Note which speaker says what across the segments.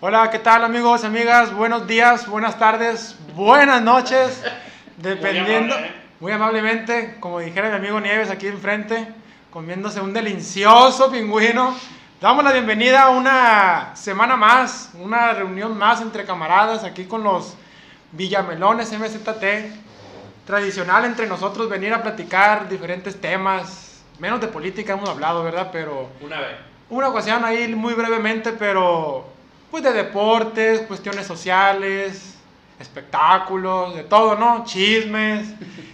Speaker 1: Hola, ¿qué tal amigos, amigas? Buenos días, buenas tardes, buenas noches, dependiendo.
Speaker 2: amable, ¿eh?
Speaker 1: Muy amablemente, como dijera mi amigo Nieves aquí enfrente, comiéndose un delicioso pingüino. Damos la bienvenida a una semana más, una reunión más entre camaradas aquí con los Villamelones MZT. Tradicional entre nosotros venir a platicar diferentes temas, menos de política hemos hablado, ¿verdad? Pero
Speaker 2: Una vez.
Speaker 1: una ocasión ahí muy brevemente, pero pues de deportes, cuestiones sociales, espectáculos, de todo, ¿no? Chismes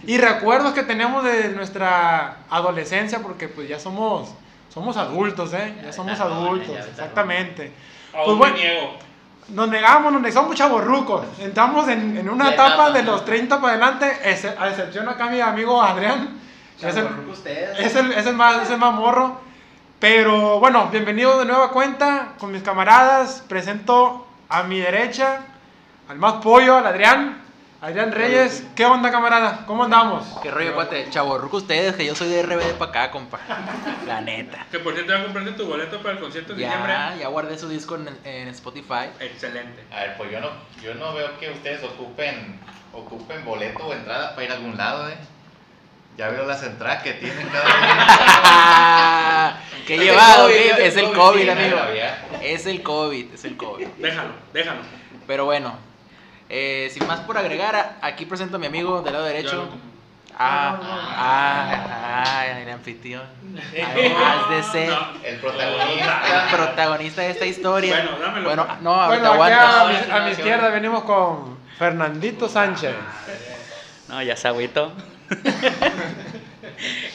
Speaker 1: y recuerdos que tenemos de nuestra adolescencia, porque pues ya somos, somos adultos, ¿eh? Ya somos
Speaker 3: estamos,
Speaker 1: adultos,
Speaker 3: ya estamos.
Speaker 1: exactamente.
Speaker 2: Aún
Speaker 1: Pues
Speaker 2: me
Speaker 1: bueno.
Speaker 2: niego.
Speaker 1: Nos negamos, nos negamos, somos chavorrucos. Entramos en, en una
Speaker 3: La
Speaker 1: etapa
Speaker 3: etapa.
Speaker 1: de los 30 para adelante, exce- a excepción acá mi amigo Adrián. que es el-
Speaker 3: Chavorruco ustedes.
Speaker 1: es el, es el más, es el más morro. Pero bueno, bienvenido de nueva cuenta con mis camaradas. Presento a mi derecha al más pollo, al Adrián. Adrián Reyes, ¿qué onda camarada? ¿Cómo andamos?
Speaker 3: ¿Qué rollo, cuate? Chaborruco ustedes, que yo soy de RBD para acá, compa. La neta.
Speaker 2: Que por cierto, ya compraste tu boleto para el concierto de
Speaker 3: Ya,
Speaker 2: diciembre.
Speaker 3: ya guardé su disco en, en Spotify.
Speaker 2: Excelente.
Speaker 4: A ver, pues yo no, yo no veo que ustedes ocupen, ocupen boleto o entrada para ir a algún lado, ¿eh? Ya veo las entradas que tienen cada uno.
Speaker 3: ¡Qué
Speaker 4: Es el
Speaker 3: llevado!
Speaker 4: COVID,
Speaker 3: ¿qué?
Speaker 4: es el
Speaker 3: Es el
Speaker 4: COVID,
Speaker 3: COVID,
Speaker 4: sí,
Speaker 3: amigo.
Speaker 4: nadie la
Speaker 3: Es el COVID, es el COVID.
Speaker 2: Déjalo, déjalo.
Speaker 3: Pero bueno, eh, sin más por agregar, a- aquí presento a mi amigo del lado
Speaker 2: Ya
Speaker 3: derecho.
Speaker 2: lo-
Speaker 3: Ah, ah, ah, el anfitrión. Además de ser
Speaker 2: No.
Speaker 4: El
Speaker 3: el
Speaker 4: protagonista.
Speaker 3: protagonista de esta historia.
Speaker 2: Bueno, dámelo,
Speaker 3: Bueno,
Speaker 2: pues.
Speaker 3: no, ahorita
Speaker 1: Bueno, aquí a,
Speaker 3: aguantas.
Speaker 1: mi, a mi izquierda venimos con
Speaker 2: Ah,
Speaker 1: Fernandito Sánchez.
Speaker 5: No, ya se agüitó.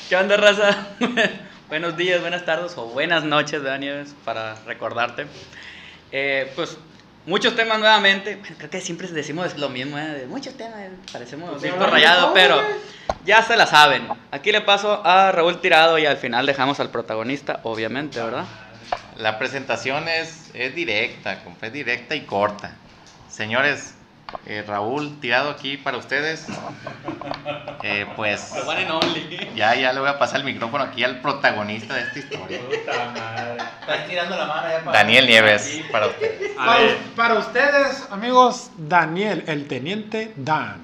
Speaker 5: ¿Qué onda, raza? Buenos días, buenas tardes o buenas noches, ¿verdad, Nieves? Para recordarte. Eh, pues, muchos temas nuevamente. Bueno, creo que siempre decimos lo mismo, ¿eh? De muchos temas, parecemos
Speaker 1: Pues,
Speaker 5: disco
Speaker 1: pero-
Speaker 5: rayado, pero ya se la saben. Aquí le paso a Raúl Tirado y al final dejamos al protagonista, obviamente, ¿verdad?
Speaker 4: La presentación es, es directa, compa, es directa y corta. Señores, eh, Raúl, tirado aquí para ustedes. Eh, pues
Speaker 5: and only.
Speaker 4: ya, ya le voy a pasar el micrófono aquí al protagonista de esta historia.
Speaker 3: Estás tirando la mano ya
Speaker 4: Daniel Nieves, para ustedes.
Speaker 2: A
Speaker 1: Para,
Speaker 2: ver,
Speaker 1: para ustedes, amigos, Daniel, el teniente Dan.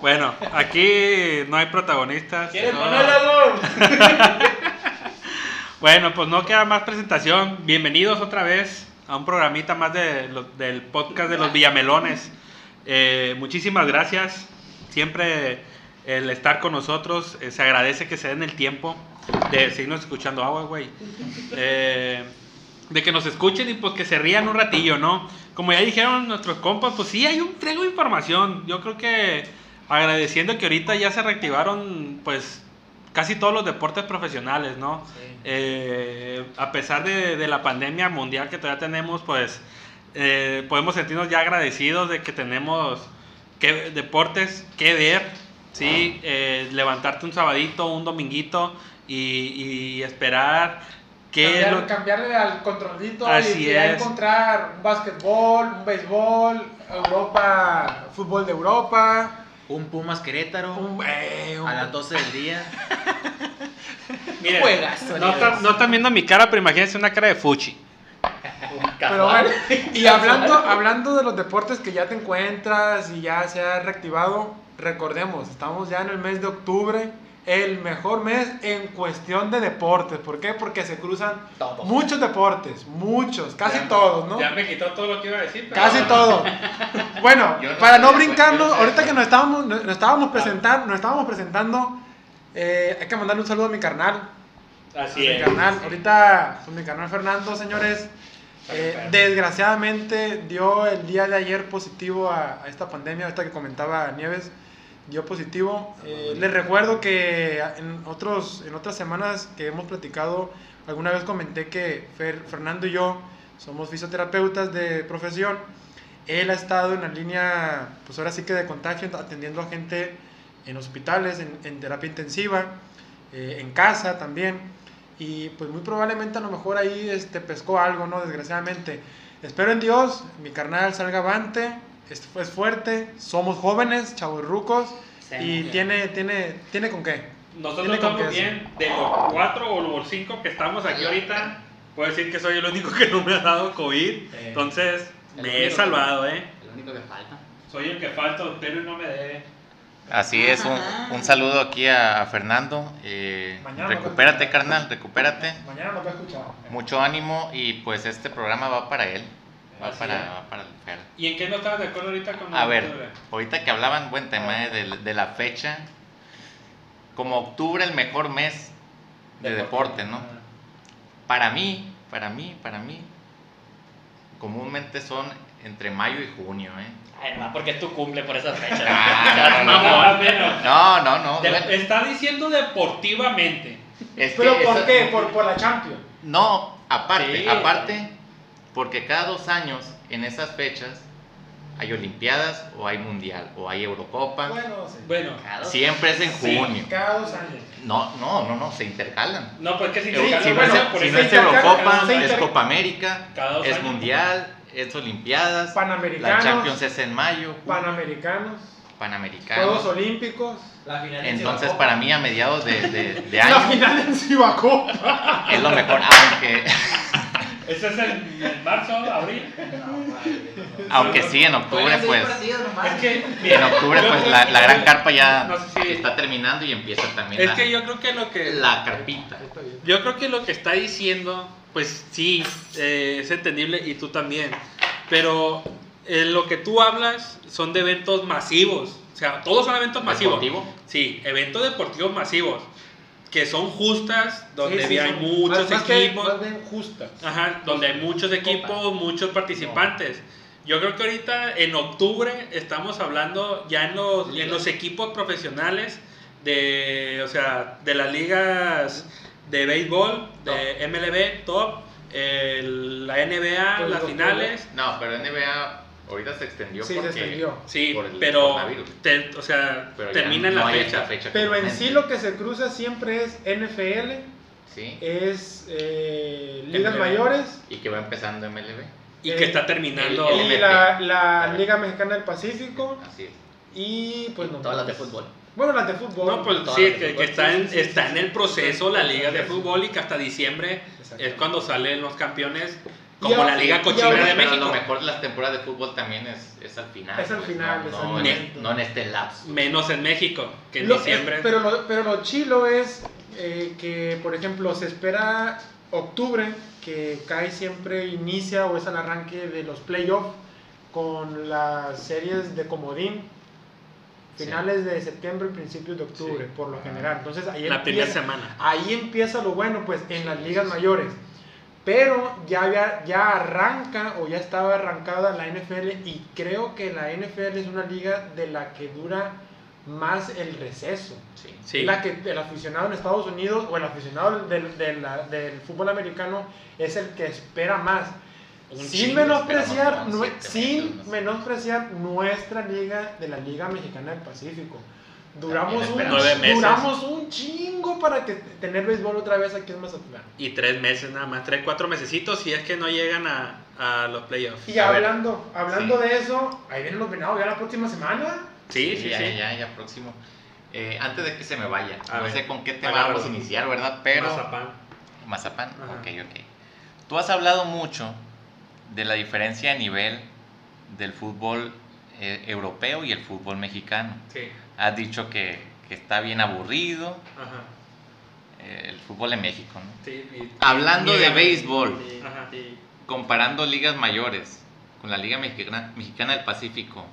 Speaker 2: bueno, aquí no hay protagonistas. no. Bueno, pues no queda más presentación. Bienvenidos otra vez a un programita más de lo- del podcast de los Villamelones. Eh, muchísimas gracias. Siempre el estar con nosotros. eh, se agradece que se den el tiempo de seguirnos escuchando agua, güey. Eh, de que nos escuchen y pues que se rían un ratillo, ¿no? Como ya dijeron nuestros compas, pues sí, hay un trego de información. Yo creo que agradeciendo que ahorita ya se reactivaron, pues, casi todos los deportes profesionales, ¿no? Eh, a pesar de, de la pandemia mundial que todavía tenemos, pues, eh, podemos sentirnos ya agradecidos de que tenemos que, deportes que ver, ¿sí? Eh, levantarte un sabadito, un dominguito y, y esperar que...
Speaker 1: Cambiar-
Speaker 2: lo-
Speaker 1: cambiarle al controlito
Speaker 2: Así
Speaker 1: y ya
Speaker 2: es.
Speaker 1: encontrar un básquetbol, un béisbol, Europa, fútbol de Europa,
Speaker 3: Un Pumas Querétaro.
Speaker 1: un, eh, un-
Speaker 3: A las 12 del día.
Speaker 2: Miren,
Speaker 3: Juegazo,
Speaker 2: no,
Speaker 3: Nieves.
Speaker 2: están, no están viendo mi cara, pero imagínense una cara de fuchi.
Speaker 1: Pero bueno, y hablando, hablando de los deportes que ya te encuentras y ya se ha reactivado, recordemos, estamos ya en el mes de octubre, el mejor mes en cuestión de deportes. ¿Por qué? Porque se cruzan
Speaker 3: Todo.
Speaker 1: muchos deportes, muchos, casi todos, ¿no?
Speaker 2: Ya me quitó todo lo que iba a decir. pero
Speaker 1: Casi
Speaker 2: bueno.
Speaker 1: todo. Bueno,
Speaker 4: Yo no
Speaker 1: para
Speaker 4: sé,
Speaker 1: no
Speaker 4: güey, yo
Speaker 1: brincarnos,
Speaker 4: no sé.
Speaker 1: ahorita que nos estábamos, nos estábamos presentando, nos estábamos presentando, eh, hay que mandarle un saludo a mi carnal.
Speaker 2: Así
Speaker 1: a Pues, mi
Speaker 2: es.
Speaker 1: carnal. Ahorita, pues, mi carnal Fernando, señores,
Speaker 2: Está
Speaker 1: eh,
Speaker 2: enfermo.
Speaker 1: desgraciadamente dio el día de ayer positivo a, a esta pandemia, ahorita que comentaba Nieves, dio positivo. Eh, les recuerdo que en, otros, en otras semanas que hemos platicado, alguna vez comenté que Fer- Fernando y yo somos fisioterapeutas de profesión. Él ha estado en la línea, pues ahora sí que de contagio, atendiendo a gente en hospitales, en, en terapia intensiva, eh, en casa también. Y pues muy probablemente a lo mejor ahí este, pescó algo, ¿no? Desgraciadamente. Espero en Dios, mi carnal salga avante, es, es fuerte, somos jóvenes, chavorrucos, y tiene, tiene, tiene con qué.
Speaker 2: Nosotros
Speaker 1: Tiene
Speaker 2: estamos
Speaker 1: confianza.
Speaker 2: bien de los cuatro o los cinco que estamos aquí ahorita. Puedo decir que soy el único que no me ha dado COVID.
Speaker 5: Eh,
Speaker 2: Entonces,
Speaker 5: el
Speaker 2: me he
Speaker 5: único.
Speaker 2: salvado, ¿eh?
Speaker 5: El único que falta.
Speaker 2: Soy el que falta, pero no me dé.
Speaker 4: Así es, un, un saludo aquí a, a Fernando. eh,
Speaker 1: Mañana lo
Speaker 4: recupérate,
Speaker 1: vemos.
Speaker 4: carnal, recupérate.
Speaker 1: Mañana nos va a escuchar.
Speaker 4: Mucho ánimo y pues este programa va para él. Va
Speaker 2: Así
Speaker 4: para,
Speaker 2: es.
Speaker 4: va para el Fer.
Speaker 2: ¿Y en qué no estabas de acuerdo ahorita con
Speaker 4: A
Speaker 2: la-
Speaker 4: ver, ahorita que hablaban, buen
Speaker 1: Ah.
Speaker 4: tema eh, de, de la fecha. Como octubre, el mejor mes de deporte, ¿no?
Speaker 1: Ah.
Speaker 4: Para mí, para mí, para mí, comúnmente son entre mayo y junio, ¿eh?
Speaker 5: Ay, no, Ah, porque tú cumple por esas fechas.
Speaker 4: Ah, no, no,
Speaker 2: Mamá, bueno,
Speaker 4: No, no, no.
Speaker 2: de- está diciendo deportivamente.
Speaker 4: es que
Speaker 1: ¿Pero por
Speaker 4: esa-
Speaker 1: qué? Por, por la Champions.
Speaker 4: No, aparte,
Speaker 5: Sí.
Speaker 4: aparte, porque cada dos años, en esas fechas, hay Olimpiadas o hay Mundial o hay Eurocopa.
Speaker 1: Bueno, sí.
Speaker 2: Bueno,
Speaker 4: Siempre es en
Speaker 2: Sí.
Speaker 4: junio.
Speaker 1: Cada dos años.
Speaker 4: No, no, no, no, se intercalan.
Speaker 2: no, pues que si
Speaker 4: Eh,
Speaker 2: te
Speaker 4: si
Speaker 2: cambio,
Speaker 4: no es,
Speaker 2: bueno, por
Speaker 4: si
Speaker 2: eso
Speaker 4: no es
Speaker 1: se intercalan,
Speaker 4: Eurocopa,
Speaker 1: se
Speaker 4: es
Speaker 1: intercalan.
Speaker 4: Copa América,
Speaker 2: Cada dos
Speaker 4: es
Speaker 2: años.
Speaker 4: Mundial, es Olimpiadas, la
Speaker 1: Panamericanos.
Speaker 4: Champions es en mayo,
Speaker 1: Panamericanos. Juegos
Speaker 4: Panamericanos.
Speaker 1: Olímpicos.
Speaker 4: Entonces, para mí, a mediados de, de- de
Speaker 1: La
Speaker 4: año,
Speaker 1: final en Cibacopa.
Speaker 4: es lo mejor, aunque...
Speaker 2: Ese es el, el marzo, abril.
Speaker 4: Aunque sí, en octubre, pues.
Speaker 2: Es que,
Speaker 4: En
Speaker 2: mira,
Speaker 4: octubre,
Speaker 2: yo
Speaker 4: pues
Speaker 2: creo
Speaker 4: la,
Speaker 2: que-
Speaker 4: la gran carpa ya
Speaker 2: No sé si-
Speaker 4: está terminando y empieza también
Speaker 2: Es
Speaker 4: la,
Speaker 2: que yo creo que lo que.
Speaker 4: la carpita.
Speaker 2: Yo creo que lo que está diciendo, pues sí, eh, es entendible y tú también. Pero eh, lo que tú hablas son de eventos masivos. O sea, todos son eventos masivos.
Speaker 4: Deportivo.
Speaker 2: Sí, eventos deportivos masivos. Que son justas, donde
Speaker 1: Sí, sí,
Speaker 2: hay
Speaker 1: son-
Speaker 2: muchos
Speaker 1: más- más que-
Speaker 2: equipos.
Speaker 1: más bien justas.
Speaker 2: Ajá, donde hay muchos equipos, muchos participantes. Yo creo que ahorita en octubre estamos hablando ya en los, en los equipos profesionales de, o sea, de las ligas de béisbol, de MLB, top, el- la NBA,
Speaker 1: Pues,
Speaker 2: las
Speaker 1: octubre.
Speaker 2: finales.
Speaker 4: No, pero NBA ahorita se extendió
Speaker 1: Sí, se
Speaker 4: porque.
Speaker 1: extendió.
Speaker 2: Sí,
Speaker 4: por el
Speaker 2: pero,
Speaker 4: coronavirus.
Speaker 2: te- o sea,
Speaker 4: pero ya
Speaker 2: termina en
Speaker 4: no
Speaker 2: la
Speaker 4: hay esa
Speaker 2: fecha.
Speaker 4: fecha
Speaker 1: Pero en sí
Speaker 4: comúnmente.
Speaker 1: lo que se cruza siempre es NFL,
Speaker 4: Sí.
Speaker 1: es eh, ligas
Speaker 2: NBA.
Speaker 1: mayores
Speaker 4: Y que va empezando MLB.
Speaker 2: Y
Speaker 1: Eh,
Speaker 2: que está terminando.
Speaker 4: el-
Speaker 1: y la, la Liga Mexicana del Pacífico
Speaker 4: Así es.
Speaker 1: y pues no.
Speaker 5: Todas las de
Speaker 1: más.
Speaker 5: fútbol.
Speaker 1: Bueno, las de fútbol.
Speaker 2: No, pues
Speaker 5: Todas
Speaker 2: sí,
Speaker 5: las de
Speaker 2: que, que
Speaker 5: fútbol,
Speaker 2: está,
Speaker 1: sí,
Speaker 2: en,
Speaker 1: sí, sí,
Speaker 2: está
Speaker 1: sí,
Speaker 2: en
Speaker 1: sí.
Speaker 2: el proceso la liga de
Speaker 1: Exacto.
Speaker 2: fútbol y que hasta diciembre
Speaker 1: Exacto.
Speaker 2: es cuando salen los campeones,
Speaker 1: Y
Speaker 2: como
Speaker 1: ahora-
Speaker 2: la liga
Speaker 1: y
Speaker 2: cochina
Speaker 1: ahora-
Speaker 2: de
Speaker 4: pero lo
Speaker 2: México,
Speaker 4: mejor de las temporadas de fútbol también es, es al final.
Speaker 1: Es al
Speaker 4: pues,
Speaker 1: final,
Speaker 4: no-
Speaker 1: es al
Speaker 4: No,
Speaker 1: momento.
Speaker 4: en, no en este lapso.
Speaker 2: menos en México, que en
Speaker 1: Lo- eh,
Speaker 2: diciembre.
Speaker 1: Pero lo, pero lo chilo es eh, que, por ejemplo, se espera octubre, que cae siempre, inicia o es al arranque de los playoffs con las series de comodín.
Speaker 4: Sí.
Speaker 1: Finales de septiembre y principios de octubre,
Speaker 2: Sí.
Speaker 1: por lo general. Entonces ahí
Speaker 2: la primera
Speaker 1: empieza-
Speaker 2: semana.
Speaker 1: Ahí empieza lo bueno, pues, en las ligas mayores. Pero ya, había- ya arranca o ya estaba arrancada la NFL y creo que la NFL es una liga de la que dura más el receso.
Speaker 4: Sí.
Speaker 2: Sí.
Speaker 1: La que el aficionado en Estados Unidos o el aficionado del, del- la- del fútbol americano es el que espera más.
Speaker 4: Un
Speaker 1: Sin
Speaker 4: chingo,
Speaker 1: menospreciar,
Speaker 4: esperamos,
Speaker 1: nue-
Speaker 4: siete
Speaker 1: sin
Speaker 4: meses, no sé.
Speaker 1: menospreciar nuestra liga de la Liga Mexicana del Pacífico. Duramos
Speaker 4: También
Speaker 1: un,
Speaker 4: esperamos.
Speaker 2: Nueve meses.
Speaker 1: duramos un chingo para que tener béisbol otra vez aquí en Mazatlán.
Speaker 2: Y tres meses nada más, tres, cuatro mesecitos si es que no llegan a, a los playoffs.
Speaker 1: Y
Speaker 4: A ver,
Speaker 1: hablando, hablando
Speaker 4: sí.
Speaker 1: de eso, ahí vienen los venados ya la próxima semana.
Speaker 2: Sí, sí,
Speaker 4: ya,
Speaker 2: sí.
Speaker 4: ya, ya, próximo. Eh, antes de que se me vaya,
Speaker 2: A
Speaker 4: no
Speaker 2: ver,
Speaker 4: sé con qué tema
Speaker 2: agárralo.
Speaker 4: vamos a iniciar, ¿verdad? Pero.
Speaker 2: Mazapán.
Speaker 4: Mazapán,
Speaker 2: Ajá.
Speaker 4: ok, ok. Tú has hablado mucho de la diferencia de nivel del fútbol eh, europeo y el fútbol mexicano.
Speaker 2: Sí.
Speaker 4: Has dicho que, que está bien aburrido
Speaker 2: Ajá.
Speaker 4: eh, el fútbol en México. ¿no?
Speaker 2: Sí, y-
Speaker 4: Hablando de
Speaker 2: Niégame.
Speaker 4: béisbol,
Speaker 2: Ajá. Sí.
Speaker 4: comparando ligas mayores con la Liga Mexicana, Mexicana del Pacífico,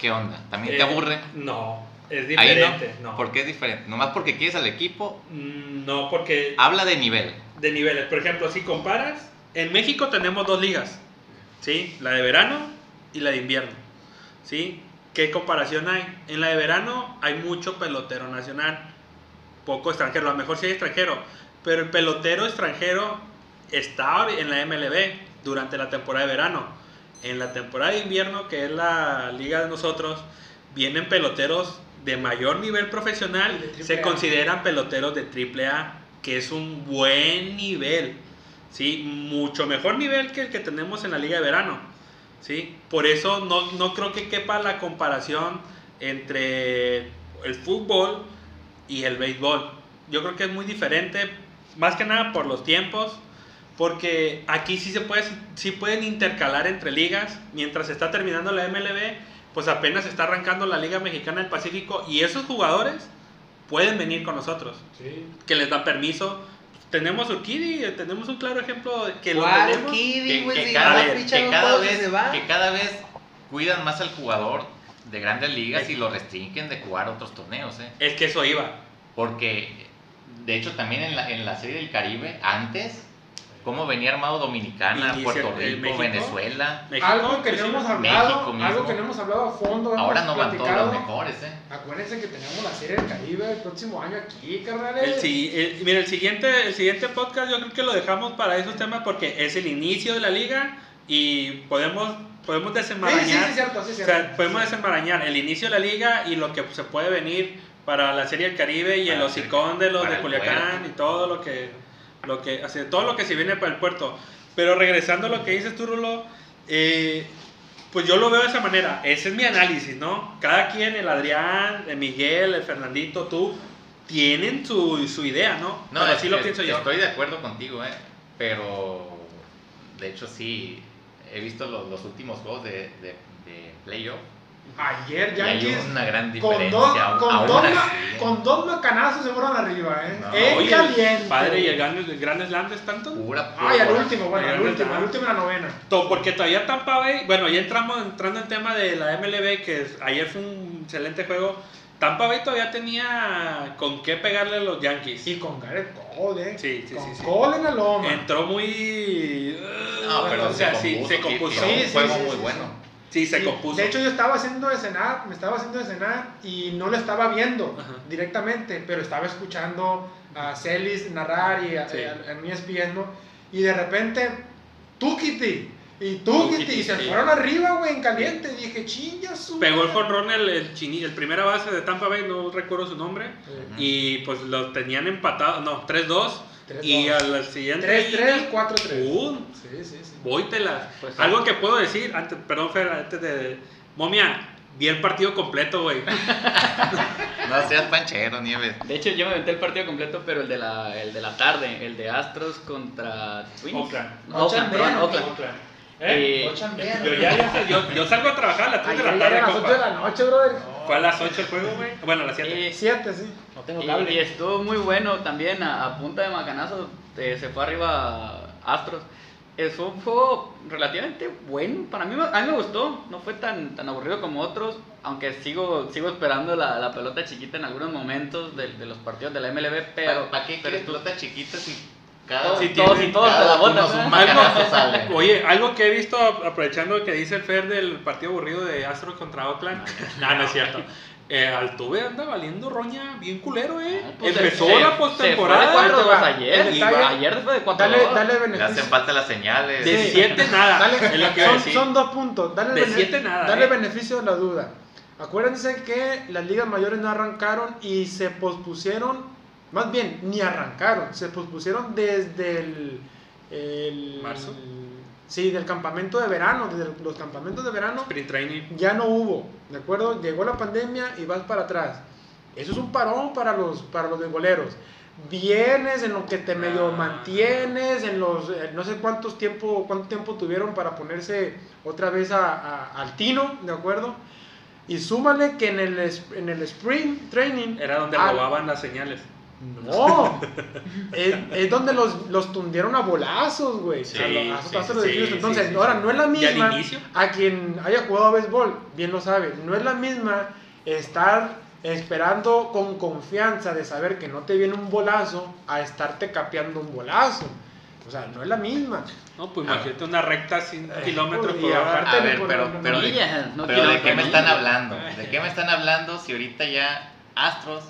Speaker 4: ¿qué onda? ¿También
Speaker 2: Eh,
Speaker 4: te aburre?
Speaker 2: No, es
Speaker 4: Ahí no.
Speaker 2: diferente. no.
Speaker 4: ¿Por qué es diferente? ¿Nomás porque quieres al equipo?
Speaker 2: Mm, no, porque
Speaker 4: Habla de nivel.
Speaker 2: de niveles. Por ejemplo, si comparas, en México tenemos dos ligas, ¿sí? La de verano y la de invierno, ¿sí? ¿Qué comparación hay? En la de verano hay mucho pelotero nacional, poco extranjero, a lo mejor sí hay extranjero, pero el pelotero extranjero está ahora en la MLB durante la temporada de verano. En la temporada de invierno, que es la liga de nosotros, vienen peloteros de mayor nivel profesional,
Speaker 1: Y de
Speaker 2: se
Speaker 1: AAA.
Speaker 2: consideran peloteros de AAA, que es un buen nivel, ¿sí? Mucho mejor nivel que el que tenemos en la liga de verano, ¿sí? Por eso no, no creo que quepa la comparación entre el fútbol y el béisbol. Yo creo que es muy diferente, más que nada por los tiempos, Porque aquí sí se puede, sí pueden intercalar entre ligas. Mientras está terminando la MLB, pues apenas está arrancando la Liga Mexicana del Pacífico y esos jugadores pueden venir con nosotros,
Speaker 1: Sí.
Speaker 2: que les da permiso. Tenemos Urquidi, eh, tenemos un claro ejemplo de que lo
Speaker 3: ¿Cuál
Speaker 2: tenemos.
Speaker 3: Kiddy,
Speaker 4: que,
Speaker 3: güey?
Speaker 4: que
Speaker 3: Si
Speaker 4: cada,
Speaker 3: cada
Speaker 2: vez-
Speaker 3: ficha
Speaker 4: que
Speaker 3: de un
Speaker 4: cada
Speaker 3: juego
Speaker 4: vez,
Speaker 3: se va.
Speaker 4: que cada vez cuidan más al jugador de grandes ligas y lo restringen de jugar otros torneos, ¿eh?
Speaker 2: Es que eso iba.
Speaker 4: Porque, de hecho, también en la, en la Serie del Caribe, antes, cómo venía armado Dominicana,
Speaker 2: Y- y
Speaker 4: Puerto
Speaker 2: cier- eh,
Speaker 4: Rico,
Speaker 2: México.
Speaker 4: Venezuela.
Speaker 2: México,
Speaker 1: Algo que
Speaker 2: pues,
Speaker 1: no hemos
Speaker 2: iba.
Speaker 1: hablado,
Speaker 4: México mismo.
Speaker 1: algo que no hemos hablado a fondo. hemos
Speaker 4: Ahora no van todos
Speaker 1: platicado.
Speaker 4: los mejores, ¿eh?
Speaker 1: Acuérdense que tenemos la serie del Caribe el próximo año aquí,
Speaker 2: El,
Speaker 1: carnales.
Speaker 2: si- el- mira, el siguiente, el siguiente podcast yo creo que lo dejamos para esos temas porque es el inicio de la liga y podemos, podemos
Speaker 1: Sí, sí,
Speaker 2: desenmarañar.
Speaker 1: sí, cierto, sí,
Speaker 2: O
Speaker 1: cierto.
Speaker 2: sea, podemos desenmarañar el inicio de la liga y lo que se puede venir para la Serie del Caribe y el
Speaker 4: Para
Speaker 2: hocicón de los
Speaker 4: para
Speaker 2: de
Speaker 4: el
Speaker 2: Culiacán
Speaker 4: puerto.
Speaker 2: y todo lo que, lo que así, todo lo que se viene para el puerto. Pero regresando a lo que dices tú, Rulo, eh, pues yo lo veo de esa manera. Ese es mi análisis, ¿no? Cada quien, el Adrián, el Miguel, el Fernandito, tú, tienen su, su idea, ¿no?
Speaker 4: No,
Speaker 2: Pero
Speaker 4: es-
Speaker 2: así lo
Speaker 4: es-
Speaker 2: pienso yo.
Speaker 4: Estoy de acuerdo contigo, ¿eh? Pero, de hecho, sí, he visto los, los últimos juegos de, de, de playoff
Speaker 1: Ayer
Speaker 4: y hay
Speaker 1: Yankees
Speaker 4: una gran
Speaker 1: con
Speaker 4: diferencia.
Speaker 1: dos, con,
Speaker 4: aún
Speaker 1: dos,
Speaker 4: así,
Speaker 1: ma-
Speaker 4: ¿eh?
Speaker 1: con dos macanazos se fueron arriba, ¿eh?
Speaker 4: No,
Speaker 1: en
Speaker 2: Oye,
Speaker 1: caliente.
Speaker 2: el padre y el gran, el gran slam de Stanton.
Speaker 4: Pura, pura-
Speaker 1: Ay, al último, bueno,
Speaker 2: Ay,
Speaker 1: al
Speaker 2: ¿verdad?
Speaker 1: último, al último en la novena.
Speaker 2: To- Porque todavía Tampa Bay, bueno, ya entramos entrando en tema de la MLB, que es- ayer fue un excelente juego. Tampa Bay todavía tenía con qué pegarle a los Yankees.
Speaker 1: Y con Gareth Cole, ¿eh?
Speaker 2: Sí, sí,
Speaker 1: con
Speaker 2: sí, sí.
Speaker 1: Cole en la loma.
Speaker 2: Entró muy. uh,
Speaker 4: No, Ah, pero
Speaker 2: o sea,
Speaker 4: se
Speaker 2: sí,
Speaker 4: compuso.
Speaker 2: se compuso.
Speaker 4: tiró
Speaker 1: sí,
Speaker 4: un
Speaker 1: sí,
Speaker 4: juego
Speaker 1: sí,
Speaker 4: muy
Speaker 1: sí,
Speaker 4: bueno.
Speaker 2: Sí, se
Speaker 1: Y,
Speaker 2: compuso.
Speaker 1: De hecho, yo estaba haciendo de cenar, me estaba haciendo de cenar y no lo estaba viendo
Speaker 2: Ajá.
Speaker 1: directamente, pero estaba escuchando a Celis narrar y a,
Speaker 2: Sí.
Speaker 1: a- a mí espiando. Y de repente, tú Kitty y tú
Speaker 2: Tú,
Speaker 1: Kitty,
Speaker 2: Kitty,
Speaker 1: y se
Speaker 2: sí.
Speaker 1: fueron arriba, güey, en caliente. Y dije, chinga su.
Speaker 2: Pegó el
Speaker 1: madre".
Speaker 2: jonrón el, el, chini- el primera base de Tampa Bay, no recuerdo su nombre.
Speaker 1: Sí.
Speaker 2: Y pues lo tenían empatado, no, 3-2. Y
Speaker 1: 3-2.
Speaker 2: al siguiente.
Speaker 1: 3-3, 4-3.
Speaker 2: ¡pum!
Speaker 1: Sí, sí, sí.
Speaker 2: Vóytelas.
Speaker 5: Pues,
Speaker 2: Algo que puedo decir, antes, perdón, Fer, antes de. Momia, vi el partido completo, güey.
Speaker 4: No seas panchero, Nieves.
Speaker 5: De hecho, yo me aventé el partido completo, pero el de la, el de la tarde, el de Astros contra Twins.
Speaker 2: Oakland.
Speaker 5: No, Oakland, perdón,
Speaker 1: Oakland.
Speaker 5: Oakland.
Speaker 2: ¿Eh?
Speaker 5: Eh,
Speaker 1: Ochan Bear,
Speaker 2: Yo,
Speaker 1: güey.
Speaker 2: ya, ya sé, yo, yo salgo a trabajar a las 3
Speaker 1: Ayer
Speaker 2: de
Speaker 1: era
Speaker 2: la tarde,
Speaker 1: a las 8 de
Speaker 2: compa.
Speaker 1: la noche, brother.
Speaker 2: Fue a las 8 el juego, güey. Bueno, a las 7.
Speaker 5: Eh,
Speaker 1: 7, sí.
Speaker 3: No tengo
Speaker 5: Y-
Speaker 3: cable.
Speaker 5: Y, estuvo muy bueno también, a, a punta de macanazo, eh, se fue arriba Astros. Eh, Fue un juego relativamente bueno, para mí me- a mí me gustó, no fue tan, tan aburrido como otros, aunque sigo, sigo esperando la, la pelota chiquita en algunos momentos de, de los partidos de la MLB, pero...
Speaker 4: ¿Para, para qué
Speaker 5: pero
Speaker 4: quieres
Speaker 5: estuvo-
Speaker 4: pelota chiquita si cada
Speaker 5: Todos-
Speaker 2: si
Speaker 5: y todos,
Speaker 2: tiene-
Speaker 5: y todos te la botan,
Speaker 4: uno es un
Speaker 5: ¿verdad?
Speaker 4: macanazo sale.
Speaker 2: Oye, algo que he visto, aprovechando lo que dice el Fer del partido aburrido de Astros contra Oakland. No, no es cierto. Eh, Altuve anda valiendo roña bien culero, eh.
Speaker 5: Ah, pues,
Speaker 2: Empezó la
Speaker 5: se- Se fue de
Speaker 2: postemporada.
Speaker 1: cuatro.
Speaker 5: 4-2
Speaker 1: El
Speaker 5: ayer, y
Speaker 1: detalle-
Speaker 5: ayer fue de 4-2.
Speaker 1: Dale, dale
Speaker 4: Le hacen
Speaker 1: beneficio.
Speaker 4: falta las señales.
Speaker 2: De 7 nada.
Speaker 1: Dale,
Speaker 2: es lo que iba a
Speaker 1: son,
Speaker 2: decir.
Speaker 1: son dos puntos. Dale,
Speaker 2: De
Speaker 1: bene-
Speaker 2: siete nada,
Speaker 1: dale
Speaker 2: eh.
Speaker 1: beneficio de la duda. Acuérdense que las ligas mayores no arrancaron y se pospusieron, más bien, ni arrancaron, se pospusieron desde el... el-
Speaker 2: ¿Marzo?
Speaker 1: Sí, del campamento de verano, desde el- los campamentos de verano
Speaker 2: Sprint training.
Speaker 1: ya no hubo, ¿de acuerdo? Llegó la pandemia y vas para atrás. Eso es un parón para los, para los bengoleros. Vienes en lo que te medio
Speaker 2: Ah.
Speaker 1: mantienes, en los eh, no sé cuántos tiempo, cuánto tiempo tuvieron para ponerse otra vez a- a- al tino, ¿de acuerdo? Y súmale que en el, es- en el spring training
Speaker 2: Era donde
Speaker 1: Ah.
Speaker 2: robaban las señales.
Speaker 1: no, es, es donde los, los tundieron a bolazos, güey.
Speaker 2: Sí,
Speaker 1: a los- a esos
Speaker 2: sí,
Speaker 1: astros de
Speaker 2: sí,
Speaker 1: Houston.
Speaker 2: sí,
Speaker 1: Entonces,
Speaker 2: sí, sí.
Speaker 1: ahora no es la
Speaker 2: ¿Y al
Speaker 1: misma.
Speaker 2: inicio?
Speaker 1: A quien haya jugado a béisbol, bien lo sabe, no es la misma estar esperando con confianza de saber que no te viene un bolazo a estarte capeando un bolazo. O sea, no es la misma.
Speaker 2: No, pues
Speaker 1: Ah.
Speaker 2: imagínate una recta sin
Speaker 1: Eh,
Speaker 2: kilómetros por
Speaker 1: y
Speaker 2: hora.
Speaker 1: aparte
Speaker 4: A ver,
Speaker 1: le
Speaker 4: pero-
Speaker 1: ponen-
Speaker 4: pero de-
Speaker 5: Millas, no
Speaker 4: Pero ¿de
Speaker 5: kilómetros,
Speaker 4: qué me están
Speaker 5: millas.
Speaker 4: hablando? ¿De qué me están hablando si ahorita ya Astros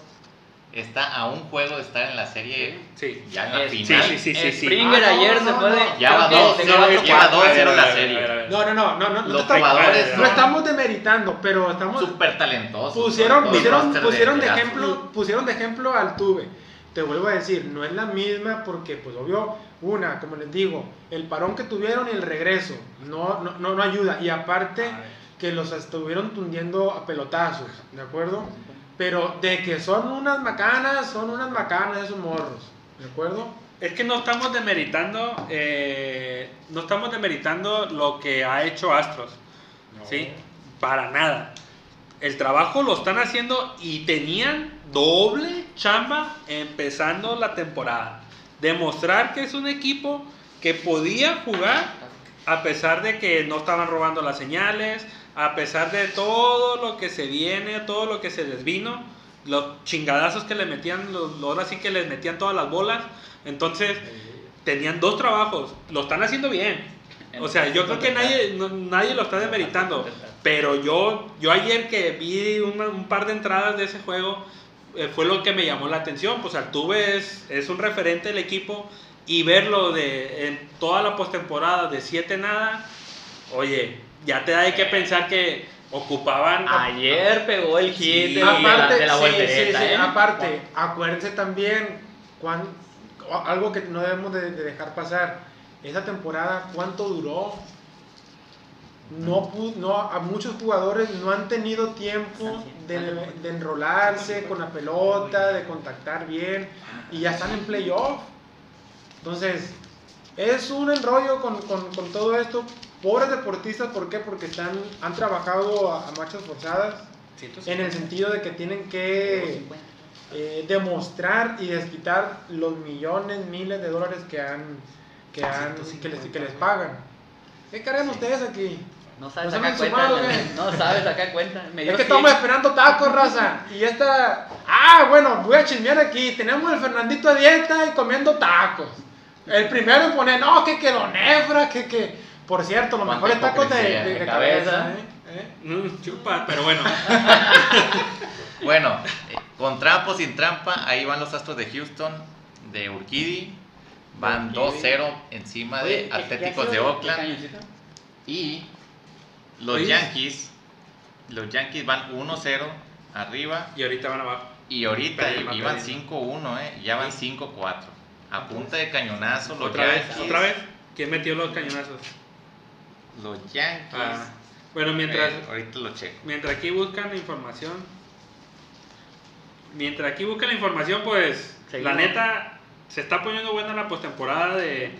Speaker 4: está a un juego de estar en la
Speaker 2: eh,
Speaker 4: serie
Speaker 2: Sí.
Speaker 4: ya en la
Speaker 5: Es-
Speaker 4: final?
Speaker 2: Sí, sí, sí, sí.
Speaker 5: Springer
Speaker 1: Ah, no,
Speaker 5: ayer
Speaker 1: no,
Speaker 5: se
Speaker 1: no,
Speaker 5: fue de...
Speaker 1: no.
Speaker 4: Ya va
Speaker 5: creo que
Speaker 4: dos,
Speaker 5: de
Speaker 4: cero,
Speaker 5: cuatro,
Speaker 4: ya va
Speaker 5: cuatro.
Speaker 4: dos, cero la
Speaker 2: A ver,
Speaker 4: serie.
Speaker 2: a ver, a ver.
Speaker 1: No, no, no, no, no, no
Speaker 4: Los
Speaker 1: estamos-
Speaker 4: jugadores
Speaker 1: no
Speaker 4: son
Speaker 1: estamos demeritando, pero estamos
Speaker 4: súper talentosos.
Speaker 1: pusieron,
Speaker 4: Todo el
Speaker 1: pusieron,
Speaker 4: roster
Speaker 1: pusieron de
Speaker 4: Astros.
Speaker 1: ejemplo, pusieron de ejemplo al Tuve. Te vuelvo a decir, no es la misma porque, pues, obvio, una, como les digo, el parón que tuvieron y el regreso no, no, no, no ayuda. Y aparte
Speaker 2: Ah.
Speaker 1: que los estuvieron tundiendo a pelotazos, ¿de acuerdo? Pero de que son unas macanas, son unas macanas esos morros, ¿de acuerdo?
Speaker 2: Es que no estamos demeritando, eh, no estamos demeritando lo que ha hecho Astros, ¿sí? Para nada. El trabajo lo están haciendo y tenían doble chamba empezando la temporada. Demostrar que es un equipo que podía jugar a pesar de que no estaban robando las señales, a pesar de todo lo que se viene, todo lo que se desvino, los chingadazos que le metían, los, ahora sí que les metían todas las bolas. Entonces, tenían dos trabajos, lo están haciendo bien. O sea, yo creo que nadie, no- nadie lo está demeritando. Pero yo, yo ayer que vi una- un par de entradas de ese juego, eh, fue lo que me llamó la atención. Pues Altuve es, es un referente del equipo y verlo de, en toda la postemporada de 7 nada, oye, ya te da de qué pensar que ocupaban...
Speaker 5: Ayer pegó el hit
Speaker 2: Sí.
Speaker 5: de, la,
Speaker 1: Aparte,
Speaker 5: de la
Speaker 1: sí,
Speaker 5: voltereta,
Speaker 1: sí, sí,
Speaker 5: ¿eh?
Speaker 1: aparte, acuérdense también cuán- o- algo que no debemos de, de dejar pasar. Esa temporada, ¿cuánto duró?
Speaker 5: Mm.
Speaker 1: No, pu- no, a muchos jugadores no han tenido tiempo de, de enrolarse con la pelota, de contactar bien, y ya están en playoff. Entonces, es un enrollo con, con- con todo esto. Pobres deportistas, ¿por qué? Porque están, han trabajado a- a marchas forzadas. En el sentido de que tienen que eh, demostrar y desquitar los millones, miles de dólares que han que, han, que, les, que les pagan. ¿Qué cargan ustedes aquí?
Speaker 5: No sabes
Speaker 1: Nos
Speaker 5: sacar
Speaker 1: hemos
Speaker 5: cuenta.
Speaker 1: sumado,
Speaker 5: Leonel.
Speaker 1: ¿qué?
Speaker 5: No sabes sacar cuenta. Me dio
Speaker 1: es que
Speaker 5: 100.
Speaker 1: estamos esperando tacos, raza. Y esta. Ah, bueno, voy a chismear aquí. Tenemos el Fernandito a dieta y comiendo tacos. El primero en poner, no, que quedó nefra, que que. Por cierto, los
Speaker 4: Cuánta
Speaker 1: mejores tacos de,
Speaker 4: hipocresía,
Speaker 1: de-
Speaker 4: de
Speaker 1: de cabeza.
Speaker 5: cabeza.
Speaker 1: ¿eh? ¿eh?
Speaker 2: Mm, chupa, pero bueno.
Speaker 4: Bueno, eh, con trampa o sin trampa, ahí van los astros de Houston, de Urquidi. Van 2-0 encima
Speaker 5: Oye,
Speaker 4: de
Speaker 5: ¿qué-
Speaker 4: Atléticos
Speaker 5: Oh, qué hace
Speaker 4: de Oakland.
Speaker 5: el cañoncito?
Speaker 4: Y los
Speaker 2: Oye.
Speaker 4: Yankees, los Yankees van 1-0 arriba.
Speaker 2: Y ahorita van abajo.
Speaker 4: Y ahorita
Speaker 2: Perdiendo,
Speaker 4: iban
Speaker 2: perdiendo.
Speaker 4: 5-1, ¿eh? Ya van 5-4. A punta de cañonazo, los
Speaker 2: Otra vez,
Speaker 4: Yankees.
Speaker 2: otra vez. ¿Quién metió los cañonazos?
Speaker 4: Los Yankees.
Speaker 2: Ah, Bueno, mientras,
Speaker 4: Eh, ahorita lo checo.
Speaker 2: mientras aquí buscan la información. Mientras aquí buscan la información, pues
Speaker 5: Seguimos.
Speaker 2: la neta se está poniendo buena la postemporada de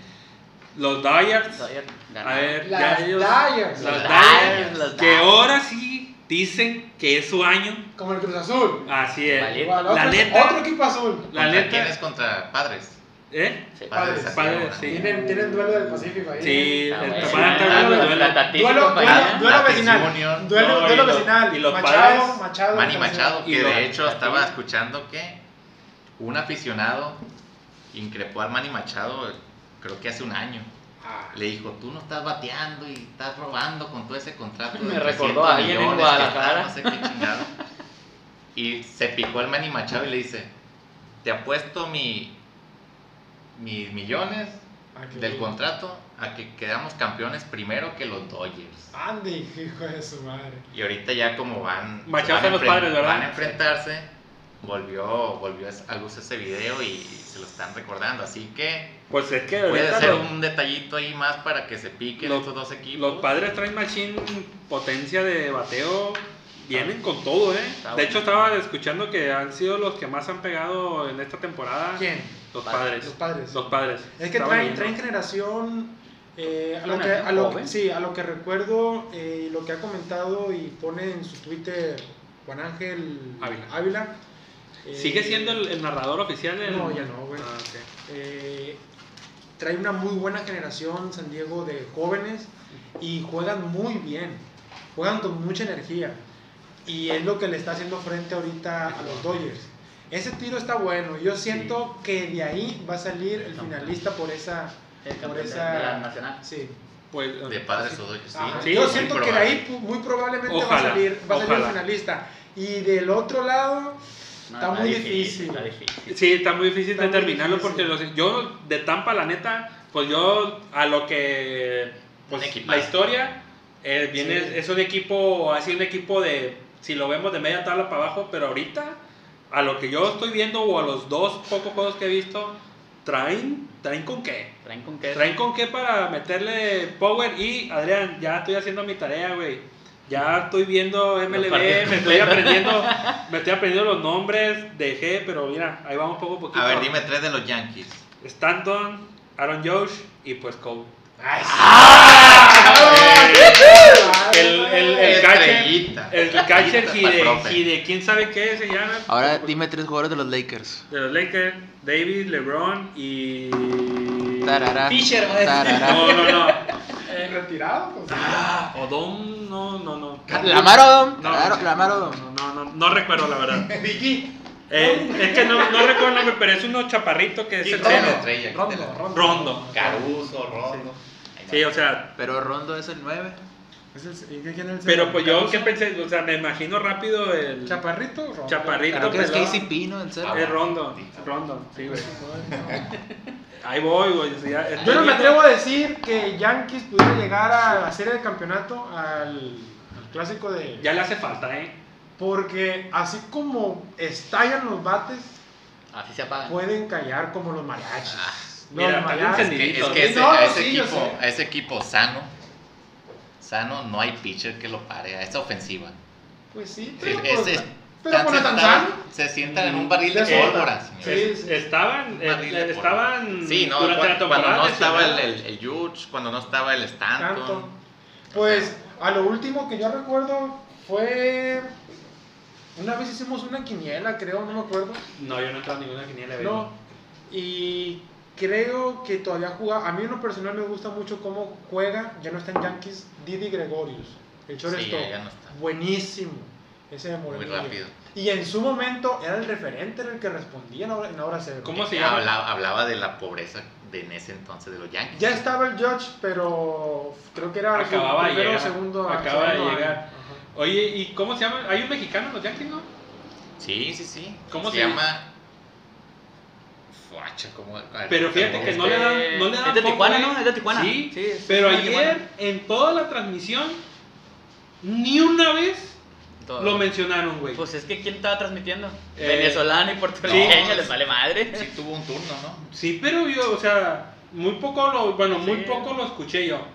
Speaker 2: los Dyers.
Speaker 5: Ayer ganó.
Speaker 2: A ver,
Speaker 1: ¿eh? Las
Speaker 2: ya ellos.
Speaker 1: Dyers.
Speaker 2: Los
Speaker 5: Los
Speaker 2: Dyers.
Speaker 5: Dyers, los
Speaker 2: Que
Speaker 5: Dyers.
Speaker 2: ahora sí dicen que es su año.
Speaker 1: Como el Cruz Azul.
Speaker 2: Así es.
Speaker 5: Valiente.
Speaker 1: Igual, otro-
Speaker 2: La neta-
Speaker 1: Otro equipo azul.
Speaker 2: La
Speaker 4: ¿Contra quién
Speaker 2: neta.
Speaker 4: es contra padres?
Speaker 2: ¿Eh?
Speaker 5: Sí.
Speaker 1: Padres,
Speaker 4: así
Speaker 2: padres,
Speaker 4: ahora.
Speaker 2: sí.
Speaker 1: Tienen, tienen duelo del Pacífico ahí. ¿eh?
Speaker 2: Sí,
Speaker 5: Ah,
Speaker 2: el
Speaker 5: bueno.
Speaker 2: Tapan está hablando de duelo.
Speaker 5: La Tatis y
Speaker 1: Duelo, duelo,
Speaker 5: compañía.
Speaker 1: duelo
Speaker 4: Tatis
Speaker 1: vecinal.
Speaker 4: Junior.
Speaker 1: Duelo,
Speaker 2: No, y
Speaker 1: duelo
Speaker 2: los-
Speaker 1: vecinal.
Speaker 2: y los
Speaker 1: Machado,
Speaker 2: padres,
Speaker 1: Machado.
Speaker 4: Manny
Speaker 1: Machado.
Speaker 4: Machado,
Speaker 2: Y
Speaker 4: que
Speaker 2: lo-
Speaker 4: de hecho estaba escuchando que un aficionado increpó al Manny Machado, creo que hace un año.
Speaker 1: Ah,
Speaker 4: Le dijo, tú no estás bateando y estás robando con todo ese contrato. de
Speaker 5: Me recordó
Speaker 4: 300
Speaker 5: a alguien en
Speaker 4: millones que está,
Speaker 5: Guadalajara".
Speaker 4: No sé qué chingado. Y se picó el Manny Machado y le dice, te apuesto mi, mis millones
Speaker 1: Aquí.
Speaker 4: del contrato a que quedamos campeones primero que los Dodgers.
Speaker 1: Andy, hijo de su madre.
Speaker 4: Y ahorita ya como van,
Speaker 2: Machado
Speaker 4: se
Speaker 2: son los
Speaker 4: enfren-
Speaker 2: padres, ¿verdad?
Speaker 4: van a enfrentarse, volvió, volvió a luz ese video y se lo están recordando. Así que
Speaker 2: Pues es que
Speaker 4: puede
Speaker 2: ahorita
Speaker 4: ser
Speaker 2: los-
Speaker 4: un detallito ahí más para que se piquen
Speaker 2: Los-
Speaker 4: estos dos equipos.
Speaker 2: Los padres traen machine potencia de bateo. Vienen con todo, ¿eh?
Speaker 4: Está
Speaker 2: de hecho,
Speaker 4: bueno.
Speaker 2: estaba escuchando que han sido los que más han pegado en esta temporada.
Speaker 1: ¿Quién?
Speaker 2: Los
Speaker 1: Los
Speaker 2: padres.
Speaker 1: padres.
Speaker 2: Los padres.
Speaker 1: Es que
Speaker 2: Estaba
Speaker 1: traen,
Speaker 2: viendo.
Speaker 1: traen generación. eh, a, lo que,
Speaker 5: Generación
Speaker 1: a, lo, que-
Speaker 5: joven.
Speaker 1: sí, a lo que recuerdo, eh, lo que ha comentado y pone en su Twitter Juan Ángel
Speaker 2: Ávila.
Speaker 1: eh,
Speaker 2: ¿Sigue siendo el, el narrador oficial? del-
Speaker 1: No, ya no, güey.
Speaker 2: Ah, ok.
Speaker 1: eh, trae una muy buena generación San Diego de jóvenes y juegan muy bien, juegan con mucha energía y es lo que le está haciendo frente ahorita a los Dodgers. Ese tiro está bueno, yo siento que de ahí va a salir el finalista por esa...
Speaker 5: El
Speaker 1: por
Speaker 5: campeón de
Speaker 1: esa-
Speaker 5: la nacional.
Speaker 1: Sí.
Speaker 2: Pues,
Speaker 4: de padres o Dodgers. sí.
Speaker 1: Ajá.
Speaker 2: Sí,
Speaker 1: Ah, yo
Speaker 4: muy
Speaker 1: siento que de
Speaker 4: probable.
Speaker 1: ahí pu- muy probablemente va
Speaker 2: Ojalá,
Speaker 1: a salir, va a salir el
Speaker 2: ojalá.
Speaker 1: finalista. Y del otro lado,
Speaker 5: No,
Speaker 1: Está muy difícil.
Speaker 5: Está difícil.
Speaker 2: Sí, está muy difícil
Speaker 1: Está muy
Speaker 2: determinarlo
Speaker 1: difícil.
Speaker 2: porque los- yo de Tampa, la neta, pues yo a lo que...
Speaker 4: Un
Speaker 2: Pues,
Speaker 4: equipazo.
Speaker 2: la historia eh, viene,
Speaker 1: Sí.
Speaker 2: es un equipo, ha sido un equipo de, si lo vemos de media tabla para abajo, pero ahorita, a lo que yo estoy viendo o a los dos pocos juegos que he visto, traen, traen con qué.
Speaker 5: Traen con qué.
Speaker 2: Traen con qué para meterle power y Adrián, ya estoy haciendo mi tarea, güey. Ya estoy viendo MLB,
Speaker 5: partidos.
Speaker 2: me estoy aprendiendo, me estoy aprendiendo los nombres, dejé, pero mira, ahí vamos poco a poquito.
Speaker 4: A ver, dime tres de los Yankees.
Speaker 2: Stanton, Aaron Josh y pues Cole. Ah, El, el, el catcher,
Speaker 4: Estrellita.
Speaker 2: el catcher
Speaker 4: Estrellita
Speaker 2: Hide,
Speaker 4: pa'l profe.
Speaker 2: Hide- quién sabe qué se llama. Pues,
Speaker 3: Ahora dime tres jugadores de los Lakers.
Speaker 2: De los Lakers, Davis, LeBron y...
Speaker 3: Tarara.
Speaker 5: Fisher, güey.
Speaker 3: Tarara.
Speaker 2: No, no, no.
Speaker 1: ¿Retirado? Pues,
Speaker 2: Ah, Odom, no, no, no.
Speaker 3: Lamar Odom.
Speaker 2: No,
Speaker 3: Claro,
Speaker 2: no,
Speaker 3: Lamar
Speaker 2: no,
Speaker 3: Odom.
Speaker 2: No, no, no, no recuerdo la verdad. Eh, es que no, no recuerdo el nombre, pero es uno chaparrito que es el
Speaker 4: Era una
Speaker 2: cero.
Speaker 4: estrella. de la-
Speaker 1: Rondo, Rondo.
Speaker 2: Rondo.
Speaker 4: Caruso, Rondo.
Speaker 2: Sí, o sea,
Speaker 3: Pero Rondo es el 9.
Speaker 1: Es el- ¿y qué- quién es el
Speaker 2: pero pues yo
Speaker 1: segundo?
Speaker 2: que pensé, o sea, me imagino rápido el
Speaker 1: Chaparrito. Rondo.
Speaker 2: chaparrito pues,
Speaker 3: Claro que es
Speaker 2: pelado.
Speaker 3: KCP, ¿no? El 0.
Speaker 2: Es Rondo, Rondo, sí, güey. Ahí voy, güey. o sea, ya estoy
Speaker 1: Yo no me
Speaker 2: viendo-
Speaker 1: atrevo a decir que Yankees pudiera llegar a la serie de campeonato al, al clásico de.
Speaker 2: Ya le hace falta, ¿eh?
Speaker 1: Porque así como estallan los bates,
Speaker 3: Así se apaga.
Speaker 1: pueden callar como los mariachis. Los
Speaker 2: Ah, mira, están
Speaker 1: mariachis.
Speaker 4: Es que, es
Speaker 2: Sí,
Speaker 4: que ese,
Speaker 1: no,
Speaker 4: a, ese
Speaker 1: sí, yo
Speaker 4: equipo,
Speaker 1: sé.
Speaker 4: a ese equipo sano, sano, no hay pitcher que lo pare a esa ofensiva.
Speaker 1: Pues sí, pero,
Speaker 4: Ese-
Speaker 1: pues,
Speaker 4: están
Speaker 1: pero bueno, tan
Speaker 4: sentados-
Speaker 1: sano.
Speaker 4: se sientan en un barril de
Speaker 1: De soda.
Speaker 4: pólvora. señor.
Speaker 1: Sí,
Speaker 2: Es-
Speaker 1: sí.
Speaker 2: Estaban, eh,
Speaker 4: Barril de
Speaker 2: estaban
Speaker 4: pólvora. Sí, no,
Speaker 2: durante la
Speaker 4: cuando, cuando
Speaker 2: temporada
Speaker 4: no estaba el,
Speaker 2: lesionados.
Speaker 4: el, el Yuch, cuando no estaba el Stanton.
Speaker 1: Tanto. Pues a lo último que yo recuerdo fue. Una vez hicimos una quiniela, creo, no me acuerdo.
Speaker 2: No, yo no entraba en ninguna quiniela. güey.
Speaker 1: No. Y creo que todavía juega. A mí en lo personal me gusta mucho cómo juega. Ya no está en Yankees. Didi Gregorius. El shortstop.
Speaker 4: Sí, ya- ya no está.
Speaker 1: Buenísimo. Ese de
Speaker 4: Muy
Speaker 1: Morenillo.
Speaker 4: rápido.
Speaker 1: Y en su momento era el referente, era el que respondía en ahora, en ahora cero.
Speaker 2: ¿Cómo se
Speaker 4: Eh,
Speaker 2: llama?
Speaker 4: Hablaba, hablaba de la pobreza de en ese entonces de los Yankees.
Speaker 1: Ya estaba el Judge, pero creo que era su
Speaker 2: Acababa de
Speaker 1: primero
Speaker 2: llegar.
Speaker 1: segundo.
Speaker 2: Acaba de
Speaker 1: segundo año.
Speaker 2: llegar. Oye, ¿y cómo se llama? Hay un mexicano en los Yankees, ¿no?
Speaker 4: Sí, sí, sí.
Speaker 2: ¿Cómo
Speaker 4: se,
Speaker 2: se-
Speaker 4: llama? Fuacha, como.
Speaker 2: Pero fíjate que no le dan, no le dan
Speaker 5: Es de
Speaker 2: foco,
Speaker 5: Tijuana,
Speaker 2: eh.
Speaker 5: ¿no? Es de Tijuana.
Speaker 2: Sí,
Speaker 5: Sí, es
Speaker 2: pero
Speaker 5: de
Speaker 2: ayer
Speaker 5: Tijuana.
Speaker 2: en toda la transmisión ni una vez
Speaker 3: Todo.
Speaker 2: lo mencionaron, güey.
Speaker 5: Pues es que ¿quién estaba transmitiendo?
Speaker 2: Eh,
Speaker 5: Venezolano y puertorriqueño,
Speaker 4: no.
Speaker 5: les vale madre.
Speaker 4: Sí tuvo un turno, ¿no?
Speaker 2: Sí, pero yo, o sea, muy poco lo, bueno, muy
Speaker 5: Sí.
Speaker 2: poco lo escuché yo.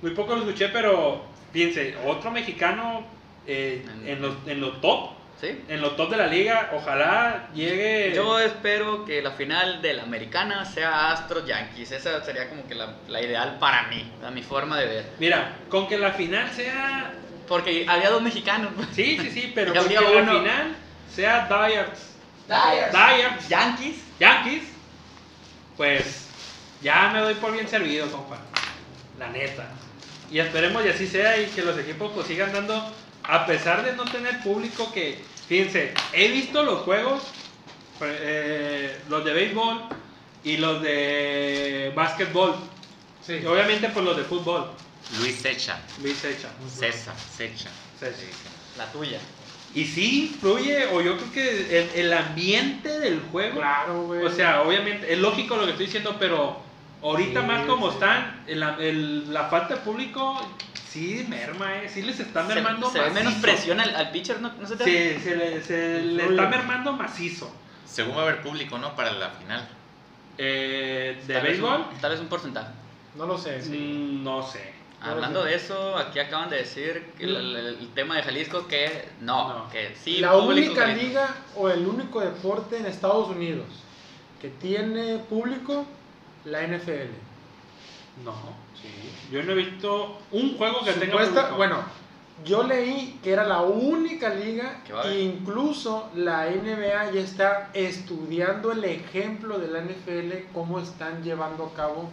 Speaker 2: Muy poco lo escuché, pero piense, otro mexicano eh,
Speaker 5: En-
Speaker 2: en los en los top,
Speaker 5: Sí.
Speaker 2: en los top de la liga, ojalá llegue
Speaker 5: Yo espero que la final de la americana sea Astros Yankees. Esa sería como que la, la ideal para mí, a mi forma de ver.
Speaker 2: Mira, con que la final sea
Speaker 5: Porque había dos mexicanos. pues.
Speaker 2: Sí, sí, sí, pero
Speaker 5: Ya
Speaker 2: con que
Speaker 5: había
Speaker 2: la
Speaker 5: uno.
Speaker 2: final sea Dyers,
Speaker 5: Dyers.
Speaker 2: Dyers,
Speaker 5: Yankees.
Speaker 2: Yankees, pues ya me doy por bien servido, compa. La neta. Y esperemos y así sea y que los equipos pues sigan dando, a pesar de no tener público que, fíjense, he visto los juegos, eh, los de béisbol y los de básquetbol.
Speaker 1: Sí.
Speaker 2: Y obviamente pues los de fútbol,
Speaker 4: Luis Secha.
Speaker 2: Luis Echa.
Speaker 4: César, Secha.
Speaker 2: Secha.
Speaker 4: Sí, sí.
Speaker 5: La tuya.
Speaker 2: Y sí, influye, o yo creo que el, el ambiente del juego
Speaker 1: Claro, güey.
Speaker 2: O sea, obviamente, es lógico lo que estoy diciendo, pero ahorita
Speaker 1: Sí,
Speaker 2: más como
Speaker 1: sí.
Speaker 2: están, el- el- la falta de público sí merma, eh, sí les está
Speaker 5: Se,
Speaker 2: mermando
Speaker 5: se ve
Speaker 2: macizo.
Speaker 5: menos presión al, al pitcher, ¿no? ¿No se te hace?
Speaker 2: Se, se le, se le está mermando macizo.
Speaker 4: Según va a haber público, ¿no? Para la final.
Speaker 2: Eh, ¿De
Speaker 5: Tal vez un-
Speaker 2: béisbol?
Speaker 5: Tal vez un porcentaje.
Speaker 1: No lo sé. sí.
Speaker 2: Mm, No sé.
Speaker 5: Hablando de eso, aquí acaban de decir que el, el- el tema de Jalisco que no,
Speaker 2: No.
Speaker 5: que sí.
Speaker 1: la
Speaker 5: público
Speaker 1: única
Speaker 5: Jalisco.
Speaker 1: liga o el único deporte en Estados Unidos que tiene público, la NFL.
Speaker 2: No. Yo no he visto un juego que tenga
Speaker 1: Supuesta-
Speaker 2: público.
Speaker 1: bueno, yo leí que era la única liga,
Speaker 5: Que va a haber.
Speaker 1: e incluso la NBA ya está estudiando el ejemplo de la NFL, cómo están llevando a cabo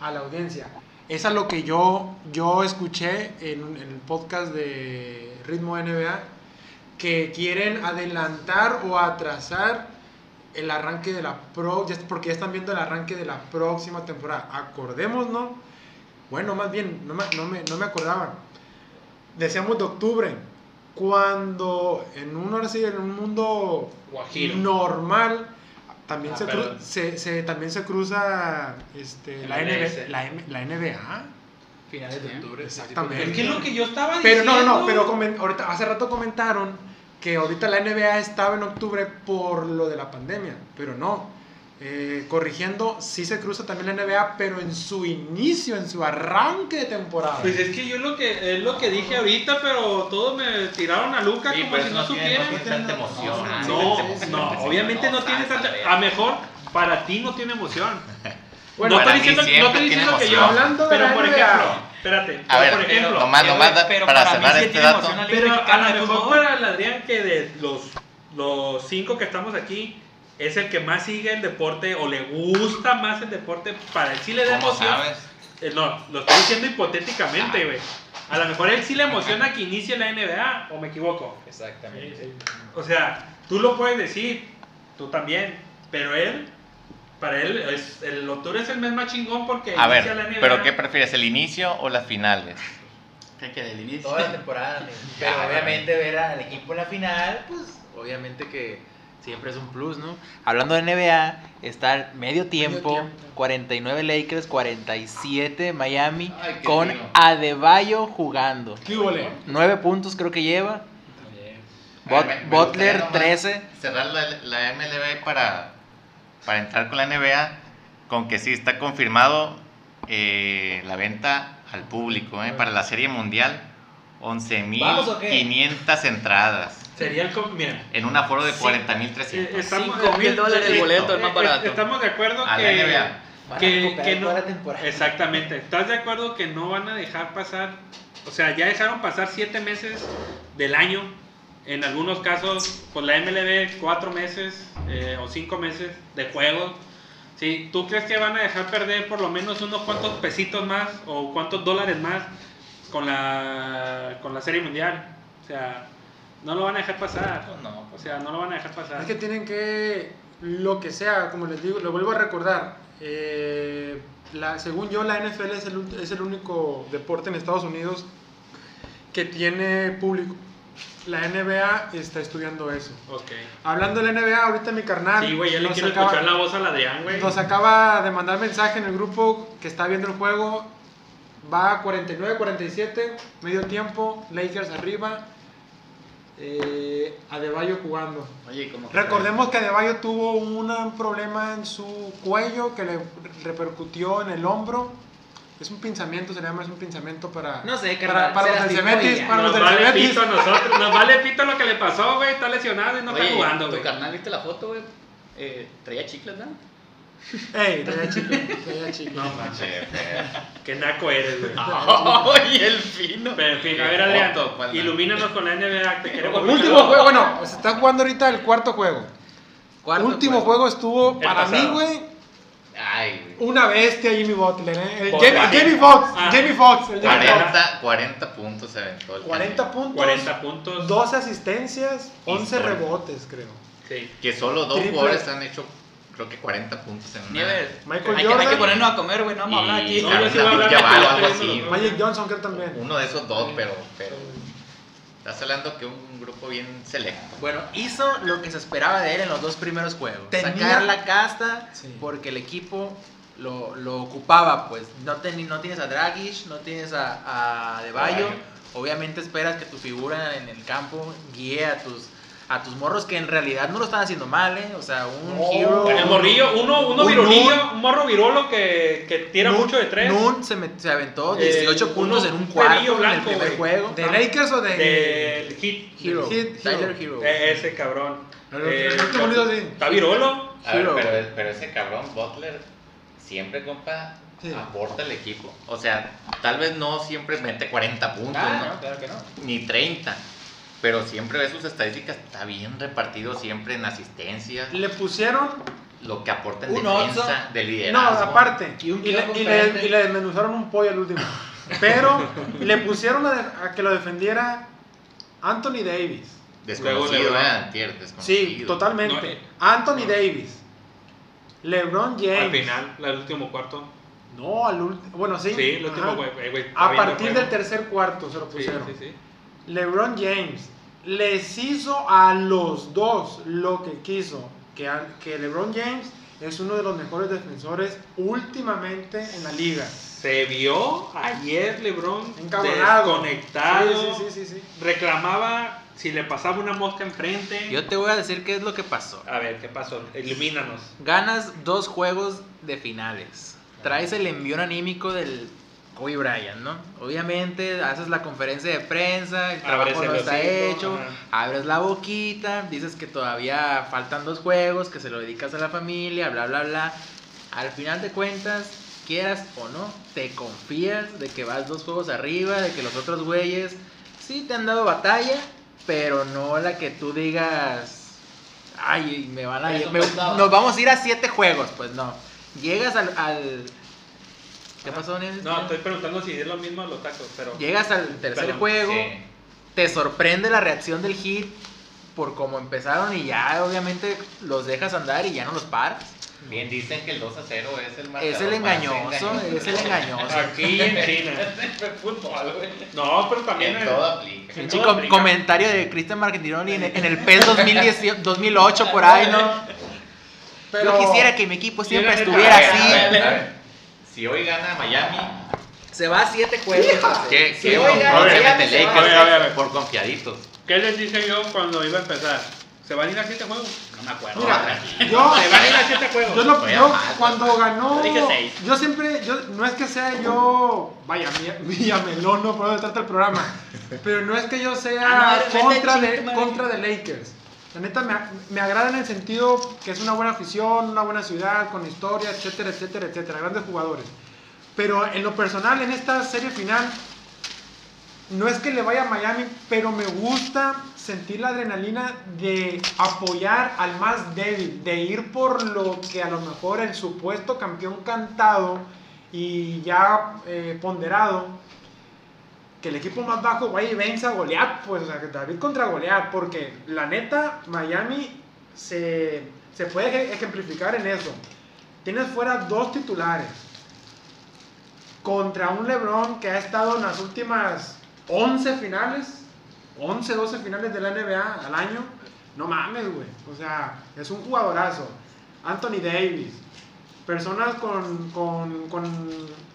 Speaker 1: a la audiencia. Es a lo que yo, yo escuché en, un- en el podcast de Ritmo NBA, que quieren adelantar o atrasar el arranque de la pro, ya- porque ya están viendo el arranque de la próxima temporada. Acordémonos, bueno, más bien, no me, no me, no me acordaban. Decíamos de octubre, cuando en un, ahora sí, en un mundo
Speaker 2: Guajiro.
Speaker 1: normal también,
Speaker 2: Ah,
Speaker 1: se, cru-
Speaker 2: perdón.
Speaker 1: se, se- también se cruza este, la,
Speaker 2: MLS.
Speaker 1: NB la, M- la NBA.
Speaker 5: Finales de octubre.
Speaker 1: Exactamente.
Speaker 2: Es que es lo que yo estaba
Speaker 1: Pero
Speaker 2: diciendo.
Speaker 1: no, no, pero comen- ahorita, hace rato comentaron que ahorita la NBA estaba en octubre por lo de la pandemia, pero no. Eh, corrigiendo, sí se cruza también la NBA, pero en su inicio, en su arranque de temporada.
Speaker 2: Pues es que yo lo que, es lo que dije ahorita, pero todos me tiraron a Luca
Speaker 4: Sí,
Speaker 2: como
Speaker 4: pero
Speaker 2: si
Speaker 4: eso
Speaker 2: no
Speaker 4: tiene-
Speaker 2: supieran.
Speaker 4: Ah, tiene tanta emoción.
Speaker 2: No, no, obviamente no
Speaker 5: no,
Speaker 2: tiene
Speaker 5: tanta
Speaker 2: tanta.
Speaker 5: verga.
Speaker 2: A mejor Para ti no tiene emoción.
Speaker 1: Bueno,
Speaker 2: no estoy
Speaker 4: para mí
Speaker 2: diciendo, no
Speaker 4: siempre
Speaker 2: estoy
Speaker 4: tiene
Speaker 2: diciendo que yo
Speaker 4: emoción.
Speaker 2: hablando de Pero por
Speaker 1: NBA.
Speaker 2: ejemplo, espérate.
Speaker 4: A
Speaker 2: pero
Speaker 4: ver,
Speaker 2: por ejemplo,
Speaker 4: nomás, nomás da-
Speaker 5: pero
Speaker 4: para
Speaker 5: para mí
Speaker 4: cerrar
Speaker 5: sí
Speaker 4: este
Speaker 5: tiene
Speaker 4: dato.
Speaker 5: emoción al-
Speaker 2: Pero
Speaker 5: Mexicana
Speaker 2: a
Speaker 5: de
Speaker 2: lo mejor
Speaker 5: fútbol.
Speaker 2: para el Adrián que de los, los cinco que estamos aquí es el que más sigue el deporte o le gusta más el deporte para él sí le da
Speaker 4: ¿Cómo
Speaker 2: emoción.
Speaker 4: sabes?
Speaker 2: Eh, No, lo estoy diciendo hipotéticamente, güey. A lo mejor a él sí le emociona que inicie la NBA o me equivoco.
Speaker 6: Exactamente.
Speaker 2: O sea, tú lo puedes decir, tú también, pero él, para él, es, el Otur es el mes más chingón porque
Speaker 4: A
Speaker 2: inicia la
Speaker 4: ver,
Speaker 2: NBA.
Speaker 4: ¿pero qué prefieres, el inicio o las finales?
Speaker 5: Creo que del inicio.
Speaker 6: Toda la temporada, amigo. Pero
Speaker 4: Ya,
Speaker 6: obviamente ver al equipo en la final, pues obviamente que
Speaker 3: Siempre es un plus, ¿no? Hablando de NBA, está el medio tiempo,
Speaker 1: tiempo.
Speaker 3: 49 Lakers, 47 Miami,
Speaker 6: Ay, qué
Speaker 3: con
Speaker 6: frío.
Speaker 3: Adebayo jugando.
Speaker 1: ¿Qué huele?
Speaker 3: 9 puntos creo que lleva.
Speaker 6: también.
Speaker 3: Bot-
Speaker 4: Me- me gustaría
Speaker 3: Butler
Speaker 4: nomás
Speaker 3: 13.
Speaker 4: Cerrar la, la MLB para, para entrar con la NBA, con que sí está confirmado eh, la venta al público eh, para la Serie Mundial.
Speaker 6: ¿Vamos o qué?
Speaker 4: 11.500 entradas
Speaker 2: Sería el... co- Mira,
Speaker 4: en un aforo de
Speaker 2: Sí. eh,
Speaker 4: 40.300.
Speaker 2: estamos-
Speaker 5: Cinco mil dólares el boleto, el más
Speaker 2: eh,
Speaker 5: barato.
Speaker 2: Estamos de acuerdo
Speaker 4: A la
Speaker 2: que...
Speaker 4: NBA.
Speaker 6: Van a
Speaker 2: que,
Speaker 6: recuperar
Speaker 2: que no,
Speaker 6: toda la temporada.
Speaker 2: exactamente. ¿Estás de acuerdo que no van a dejar pasar? O sea, ya dejaron pasar siete meses del año. En algunos casos, pues la MLB cuatro meses eh, o cinco meses de juego. ¿Sí? ¿Tú crees que van a dejar perder por lo menos unos cuantos pesitos más o cuántos dólares más con la, con la Serie Mundial? O sea, no lo van a dejar pasar.
Speaker 4: No,
Speaker 2: O sea, no lo van a dejar pasar.
Speaker 1: Es que tienen que, lo que sea, como les digo, lo vuelvo a recordar, eh, la, según yo la NFL es el, ul- es el único deporte en Estados Unidos que tiene público. La NBA está estudiando eso.
Speaker 2: Ok.
Speaker 1: Hablando de la NBA, ahorita mi carnal
Speaker 2: Sí, güey, ya le
Speaker 1: Ah, nos
Speaker 2: quiero
Speaker 1: acaba-
Speaker 2: escuchar la voz al Adrián, güey.
Speaker 1: nos acaba de mandar mensaje en el grupo que está viendo el juego. Va 49-47, medio tiempo, Lakers arriba, eh, Adebayo jugando.
Speaker 5: Oye, como que-
Speaker 1: Recordemos que Adebayo tuvo un problema en su cuello que le repercutió en el hombro. Es un pinzamiento, se le llama, es un pinzamiento para...
Speaker 6: No sé,
Speaker 1: para,
Speaker 6: carnal,
Speaker 1: para
Speaker 6: se
Speaker 1: los del
Speaker 6: lastimó y
Speaker 1: Cebetis,
Speaker 6: ya.
Speaker 1: para los
Speaker 2: nos
Speaker 1: del
Speaker 2: vale
Speaker 1: Cebetis.
Speaker 2: pito a nosotros, nos vale pito lo que le pasó, güey. Está lesionado y no
Speaker 5: Oye,
Speaker 2: está jugando,
Speaker 5: tu
Speaker 2: güey.
Speaker 5: carnal, ¿viste la foto, güey? Eh, traía chicles, ¿no?
Speaker 1: Ey, traía chicle, traía chicle.
Speaker 2: No manches,
Speaker 4: Che, fea.
Speaker 2: qué naco eres, güey.
Speaker 5: ¡Ay, el fino!
Speaker 2: Pero en fin, a ver, Adrián,
Speaker 4: Otto, ¿cuál naco?
Speaker 2: ilumínanos con la NBA. Te queremos
Speaker 1: Último juego, bueno, se está jugando ahorita el cuarto juego.
Speaker 3: Cuarto
Speaker 1: Último juego, estuvo,
Speaker 2: El
Speaker 1: para mí,
Speaker 2: pasado.
Speaker 1: güey,
Speaker 4: Ay, güey.
Speaker 1: una bestia Jimmy Butler, ¿eh? El
Speaker 2: Por
Speaker 1: Jamie,
Speaker 2: la-
Speaker 1: Jamie Foxx,
Speaker 2: Ah.
Speaker 1: Jamie Foxx, el Jamie Foxx.
Speaker 4: 40, 40 puntos se aventó. el
Speaker 1: 40 puntos,
Speaker 2: 40 puntos.
Speaker 1: 12 asistencias, 11
Speaker 4: Híjole.
Speaker 1: rebotes, creo.
Speaker 2: Sí.
Speaker 4: Que solo dos
Speaker 1: Triple.
Speaker 4: jugadores han hecho, creo que 40 puntos en una.
Speaker 5: Nieves,
Speaker 1: Michael
Speaker 5: hay que, hay que
Speaker 1: Jordan.
Speaker 5: ponernos a comer, güey, no vamos a hablar
Speaker 4: Y
Speaker 5: aquí.
Speaker 2: No, yo sí voy a hablar
Speaker 4: ya
Speaker 2: de
Speaker 4: va,
Speaker 2: pelota,
Speaker 4: algo
Speaker 2: yo
Speaker 4: así.
Speaker 2: no lo-
Speaker 1: Magic Johnson, creo también.
Speaker 4: Uno de esos dos, pero, pero estás hablando que un grupo bien selecto.
Speaker 3: Bueno, hizo lo que se esperaba de él en los dos primeros juegos.
Speaker 1: Tenía-
Speaker 3: Sacar la casta
Speaker 1: Sí.
Speaker 3: porque el equipo lo, lo ocupaba, pues. No, ten- no tienes a Dragic, no tienes a, a De Bayo.
Speaker 4: Adebayo.
Speaker 3: Obviamente esperas que tu figura en el campo guíe a tus, a tus morros que en realidad no lo están haciendo mal, ¿eh? O sea, un
Speaker 1: No.
Speaker 3: hero...
Speaker 2: El morrillo, uno, uno
Speaker 3: Un
Speaker 2: virolillo, un morro virolo que, que tira
Speaker 3: Nun-
Speaker 2: mucho de tres.
Speaker 3: Nun se, met- se aventó
Speaker 2: Eh,
Speaker 3: 18
Speaker 2: uno-
Speaker 3: puntos en un
Speaker 2: un
Speaker 3: cuarto
Speaker 2: pelillo
Speaker 3: en el
Speaker 2: blanco,
Speaker 3: primer
Speaker 2: güey.
Speaker 3: juego.
Speaker 1: ¿De Lakers o de.?
Speaker 2: Del hit.
Speaker 3: Hero.
Speaker 1: Hit-
Speaker 3: Tyler Hero.
Speaker 2: E- Ese cabrón. Eh,
Speaker 1: El otro- el otro boludo, sí.
Speaker 2: Está virolo.
Speaker 4: A ver,
Speaker 3: Hero.
Speaker 4: pero, pero ese cabrón Butler siempre, compa,
Speaker 1: Sí.
Speaker 4: aporta al equipo. O sea, tal vez no siempre mete 40 puntos,
Speaker 6: Ah,
Speaker 4: ¿no?
Speaker 6: no, claro que no.
Speaker 4: ni 30, pero siempre ve sus estadísticas, está bien repartido siempre en asistencia,
Speaker 1: Le pusieron.
Speaker 4: lo que aporta en
Speaker 6: Un
Speaker 4: defensa, de
Speaker 1: No,
Speaker 4: liderazgo.
Speaker 1: aparte. Y,
Speaker 6: Y un
Speaker 1: le,
Speaker 6: kilo
Speaker 1: y le-
Speaker 6: diferente.
Speaker 1: y le desmenuzaron un pollo al último. Pero le pusieron a, de- a que lo defendiera Anthony Davis.
Speaker 2: Luego,
Speaker 4: Desconocido,
Speaker 2: luego.
Speaker 4: ¿eh? Antier, desconocido.
Speaker 1: Sí, totalmente.
Speaker 2: No, eh,
Speaker 1: Anthony
Speaker 2: no.
Speaker 1: Davis. LeBron James.
Speaker 2: Al final, al último cuarto.
Speaker 1: No, al último. Bueno, sí.
Speaker 2: Sí, el último,
Speaker 1: ajá.
Speaker 2: güey. eh, güey, está
Speaker 1: A
Speaker 2: viendo
Speaker 1: partir
Speaker 2: juego.
Speaker 1: del tercer cuarto se lo
Speaker 2: Sí,
Speaker 1: pusieron.
Speaker 2: sí, sí.
Speaker 1: LeBron James les hizo a los dos lo que quiso. Que, a- que LeBron James es uno de los mejores defensores últimamente en la liga.
Speaker 2: Se vio ayer LeBron
Speaker 1: Encabronado.
Speaker 2: desconectado.
Speaker 1: Sí, sí, sí, sí,
Speaker 2: Reclamaba si le pasaba una mosca enfrente.
Speaker 3: Yo te voy a decir qué es lo que pasó.
Speaker 2: A ver, ¿qué pasó? Ilumínanos.
Speaker 3: Ganas dos juegos de finales. Traes el envío anímico del Kobe Bryant, ¿no? Obviamente haces la conferencia de prensa, el
Speaker 2: Abres
Speaker 3: trabajo
Speaker 2: el
Speaker 3: no está
Speaker 2: hocico,
Speaker 3: hecho, abres la boquita, dices que todavía faltan dos juegos, que se lo dedicas a la familia, bla, bla, bla. Al final de cuentas, quieras o no, te confías de que vas dos juegos arriba, de que los otros güeyes sí te han dado batalla, pero no la que tú digas, ay, me van a...
Speaker 6: Eso
Speaker 3: me-
Speaker 6: pasaba.
Speaker 3: nos vamos a ir a siete juegos, pues no. Llegas al... al- ¿Qué pasó, Nieves?
Speaker 2: No, estoy preguntando si es lo mismo a los tacos, pero.
Speaker 3: Llegas al tercer
Speaker 2: Perdón,
Speaker 3: juego,
Speaker 4: Sí.
Speaker 3: te sorprende la reacción del hit por cómo empezaron y ya obviamente los dejas andar y ya no los paras.
Speaker 4: Bien, dicen que el 2 a 0 es el marcador
Speaker 3: Es el
Speaker 4: más
Speaker 3: engañoso, es el engañoso.
Speaker 2: Aquí en China.
Speaker 6: fútbol, güey.
Speaker 2: No, pero también.
Speaker 4: En todo aplica.
Speaker 3: Pinche com- comentario de Cristian Margentironi en, en el PES 2018 2008 por ahí, ¿no? Yo quisiera que mi equipo siempre
Speaker 2: Quiero-
Speaker 3: estuviera
Speaker 4: A ver, a ver,
Speaker 3: así.
Speaker 4: a ver. Si hoy gana Miami, eh,
Speaker 3: Se va a siete juegos.
Speaker 4: ¿qué,
Speaker 6: Si
Speaker 4: qué
Speaker 6: hoy gana
Speaker 4: bronco le
Speaker 6: Miami,
Speaker 4: mete
Speaker 6: se
Speaker 4: Lakers?
Speaker 2: va. A ver, a ver, a ver.
Speaker 4: Por confiaditos.
Speaker 2: ¿Qué les dije yo cuando iba a empezar? ¿Se van a ir a siete juegos?
Speaker 5: No me acuerdo.
Speaker 1: Mira, yo,
Speaker 2: Se van a ir a siete juegos.
Speaker 1: yo, lo-
Speaker 4: Voy a
Speaker 1: yo
Speaker 4: mal.
Speaker 1: cuando ganó,
Speaker 5: Yo dije seis.
Speaker 1: yo siempre, yo, no es que sea yo, vaya, Villamelón, no, por eso trata el programa, pero no es que yo
Speaker 5: Ah,
Speaker 1: sea
Speaker 5: no, eres
Speaker 1: contra,
Speaker 5: vete,
Speaker 1: de,
Speaker 5: chinga tu madre.
Speaker 1: contra de Lakers. La neta me, me agrada en el sentido que es una buena afición, una buena ciudad, con historia, etcétera, etcétera, etcétera, grandes jugadores. Pero en lo personal, en esta serie final, no es que le vaya a Miami, pero me gusta sentir la adrenalina de apoyar al más débil, de ir por lo que a lo mejor el supuesto campeón cantado y ya eh, ponderado, que el equipo más bajo vaya y venza a Goliat, pues o sea, que David contra Goliat, porque la neta, Miami se, se puede ej- ejemplificar en eso. Tienes fuera dos titulares contra un LeBron que ha estado en las últimas 11 finales, 11, 12 finales de la NBA al año. No mames, güey. O sea, es un jugadorazo. Anthony Davis. Personas con, con, con,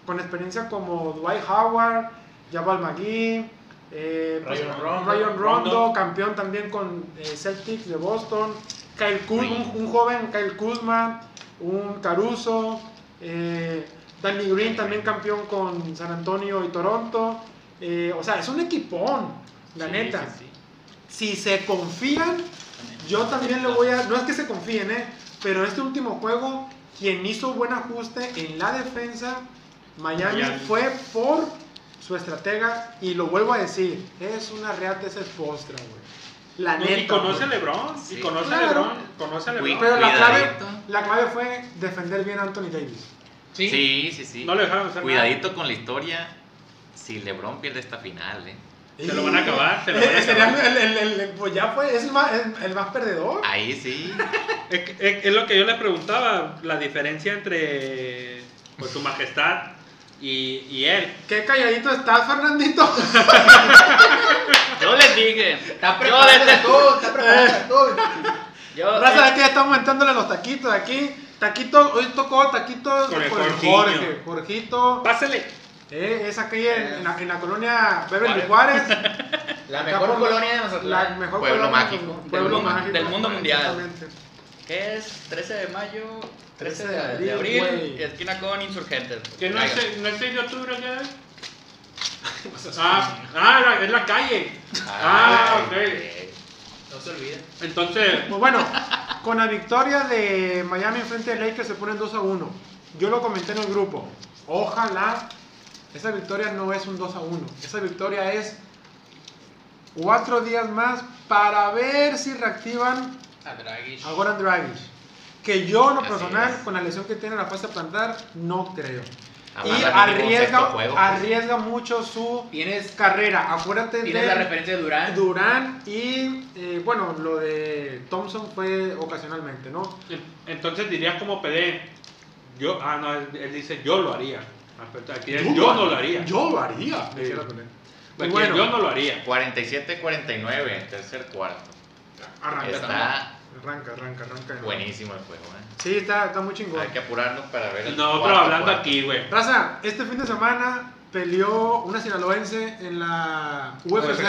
Speaker 1: con experiencia como Dwight Howard, Jabal McGee, eh, pues,
Speaker 6: Rayon Rondo.
Speaker 1: Rayon Rondo,
Speaker 2: Rondo.
Speaker 1: campeón también con eh, Celtics de Boston, Kyle Kuz-
Speaker 4: Green.
Speaker 1: un, un joven Kyle Kuzma, un Caruso, eh, Danny Green también campeón con San Antonio y Toronto. Eh, o sea, es un equipón, la
Speaker 2: Sí,
Speaker 1: neta.
Speaker 2: sí, sí.
Speaker 1: Si se confían, yo también le voy a... No es que se confíen, eh, pero este último juego, quien hizo buen ajuste en la defensa, Miami,
Speaker 2: Miami.
Speaker 1: fue por su estratega. Y lo vuelvo a decir, es una reata esa es postra, güey. La
Speaker 2: No,
Speaker 1: neta.
Speaker 2: y Pues conoce a
Speaker 1: güey.
Speaker 2: LeBron. Y
Speaker 4: Sí.
Speaker 2: conoce
Speaker 1: Claro.
Speaker 2: a LeBron. Conoce a LeBron.
Speaker 1: Pero la clave,
Speaker 4: Cuidadito.
Speaker 1: la clave fue defender bien a Anthony Davis.
Speaker 6: Sí.
Speaker 4: Sí, sí, sí.
Speaker 2: No le dejaron hacer nada.
Speaker 4: Cuidadito con la historia. Si LeBron pierde esta final, eh.
Speaker 2: Se lo van a acabar, se lo van a
Speaker 1: Eh, sería
Speaker 2: acabar.
Speaker 1: el- el- el- el- pues ya fue, es el más, el, el más perdedor.
Speaker 4: Ahí sí.
Speaker 2: Es, que- es- es lo que yo le preguntaba, la diferencia entre pues, su majestad y, y él.
Speaker 1: Qué calladito estás, Fernandito.
Speaker 5: Yo les dije.
Speaker 6: Está
Speaker 5: Yo
Speaker 6: preparado
Speaker 5: desde-
Speaker 6: todo, está preparado todo.
Speaker 5: Yo,
Speaker 2: eh.
Speaker 1: Raza, aquí ya estamos entrándole a los taquitos. Aquí, taquito, hoy tocó taquito
Speaker 2: Con el
Speaker 1: con el
Speaker 2: Jorginho.
Speaker 1: Jorge. Jorgito,
Speaker 2: Pásele.
Speaker 1: eh, es aquí en, en la, en la colonia Beverly Juárez.
Speaker 6: La
Speaker 1: Acá
Speaker 6: mejor
Speaker 1: por-
Speaker 6: colonia de
Speaker 1: La
Speaker 6: Mazatlán.
Speaker 1: mejor
Speaker 4: Pueblo
Speaker 1: colonia,
Speaker 4: mágico.
Speaker 1: Pueblo
Speaker 5: Del mundo-
Speaker 1: mágico.
Speaker 5: del mundo mundial.
Speaker 1: Exactamente.
Speaker 5: ¿Qué es? 13 de mayo, 13 de,
Speaker 1: de abril,
Speaker 5: de abril,
Speaker 1: güey.
Speaker 5: esquina con Insurgentes.
Speaker 2: Que no
Speaker 5: Ahí
Speaker 2: es,
Speaker 5: va.
Speaker 2: el- no es el de octubre, ¿qué era? Ah, ah, la- es la calle. Ah, ok.
Speaker 4: eh,
Speaker 6: No se olviden.
Speaker 2: Entonces,
Speaker 1: Pues bueno, con la victoria de Miami en frente de Lakers se ponen 2 a 1. Yo lo comenté en el grupo. Ojalá esa victoria no es un 2 a 1. Esa victoria es cuatro días más para ver si reactivan
Speaker 2: Ah,
Speaker 6: A Dragic.
Speaker 1: a Goran Dragic. Que yo, en lo
Speaker 4: Así
Speaker 1: personal,
Speaker 4: es.
Speaker 1: con la lesión que tiene en la fase plantar, no creo.
Speaker 4: Además,
Speaker 1: Y
Speaker 4: la mínimo un
Speaker 1: arriesga,
Speaker 4: sexto juego, pues.
Speaker 1: arriesga mucho su
Speaker 6: Tienes,
Speaker 1: carrera. Acuérdate
Speaker 6: tienes
Speaker 1: de
Speaker 6: la referencia de Durán.
Speaker 1: Durán y eh, bueno, lo de Thompson fue ocasionalmente, ¿no?
Speaker 2: entonces dirías como PD. Yo, ah, no, él, él dice yo lo haría. Ah, Aquí es, yo, no lo haría.
Speaker 1: Yo lo haría. Dijera con él.
Speaker 2: Aquí es,
Speaker 1: bueno.
Speaker 2: yo no lo haría.
Speaker 4: 47-49, tercer cuarto.
Speaker 1: Arranca,
Speaker 4: Está
Speaker 1: arranca, arranca, arranca.
Speaker 4: buenísimo el juego, eh.
Speaker 1: Sí, está, está muy chingón.
Speaker 4: Hay que apurarnos para ver el
Speaker 2: No, pero
Speaker 4: cuarto
Speaker 2: hablando
Speaker 4: cuarto.
Speaker 2: aquí, güey.
Speaker 1: Raza, este fin de semana peleó una sinaloense en la UFC,
Speaker 2: UFC.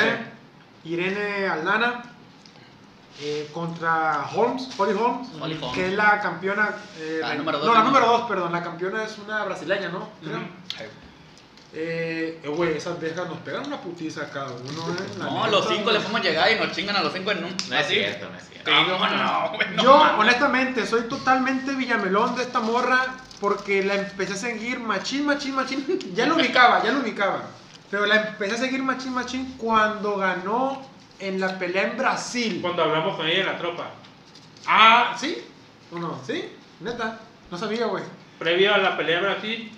Speaker 1: Irene Aldana, eh, contra Holmes, Holly Holmes,
Speaker 5: Holly Holmes.
Speaker 1: que es la campeona. eh,
Speaker 5: La
Speaker 1: re-
Speaker 5: número dos
Speaker 1: no, la
Speaker 5: del
Speaker 1: número
Speaker 5: mundo.
Speaker 1: 2, perdón. La campeona es una brasileña, ¿no? Creo.
Speaker 2: Ujú.
Speaker 1: Eh, eh, güey, esas viejas nos pegan una putiza a cada uno, ¿eh? La
Speaker 5: No,
Speaker 1: neta,
Speaker 5: los cinco
Speaker 1: güey.
Speaker 5: le fuimos llegar y nos chingan a los cinco en un.
Speaker 4: No es
Speaker 2: Ah,
Speaker 5: así.
Speaker 4: cierto, no es cierto.
Speaker 5: ¿Cómo no, güey? No
Speaker 1: Yo,
Speaker 5: mames.
Speaker 1: honestamente, soy totalmente villamelón de esta morra porque la empecé a seguir machín, machín, machín. Ya lo ubicaba, ya lo ubicaba. Pero la empecé a seguir machín, machín cuando ganó en la pelea en Brasil.
Speaker 2: Cuando hablamos con ella en la tropa,
Speaker 1: Ah, ¿sí? ¿O no? ¿Sí? Neta. No sabía, güey.
Speaker 2: previo a la pelea de Brasil,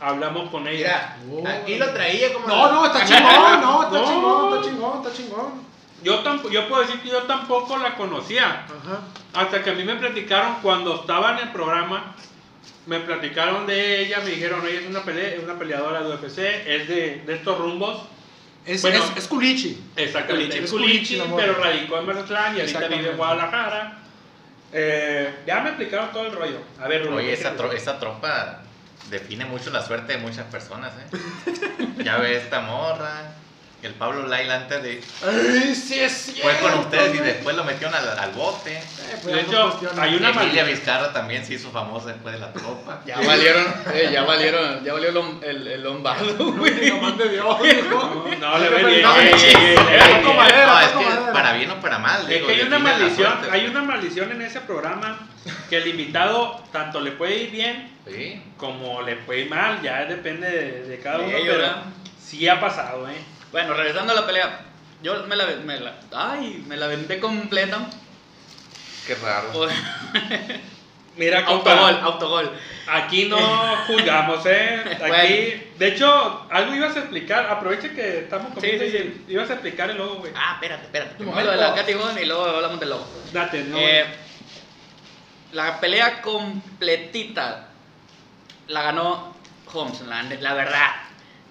Speaker 2: hablamos con ella.
Speaker 6: Mira, aquí lo traía como.
Speaker 1: No, no, está chingón, no, está chingón, está chingón, está chingón.
Speaker 2: Yo, tampo- yo puedo decir que yo tampoco la conocía.
Speaker 1: Ajá.
Speaker 2: Hasta que a mí me platicaron cuando estaba en el programa, me platicaron de ella, me dijeron, ella es una, pelea, una peleadora de UFC, es de, de estos rumbos.
Speaker 1: Es,
Speaker 2: Bueno.
Speaker 1: es, es culichi.
Speaker 2: Exactamente,
Speaker 1: Culichi,
Speaker 2: es
Speaker 1: es culichi,
Speaker 2: culichi,
Speaker 1: la morra.
Speaker 2: pero radicó en Mazatlán y ahorita vive
Speaker 1: Exactamente.
Speaker 2: en Guadalajara. Eh, ya me explicaron todo el rollo. A ver, Rubén,
Speaker 4: Oye,
Speaker 2: ¿qué
Speaker 4: esa,
Speaker 2: te-
Speaker 4: tro- esa tropa define mucho la suerte de muchas personas, ¿eh? ya ve esta morra. El Pablo Laila antes de.
Speaker 1: Ay, sí, es cierto.
Speaker 4: Fue con ustedes y
Speaker 1: güey.
Speaker 4: después lo metieron al, al bote.
Speaker 1: Eh, pues,
Speaker 2: De
Speaker 1: no
Speaker 2: hecho,
Speaker 1: cuestiones.
Speaker 2: hay
Speaker 4: Y
Speaker 2: una maldita.
Speaker 4: Emilia Vizcarra también se hizo famosa después de la tropa.
Speaker 5: Ya valieron, eh, ya valieron, ya valió el, lom- el, el lombardo, güey.
Speaker 1: Nomás de Dios,
Speaker 2: No,
Speaker 1: ¿no?
Speaker 2: no, le ve bien,
Speaker 1: No,
Speaker 2: eh,
Speaker 1: sí,
Speaker 2: eh,
Speaker 1: era
Speaker 2: eh,
Speaker 1: como
Speaker 2: eh.
Speaker 1: madera,
Speaker 4: No,
Speaker 1: era
Speaker 4: es
Speaker 1: como
Speaker 4: que
Speaker 1: madera.
Speaker 4: para bien o para mal.
Speaker 2: Es
Speaker 4: digo,
Speaker 2: que hay una
Speaker 4: define la
Speaker 2: maldición,
Speaker 4: suerte.
Speaker 2: hay una maldición en ese programa que el invitado tanto le puede ir bien
Speaker 4: Sí.
Speaker 2: como le puede ir mal, ya depende de, de cada
Speaker 5: De
Speaker 2: uno,
Speaker 5: ellos,
Speaker 2: pero
Speaker 5: ¿verdad?
Speaker 2: sí ha pasado, ¿eh?
Speaker 5: Bueno, regresando a la pelea, yo me la, me la, ay, me la venté completa.
Speaker 4: Qué raro.
Speaker 5: Pues,
Speaker 2: Mira,
Speaker 5: autogol,
Speaker 2: compa,
Speaker 5: autogol.
Speaker 2: aquí no juzgamos, ¿eh? Aquí,
Speaker 5: Bueno.
Speaker 2: de hecho, algo ibas a explicar, aprovecha que estamos comiendo
Speaker 5: Sí, sí,
Speaker 2: y ibas a explicar el logo, güey.
Speaker 5: Ah, espérate, espérate.
Speaker 6: Tu
Speaker 5: Primero lo de la
Speaker 6: momento.
Speaker 5: Katy Gon y luego hablamos del lobo.
Speaker 2: Date, no.
Speaker 5: Eh, la pelea completita la ganó Holmes, la, la verdad.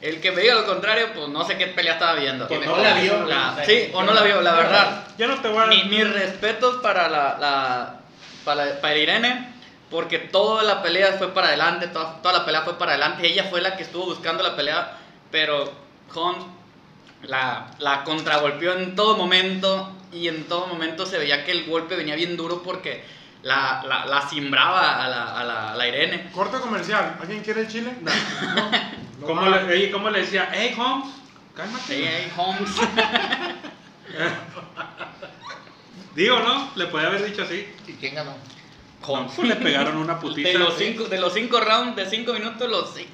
Speaker 5: El que me diga lo contrario, pues no sé qué pelea estaba viendo.
Speaker 2: Pues
Speaker 6: no la vio.
Speaker 5: La- sí, o no la vio, la verdad.
Speaker 2: ya no te voy a
Speaker 5: Mi- mis respetos para la, la- para, para Irene, porque toda la pelea fue para adelante, toda, toda la pelea fue para adelante. Ella fue la que estuvo buscando la pelea, pero Holmes la, la contragolpeó en todo momento y en todo momento se veía que el golpe venía bien duro porque la, la, la cimbraba a la, a la- a la Irene.
Speaker 1: Corte comercial. ¿Alguien quiere el chile? No. No.
Speaker 2: ¿Cómo
Speaker 1: va.
Speaker 2: le, oye, ¿cómo le decía? Hey, Holmes, cálmate.
Speaker 5: Sí, ahí Holmes.
Speaker 2: Digo, ¿no? Le podía haber dicho así.
Speaker 4: ¿Y quién ganó?
Speaker 5: Holmes.
Speaker 2: Pues le pegaron una putiza.
Speaker 5: De los
Speaker 2: sí.
Speaker 5: cinco, de los cinco rounds, de cinco minutos, los, ci-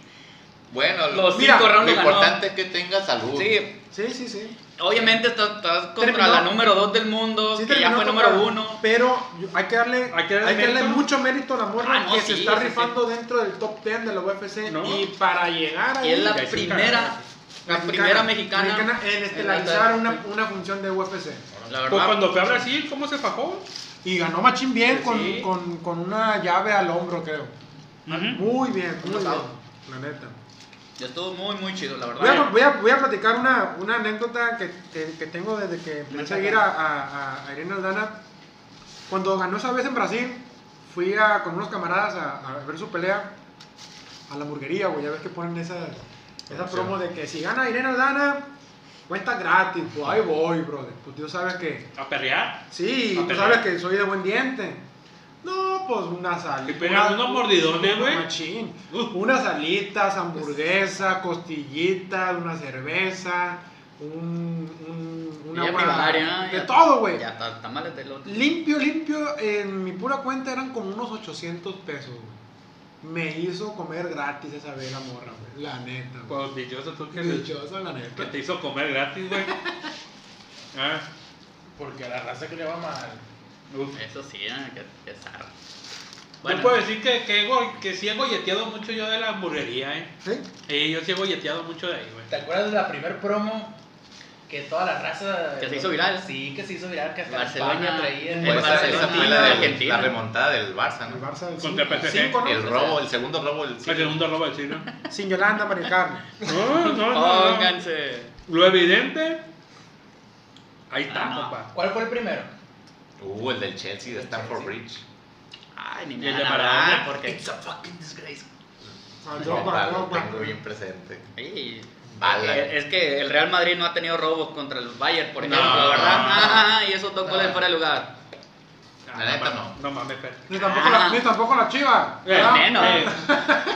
Speaker 4: Bueno, lo,
Speaker 5: los
Speaker 1: Mira,
Speaker 5: cinco
Speaker 4: lo
Speaker 5: rounds los ganó.
Speaker 4: importante es que tenga salud.
Speaker 5: Sí,
Speaker 1: Sí, sí, sí.
Speaker 5: Obviamente estás, estás contra
Speaker 1: Terminó.
Speaker 5: la número 2 del mundo,
Speaker 1: Sí
Speaker 5: que
Speaker 1: terminó
Speaker 5: ya fue
Speaker 1: contra-
Speaker 5: número 1.
Speaker 1: Pero yo- hay que darle,
Speaker 2: Hay
Speaker 1: hay
Speaker 2: que
Speaker 1: que
Speaker 2: darle
Speaker 1: darle,
Speaker 2: mérito.
Speaker 1: mucho mérito a la morra
Speaker 5: Ah, no,
Speaker 1: que
Speaker 5: sí,
Speaker 1: se está
Speaker 5: sí,
Speaker 1: rifando dentro del top 10 de la UFC.
Speaker 2: No.
Speaker 1: Y para llegar ahí.
Speaker 5: Y es la
Speaker 2: Ya hizo un
Speaker 5: primera, la primera mexicana,
Speaker 1: en
Speaker 5: en
Speaker 1: estelarizar
Speaker 5: la-
Speaker 1: una, una función de UFC.
Speaker 5: La
Speaker 2: Pues
Speaker 5: verdad,
Speaker 2: cuando fue a Brasil, ¿cómo se fajó?
Speaker 1: Y ganó Machín bien
Speaker 2: Sí.
Speaker 1: con, con, con una llave al hombro, creo. Muy bien, muy
Speaker 5: Un
Speaker 1: bien.
Speaker 5: knockout.
Speaker 1: La neta.
Speaker 5: estuvo muy, muy chido, la
Speaker 1: Voy a,
Speaker 5: verdad.
Speaker 1: voy a, voy a platicar una, una anécdota que, que- que tengo desde que empecé a seguir a, a- a Irene Aldana. Cuando ganó esa vez en Brasil, fui a- con unos camaradas a, a ver su pelea a la hamburguería, güey. Ya ves que ponen esa, esa promo de que si gana Irene Aldana, cuenta gratis. Pues ahí voy, brother. Pues Dios sabe que...
Speaker 2: A perrear.
Speaker 1: Sí,
Speaker 2: A
Speaker 1: tú
Speaker 2: pelear.
Speaker 1: sabes que soy de buen diente. No, pues una
Speaker 2: Y
Speaker 1: salita.
Speaker 2: pegas unos mordidones, güey.
Speaker 1: Machín.
Speaker 2: Uh.
Speaker 1: Unas alitas, hamburguesa, costillita, una cerveza, un, un una
Speaker 5: Ya
Speaker 1: agua-
Speaker 5: primaria,
Speaker 1: de
Speaker 5: ya-
Speaker 1: todo, güey.
Speaker 5: Ya está, está mal el otro.
Speaker 1: Limpio, limpio, en mi pura cuenta eran como unos 800 pesos, güey. Me hizo comer gratis esa vez la morra, güey. La neta, güey.
Speaker 2: Pues dichoso tú que,
Speaker 1: Dichosa, la
Speaker 2: que
Speaker 1: neta.
Speaker 2: te hizo comer gratis, güey. Ah,
Speaker 6: Porque a la raza que le va mal.
Speaker 2: uf.
Speaker 5: Eso sí, eh, que, que zarra.
Speaker 2: Yo puedo decir que, que, he go- que sí he golleteado mucho yo de la hamburguería, ¿eh?
Speaker 1: ¿Sí?
Speaker 2: Eh, yo sí he golleteado mucho de ahí, güey.
Speaker 6: ¿Te acuerdas de la primer promo? Que toda la raza.
Speaker 5: Que se hizo viral.
Speaker 6: Sí, que se hizo viral. Que hasta
Speaker 5: Barcelona.
Speaker 6: España traía.
Speaker 5: En
Speaker 4: Pues esa,
Speaker 5: Barcelona,
Speaker 4: esa fue la, del-
Speaker 5: Argentina.
Speaker 4: la remontada del Barça,
Speaker 1: El
Speaker 4: ¿no?
Speaker 1: Barça del
Speaker 2: Contra
Speaker 1: cinco-
Speaker 2: PSG.
Speaker 1: cinco, ¿no?
Speaker 4: El robo, el segundo robo del
Speaker 2: El segundo robo del siglo.
Speaker 1: Sin Yolanda, María Carmen.
Speaker 2: No, no, no, no.
Speaker 5: Pónganse.
Speaker 2: Lo evidente. Ahí está,
Speaker 5: Ah, no.
Speaker 2: compa.
Speaker 6: ¿Cuál fue el primero?
Speaker 4: Uh, el del Chelsea de Stamford
Speaker 6: Chelsea.
Speaker 4: Bridge.
Speaker 5: Ay, ni
Speaker 2: Y
Speaker 5: me
Speaker 2: el
Speaker 5: van
Speaker 2: de
Speaker 5: a
Speaker 2: Maradona.
Speaker 5: hablar, porque.
Speaker 6: a fucking disgrace.
Speaker 1: Ah, yo, para-
Speaker 4: Lo
Speaker 1: yo, para-
Speaker 4: tengo bien presente.
Speaker 5: Ey,
Speaker 4: Bala.
Speaker 5: eh, Es que el Real Madrid no ha tenido robos contra el Bayern, por
Speaker 2: No,
Speaker 5: ejemplo, ¿verdad?
Speaker 4: no, no.
Speaker 5: Ah, y esos dos
Speaker 4: No.
Speaker 5: goles fuera de lugar.
Speaker 2: Ah,
Speaker 4: La neta,
Speaker 2: mames,
Speaker 4: no.
Speaker 2: No mames, pero.
Speaker 1: Ni tampoco, la,
Speaker 5: Ah.
Speaker 1: ni tampoco la chiva.
Speaker 2: Eh,
Speaker 1: ¿verdad?
Speaker 5: menos.
Speaker 2: eh,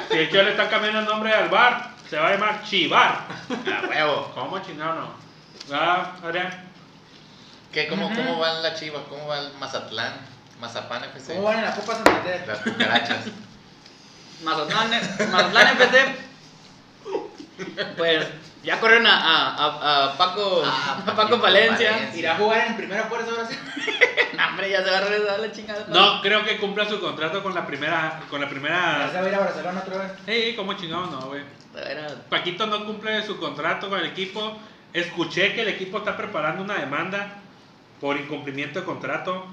Speaker 2: si de hecho le están cambiando el nombre al bar, Se va a llamar Chivar.
Speaker 4: A huevo.
Speaker 2: ¿Cómo chingado no? Ah, Adrián.
Speaker 4: ¿Qué, cómo, ¿Cómo van las chivas? ¿Cómo va el Mazatlán? Mazapán FC.
Speaker 6: ¿Cómo van en la Copa Santander?
Speaker 4: Las cucarachas.
Speaker 5: Mazatlán, eh, Mazatlán FC. Pues ya corrieron a, a- a- a Paco,
Speaker 4: Ah,
Speaker 5: a Paco
Speaker 4: Paquito
Speaker 5: Valencia.
Speaker 4: Valencia.
Speaker 6: ¿Irá a jugar en primera fuerza ahora sí?
Speaker 5: No, hombre, ya se va a regresar la chingada.
Speaker 2: No, creo que cumpla su contrato con la primera. Con la
Speaker 6: ¿Ya se
Speaker 2: primera.
Speaker 6: va a ir a Barcelona otra vez?
Speaker 2: Sí, ¿cómo chingado no, güey?
Speaker 5: Era-
Speaker 2: Paquito no cumple su contrato con el equipo. Escuché que el equipo está preparando una demanda por incumplimiento de contrato.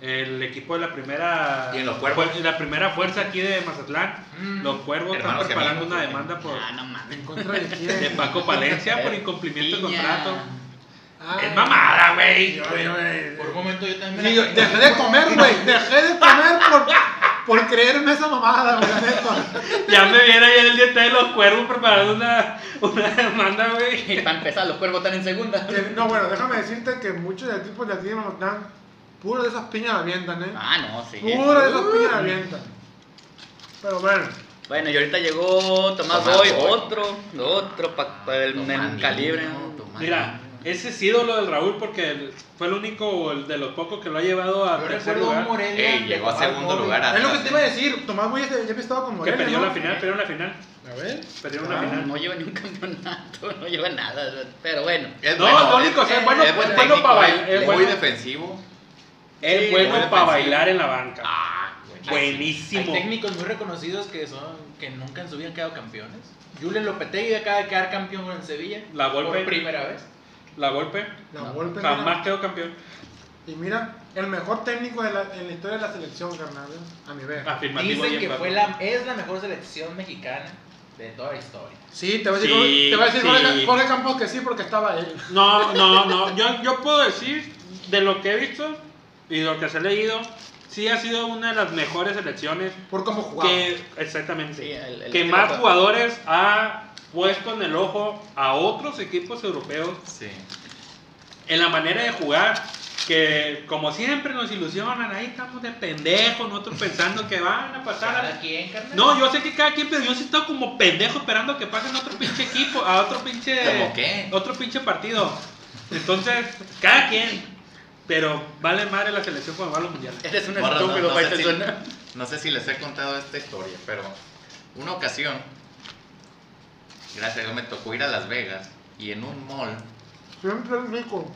Speaker 2: El equipo de la primera.
Speaker 4: ¿Y en los cuervos?
Speaker 2: fue- La primera fuerza aquí de Mazatlán. Los cuervos están
Speaker 4: Hermanos
Speaker 2: preparando
Speaker 4: gemelos,
Speaker 2: una
Speaker 4: ¿o qué?
Speaker 2: demanda por.
Speaker 5: Mm. Ah, no mames.
Speaker 1: ¿En contra de quién?
Speaker 2: De Paco Palencia por incumplimiento de
Speaker 5: Piña.
Speaker 2: contrato.
Speaker 1: Ah.
Speaker 2: Es mamada, güey.
Speaker 1: Sí, oye, güey.
Speaker 6: Por un momento yo también.
Speaker 1: Digo, dejé de comer, güey. Dejé de comer por, por creerme esa mamada, güey. la neta.
Speaker 2: Ya me viene ahí el diente de los cuervos preparando una, una demanda, güey.
Speaker 5: Y para empezar, los cuervos están en segunda.
Speaker 1: Que- Eh, No, bueno, déjame decirte que muchos de tipos de aquí de Mazatlán, puro de esas piñas avientan, eh.
Speaker 5: Ah, no, sí.
Speaker 1: Puro de esas piñas avientan. Pero bueno,
Speaker 5: Bueno, y ahorita llegó Tomás,
Speaker 4: Tomás
Speaker 5: Boy,
Speaker 4: Boy.
Speaker 5: otro, otro pa- pa- del, del
Speaker 4: Tomás
Speaker 5: calibre.
Speaker 4: Niño, Tomás
Speaker 2: Mira,
Speaker 4: Niño.
Speaker 2: ese es ídolo del Raúl porque el- fue el único o el de los pocos que lo ha llevado a
Speaker 6: Yo
Speaker 2: tercer
Speaker 6: recuerdo un
Speaker 2: lugar.
Speaker 6: Morelia.
Speaker 4: Ey, llegó a
Speaker 6: de Copa
Speaker 4: segundo
Speaker 6: Copa.
Speaker 4: lugar eh. a-
Speaker 1: es lo que te iba a decir. Tomás Boy ya ya estaba con
Speaker 2: Que
Speaker 1: Morelia,
Speaker 2: perdió
Speaker 1: ¿no?
Speaker 2: la final, perdió la final.
Speaker 1: A ver.
Speaker 2: Perdieron
Speaker 6: Ah,
Speaker 2: una final.
Speaker 5: No lleva ni un campeonato, no lleva nada. Pero bueno,
Speaker 4: Es
Speaker 2: No, lo único, o sea, es bueno- es bueno
Speaker 4: técnico,
Speaker 2: para
Speaker 4: güey.
Speaker 2: bailar, es
Speaker 4: Muy
Speaker 2: bueno.
Speaker 4: defensivo.
Speaker 2: Es
Speaker 5: Sí,
Speaker 4: muy
Speaker 2: bueno para
Speaker 4: defensivo.
Speaker 2: bailar en la banca.
Speaker 6: Hay
Speaker 2: Buenísimo.
Speaker 6: técnicos muy reconocidos que son que nunca en su vida han quedado campeones. Julen Lopetegui acaba de quedar campeón en Sevilla.
Speaker 2: La Volpe.
Speaker 6: Por primera vez.
Speaker 2: La golpe.
Speaker 1: La golpe.
Speaker 2: Jamás quedó campeón.
Speaker 1: Y mira, el mejor técnico de la, en la historia de la selección, carnal, ¿eh? a mi
Speaker 2: Ah,
Speaker 1: ver.
Speaker 2: Afirmativo.
Speaker 6: Dicen
Speaker 2: y
Speaker 6: que
Speaker 2: empate.
Speaker 6: fue la, es la mejor selección mexicana de toda la historia.
Speaker 1: Sí, te voy a decir,
Speaker 2: Sí,
Speaker 1: Jorge- te voy a decir
Speaker 2: sí.
Speaker 1: Jorge, Jorge Campos que sí porque estaba él.
Speaker 2: No, no, no. Yo, yo puedo decir, de lo que he visto y de lo que se ha leído, sí ha sido una de las mejores selecciones
Speaker 1: Por cómo jugaba.
Speaker 2: que exactamente
Speaker 5: Sí, el- el
Speaker 2: que
Speaker 5: estilo
Speaker 2: más
Speaker 5: de juego.
Speaker 2: jugadores ha puesto en el ojo a otros equipos europeos
Speaker 4: Sí.
Speaker 2: en la manera de jugar que como siempre nos ilusionan ahí estamos de pendejos nosotros pensando que van a pasar a-
Speaker 6: ¿Cada quien, carnal?
Speaker 2: no yo sé que cada quien pero yo sí estoy como pendejo esperando que pasen a otro pinche equipo a otro pinche
Speaker 4: ¿Cómo qué?
Speaker 2: otro pinche partido entonces cada quien pero vale madre la selección cuando va a los mundiales
Speaker 5: eres un
Speaker 4: Morra, no-
Speaker 5: estúpido,
Speaker 4: no
Speaker 5: güey,
Speaker 4: sé
Speaker 5: te
Speaker 4: si-
Speaker 5: suena.
Speaker 4: No sé si les he contado esta historia, pero una ocasión, gracias a Dios, me tocó ir a Las Vegas y en un mall.
Speaker 1: Siempre el rico.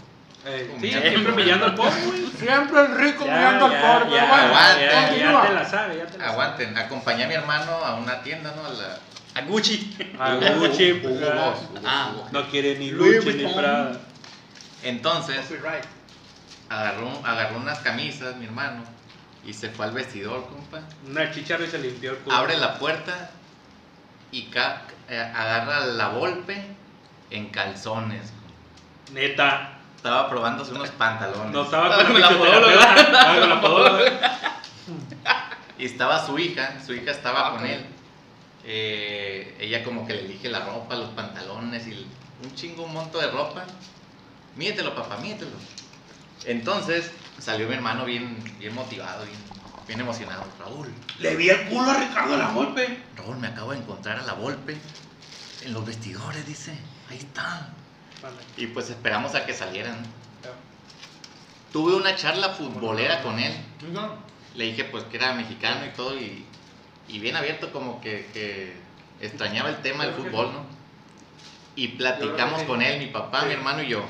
Speaker 2: Eh,
Speaker 4: Un
Speaker 2: sí,
Speaker 4: mundial.
Speaker 2: siempre pillando al pobre güey.
Speaker 1: Siempre el rico mirando al pobre.
Speaker 2: ya,
Speaker 1: Bueno,
Speaker 4: aguante,
Speaker 2: ya, ya
Speaker 1: continúa.
Speaker 2: te la sabe, ya te la sabe.
Speaker 4: Aguanten, acompañé a mi hermano a una tienda, ¿no? A la.
Speaker 5: A Gucci.
Speaker 2: Ah, Gucci,
Speaker 4: Hugo
Speaker 2: pues, ah,
Speaker 4: Boss, Hugo
Speaker 5: Ah.
Speaker 4: Boss.
Speaker 2: No quiere ni
Speaker 5: Louis
Speaker 2: Gucci ni
Speaker 5: Vuitton.
Speaker 2: Prada.
Speaker 4: Entonces,
Speaker 6: Copyright.
Speaker 4: agarró, agarró unas camisas, mi hermano, y se fue al vestidor, compa.
Speaker 2: Una chicharra y se limpió el culo.
Speaker 4: abre la puerta y ca- eh, agarra la golpe en calzones.
Speaker 2: Neta.
Speaker 4: Estaba probándose unos pantalones.
Speaker 2: No estaba con
Speaker 5: Con
Speaker 2: la
Speaker 5: la
Speaker 2: fisioterapeuta. Estaba con la podóloga.
Speaker 4: Y estaba su hija, su hija estaba
Speaker 6: Ah,
Speaker 4: con
Speaker 6: ok.
Speaker 4: él. Eh, ella como que le elige la ropa, los pantalones y un chingo, un monto de ropa. Míetelo, papá, míetelo. Entonces salió mi hermano bien, bien motivado, bien, bien emocionado. Raúl,
Speaker 2: Le vi el culo a Ricardo la golpe.
Speaker 4: Raúl, me acabo de encontrar a la Volpe en los vestidores, dice. Ahí está. Y pues esperamos a que salieran. Tuve una charla futbolera con él.
Speaker 1: Digo,
Speaker 4: Le dije pues que era mexicano y todo y, y bien abierto como que, que extrañaba el tema del fútbol, ¿no? Y platicamos con él, mi papá, mi hermano y yo.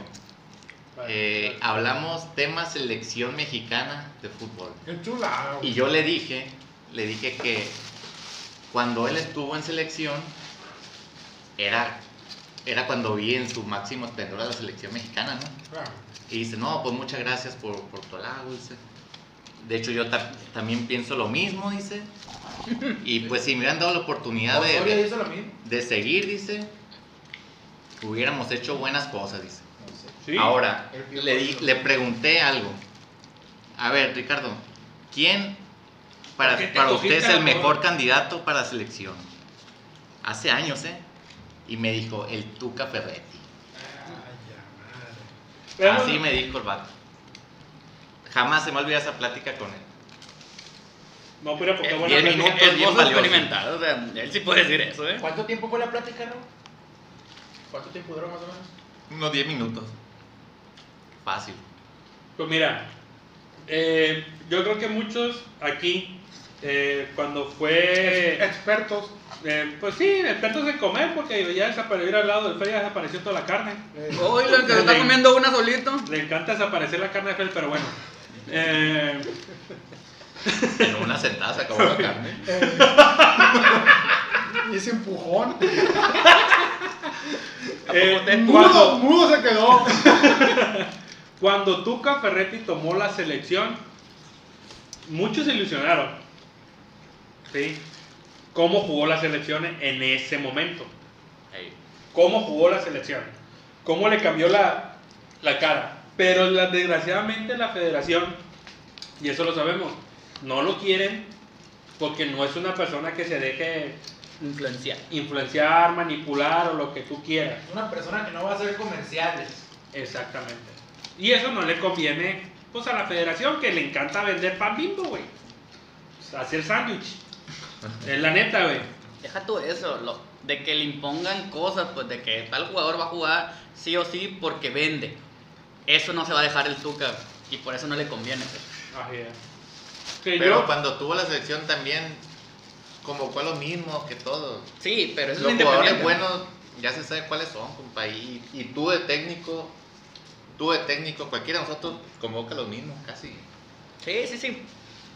Speaker 4: Eh, hablamos tema selección mexicana de fútbol.
Speaker 1: Qué chulada. güey.
Speaker 4: Y yo le dije, le dije que cuando él estuvo en selección, era, era cuando vi en su máximo esplendor a la selección mexicana, ¿no?
Speaker 1: Claro.
Speaker 4: Y dice, no, pues muchas gracias por, por tu halago, dice. De hecho, yo ta- también pienso lo mismo, dice. Y pues si me hubieran dado la oportunidad de,
Speaker 6: Osorio
Speaker 4: de,
Speaker 6: hizo lo mismo.
Speaker 4: de seguir, dice, hubiéramos hecho buenas cosas, dice.
Speaker 6: No sé.
Speaker 2: Sí.
Speaker 4: Ahora,
Speaker 6: El Pío
Speaker 4: le, di-
Speaker 6: Osorio.
Speaker 4: le pregunté algo. A ver, Ricardo, ¿quién para,
Speaker 2: ¿Por qué te
Speaker 4: para
Speaker 2: cogiste
Speaker 4: usted es
Speaker 2: a la
Speaker 4: el mejor
Speaker 2: mejor?
Speaker 4: candidato para selección? Hace años, ¿eh? Y me dijo, el Tuca Ferretti.
Speaker 2: Veamos-
Speaker 4: Así me dijo el vato. Jamás se me olvida esa plática con él.
Speaker 2: No, pero porque
Speaker 5: Eh,
Speaker 2: bueno,
Speaker 5: diez
Speaker 2: no-
Speaker 4: minutos,
Speaker 5: es
Speaker 4: bien
Speaker 5: voz
Speaker 4: valioso.
Speaker 5: experimentada, o sea, él sí puede decir eso, ¿eh?
Speaker 6: ¿Cuánto tiempo fue la plática, Raúl? ¿Cuánto tiempo duró más o menos?
Speaker 4: Unos 10 minutos. Fácil.
Speaker 2: Pues mira, eh, yo creo que muchos aquí, eh, cuando fue.
Speaker 1: Expertos.
Speaker 2: eh, pues sí, expertos en comer, porque ya desapareció al lado del Fer, ya desapareció toda la carne.
Speaker 1: eh,
Speaker 2: Oh.
Speaker 5: Uy, lo que se está comiendo una solito.
Speaker 2: Le encanta desaparecer la carne de Fer, pero bueno. Eh,
Speaker 4: En una sentada se acabó la carne.
Speaker 1: eh, y ese empujón.
Speaker 5: ¿A
Speaker 2: Eh,
Speaker 5: poco te-
Speaker 1: Mudo, mudo se quedó.
Speaker 2: Cuando Tuca Ferretti tomó la selección, muchos se ilusionaron. ¿Sí? ¿Cómo jugó la selección en ese momento?
Speaker 4: Ey.
Speaker 2: ¿Cómo jugó la selección? ¿Cómo le cambió la, la cara? Pero la- desgraciadamente la federación, y eso lo sabemos, no lo quieren porque no es una persona que se deje
Speaker 5: Influenciar.
Speaker 2: influenciar, manipular o lo que tú quieras.
Speaker 6: Una persona que no va a hacer comerciales.
Speaker 2: Exactamente. Y eso no le conviene pues a la federación que le encanta vender pan bimbo, güey. Pues, Hacer sándwich. Es la neta, güey.
Speaker 5: Deja tú eso, lo- de que le impongan cosas, pues de que tal jugador va a jugar sí o sí porque vende. Eso no se va a dejar el Tuca y por eso no le conviene. pues.
Speaker 2: Así es. Que
Speaker 4: Pero
Speaker 2: yo-
Speaker 4: cuando tuvo la selección también convocó a los mismos que todos.
Speaker 5: Sí, pero eso
Speaker 4: Los
Speaker 5: es
Speaker 4: jugadores
Speaker 5: independiente.
Speaker 4: buenos ya se sabe cuáles son, compa. Y, y tú de técnico, tú de técnico, cualquiera de nosotros convoca los mismos casi.
Speaker 5: Sí, sí, sí.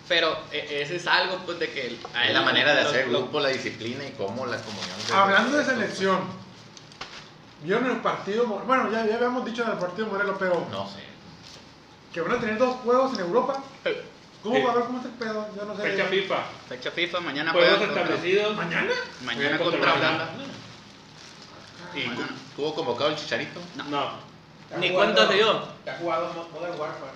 Speaker 5: Pero eh, ese es algo, pues, de que...
Speaker 4: Es la manera de
Speaker 5: los-
Speaker 4: hacer
Speaker 5: los-
Speaker 4: grupo, la disciplina y cómo la comunión.
Speaker 1: Hablando de selección, vieron el partido. Mo- Bueno, ya, ya habíamos dicho del partido de Morelos, pero
Speaker 4: No sé.
Speaker 1: que van a tener dos juegos en Europa. ¿Cómo
Speaker 2: Sí.
Speaker 1: va a ver cómo este pedo? Yo no sé.
Speaker 2: Fecha FIFA.
Speaker 5: Fecha FIFA, mañana
Speaker 2: Juegos
Speaker 5: juegan contra-
Speaker 2: establecidos.
Speaker 1: ¿Mañana?
Speaker 5: Mañana
Speaker 2: Juegan
Speaker 5: contra Holanda.
Speaker 4: ¿Y
Speaker 5: Mañana.
Speaker 4: tu- tuvo convocado el chicharito?
Speaker 2: No.
Speaker 5: Ni cuenta se dio.
Speaker 6: Te ha jugado Mo- Modern Warfare.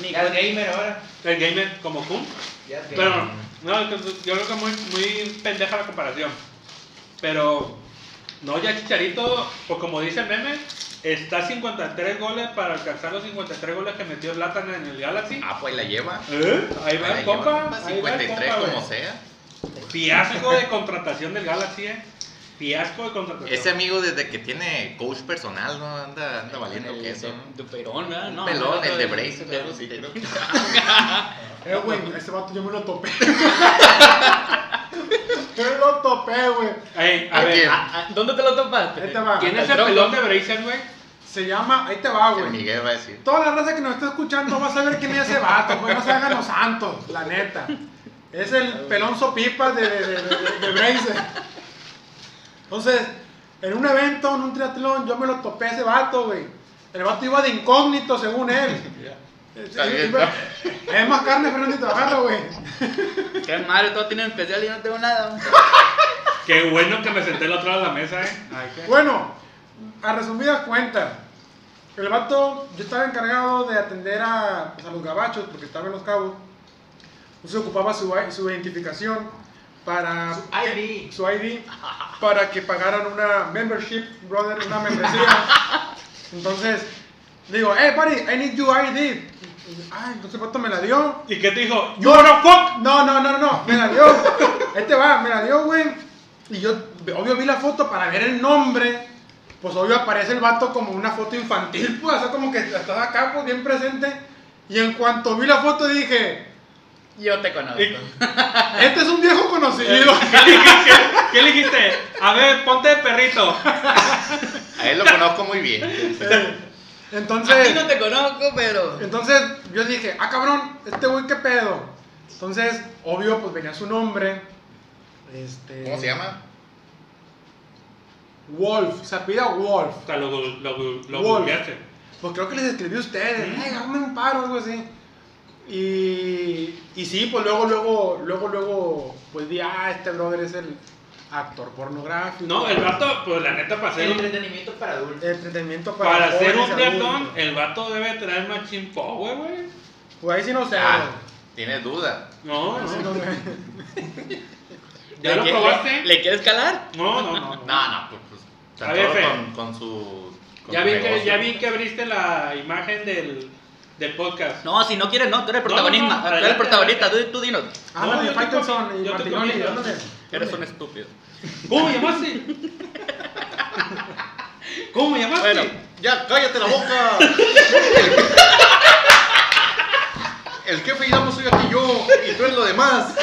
Speaker 5: Ni
Speaker 6: Ya es
Speaker 5: cuenta-
Speaker 6: gamer ahora.
Speaker 2: El gamer como Kun.
Speaker 6: Ya es gamer.
Speaker 2: Pero no, es que yo creo que muy, muy pendeja la comparación. Pero no, ya Chicharito, pues como dice el meme, está a 53 goles para alcanzar los 53 goles que metió Latan en el Galaxy.
Speaker 4: Ah, pues la lleva.
Speaker 2: ¿Eh? Ahí va
Speaker 4: La
Speaker 2: el
Speaker 4: lleva,
Speaker 2: compa.
Speaker 4: compa,
Speaker 2: ahí va el
Speaker 4: 53
Speaker 2: compa,
Speaker 4: como
Speaker 2: güey.
Speaker 4: sea.
Speaker 2: Fiasco de contratación del Galaxy, eh. Fiasco de contratación.
Speaker 4: Ese amigo desde que tiene coach personal, ¿no? Anda, anda valiendo
Speaker 5: el
Speaker 4: queso.
Speaker 5: de-
Speaker 4: ¿no?
Speaker 5: Duperón, ¿verdad?
Speaker 4: Un
Speaker 5: No,
Speaker 4: pelón,
Speaker 5: no,
Speaker 4: el de
Speaker 5: no,
Speaker 4: Brace,
Speaker 5: de-
Speaker 4: algo así,
Speaker 5: de-
Speaker 4: creo.
Speaker 1: Eh, güey, ese vato yo me lo topé. yo lo topé, güey.
Speaker 2: Ey, a
Speaker 4: ¿A
Speaker 2: ver,
Speaker 4: quién?
Speaker 5: Ah, ah, ¿Dónde te lo topaste?
Speaker 1: Ahí te va.
Speaker 2: ¿quién
Speaker 5: ¿Quién
Speaker 2: es el pelón de Bracer, güey?
Speaker 1: Se llama, ahí te va,
Speaker 4: El
Speaker 1: güey.
Speaker 4: Miguel va a decir.
Speaker 1: Toda la raza que nos está escuchando va a saber quién es ese vato, güey. No se hagan los santos, la neta. Es el pelón sopipa de, de, de, de- de Bracer. Entonces, en un evento, en un triatlón, yo me lo topé a ese vato, güey. El vato iba de incógnito, según él.
Speaker 4: Está bien,
Speaker 1: Iba- Es más carne, Fernandito, agarra, güey.
Speaker 5: Qué madre, todos tienen especial y yo no tengo nada.
Speaker 2: Qué bueno que me senté la otra lado de la mesa, eh. Ay, qué-
Speaker 1: Bueno, a resumidas cuentas, el vato, yo estaba encargado de atender a, pues, a los gabachos, porque estaba en los cabos. Entonces ocupaba su, I- su identificación para
Speaker 6: Su ID.
Speaker 1: su ID para que pagaran una membership, brother, una membresía. Entonces, digo, hey buddy, I need your ID. Ah, entonces el vato me la dio.
Speaker 2: ¿Y qué te dijo?
Speaker 1: You wanna fuck? No, no, no, no, me la dio. Este va, me la dio, güey. Y yo, obvio, vi la foto para ver el nombre. Pues obvio aparece el vato como una foto infantil, pues, o sea, como que estaba acá, pues, bien presente. Y en cuanto vi la foto dije,
Speaker 5: Yo te conozco.
Speaker 2: ¿Y-
Speaker 1: este es un viejo conocido.
Speaker 2: ¿Qué le dijiste? ¿Qué le dijiste? A ver, ponte de perrito.
Speaker 4: A él lo conozco muy bien.
Speaker 1: Eh,
Speaker 5: A ti
Speaker 1: Entonces,
Speaker 5: no te conozco, pero.
Speaker 1: entonces yo dije, ah, cabrón, este güey, ¿qué pedo? Entonces, obvio, pues venía su nombre. Este,
Speaker 4: ¿Cómo se llama?
Speaker 1: Wolf, se apellida Wolf.
Speaker 2: O sea, lo, gu- lo, gu- lo
Speaker 1: Wolf.
Speaker 2: googleaste.
Speaker 1: Pues creo que les escribí a ustedes,
Speaker 2: Mm.
Speaker 1: "Ey, háganme un paro, algo así. Y, y sí, pues luego, luego, luego, luego, pues di, ah, este brother es el actor pornográfico.
Speaker 2: No, el vato, pues la neta, para hacer
Speaker 6: El
Speaker 2: un,
Speaker 6: entretenimiento para adultos.
Speaker 1: Entretenimiento para,
Speaker 2: para hacer
Speaker 1: jóvenes,
Speaker 2: un triatlón,
Speaker 1: adultos".
Speaker 2: el vato debe traer machine power, güey.
Speaker 1: Pues ahí sí no sé.
Speaker 4: Ah, tienes duda.
Speaker 2: No, no.
Speaker 1: Sí no sé.
Speaker 2: ¿Ya lo
Speaker 5: ¿Le-
Speaker 2: probaste?
Speaker 5: ¿Le, le quieres calar?
Speaker 2: No, no, no. no.
Speaker 4: No, no, pues, pues
Speaker 2: A ver,
Speaker 4: tanto
Speaker 2: Fer.
Speaker 4: con, con su. con
Speaker 2: Ya
Speaker 4: su
Speaker 2: vi, que,
Speaker 4: negocio.
Speaker 2: ya vi que abriste la imagen del, del podcast.
Speaker 5: No, si no quieres, no, tú eres el
Speaker 2: No, no, no,
Speaker 5: protagonista. tú eres el
Speaker 2: adelante,
Speaker 5: protagonista, tú, tú dinos.
Speaker 2: No,
Speaker 1: Ándale,
Speaker 2: yo te
Speaker 1: Faitelson
Speaker 2: comí,
Speaker 1: y
Speaker 2: yo te
Speaker 1: Martinoli,
Speaker 2: comí, yo-
Speaker 1: ándale.
Speaker 5: Eres un estúpido.
Speaker 2: ¿Cómo me llamaste? ¿Cómo me llamaste?
Speaker 5: Bueno,
Speaker 7: Ya, cállate la boca. El jefe y dama soy aquí yo y tú eres lo demás.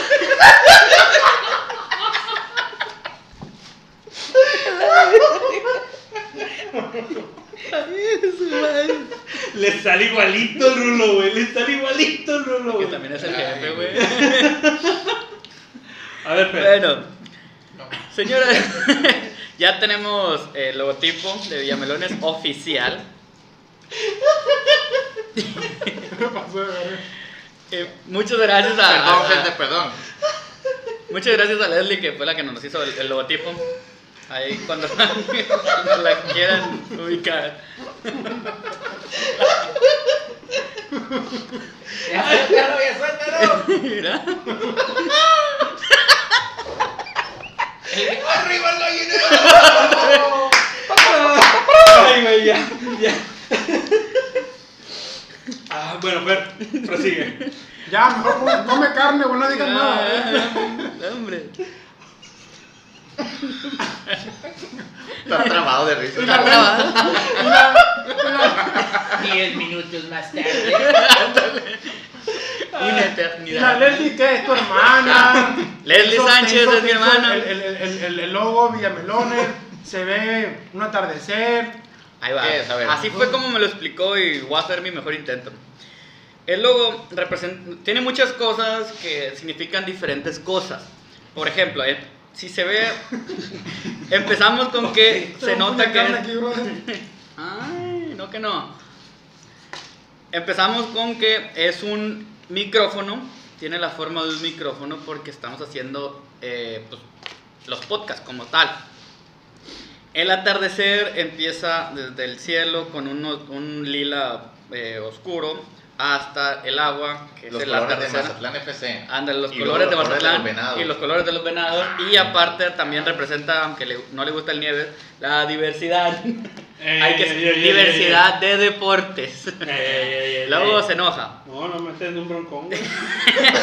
Speaker 2: Le sale igualito el rulo, güey. Le sale igualito el rulo,
Speaker 5: que
Speaker 2: güey.
Speaker 5: también es el jefe,
Speaker 7: Ay,
Speaker 5: güey.
Speaker 2: A ver, Fer.
Speaker 5: Bueno, señores, ya tenemos el logotipo de Villamelones oficial. Eh, muchas gracias a,
Speaker 7: Perdón,
Speaker 5: a-
Speaker 7: gente, perdón.
Speaker 5: muchas gracias a Leslie que fue la que nos hizo el, el logotipo. Ahí cuando, cuando la quieran ubicar.
Speaker 3: Ya suéltalo, ya suéltalo.
Speaker 5: Mira.
Speaker 3: ¡Arriba el gallinero!
Speaker 2: Ay, güey, ya, ya. Ah, bueno, Fer, prosigue.
Speaker 1: Ya, mejor come- come carne, güey, no digas nada. ¿eh?
Speaker 5: Ah, hombre.
Speaker 7: Está trabado de risa.
Speaker 5: Está trabado.
Speaker 3: 10 minutos más tarde.
Speaker 5: Una
Speaker 1: ¿Y Eh, la
Speaker 5: eternidad.
Speaker 1: Leslie qué es tu hermana?
Speaker 5: Leslie
Speaker 1: Eso,
Speaker 5: Sánchez
Speaker 1: eso,
Speaker 5: es mi
Speaker 1: eso,
Speaker 5: hermana.
Speaker 1: El, el, el, el- el logo Villamelones, se ve un atardecer.
Speaker 5: Ahí va.
Speaker 7: ¿Qué es? A ver.
Speaker 5: Así fue como me lo explicó y voy a hacer mi mejor intento. El logo represent- tiene muchas cosas que significan diferentes cosas. Por ejemplo, eh, si se ve, empezamos con que se nota que
Speaker 1: Come
Speaker 5: es-
Speaker 1: carne aquí, brother.
Speaker 5: Ay, no que no. Empezamos con que es un micrófono, tiene la forma de un micrófono porque estamos haciendo eh, pues, los podcasts como tal. El atardecer empieza desde el cielo con uno- un lila eh, oscuro hasta el agua, que
Speaker 7: Los
Speaker 5: es el
Speaker 7: colores de
Speaker 5: atardecer.
Speaker 7: Mazatlán FC.
Speaker 4: Ah,
Speaker 5: Anda, los
Speaker 7: Y luego
Speaker 5: colores de
Speaker 7: los colores de
Speaker 5: Mazatlán
Speaker 7: los venados.
Speaker 5: y los colores de los venados. Y aparte también representa, aunque le- no le gusta el nieve, la diversidad.
Speaker 2: Ey,
Speaker 5: Hay que
Speaker 2: ey, ey, ey,
Speaker 5: diversidad de deportes.
Speaker 2: ey, ey, ey, ey,
Speaker 5: Luego
Speaker 2: ey.
Speaker 5: se enoja.
Speaker 2: No, no me estés en un broncón, güey.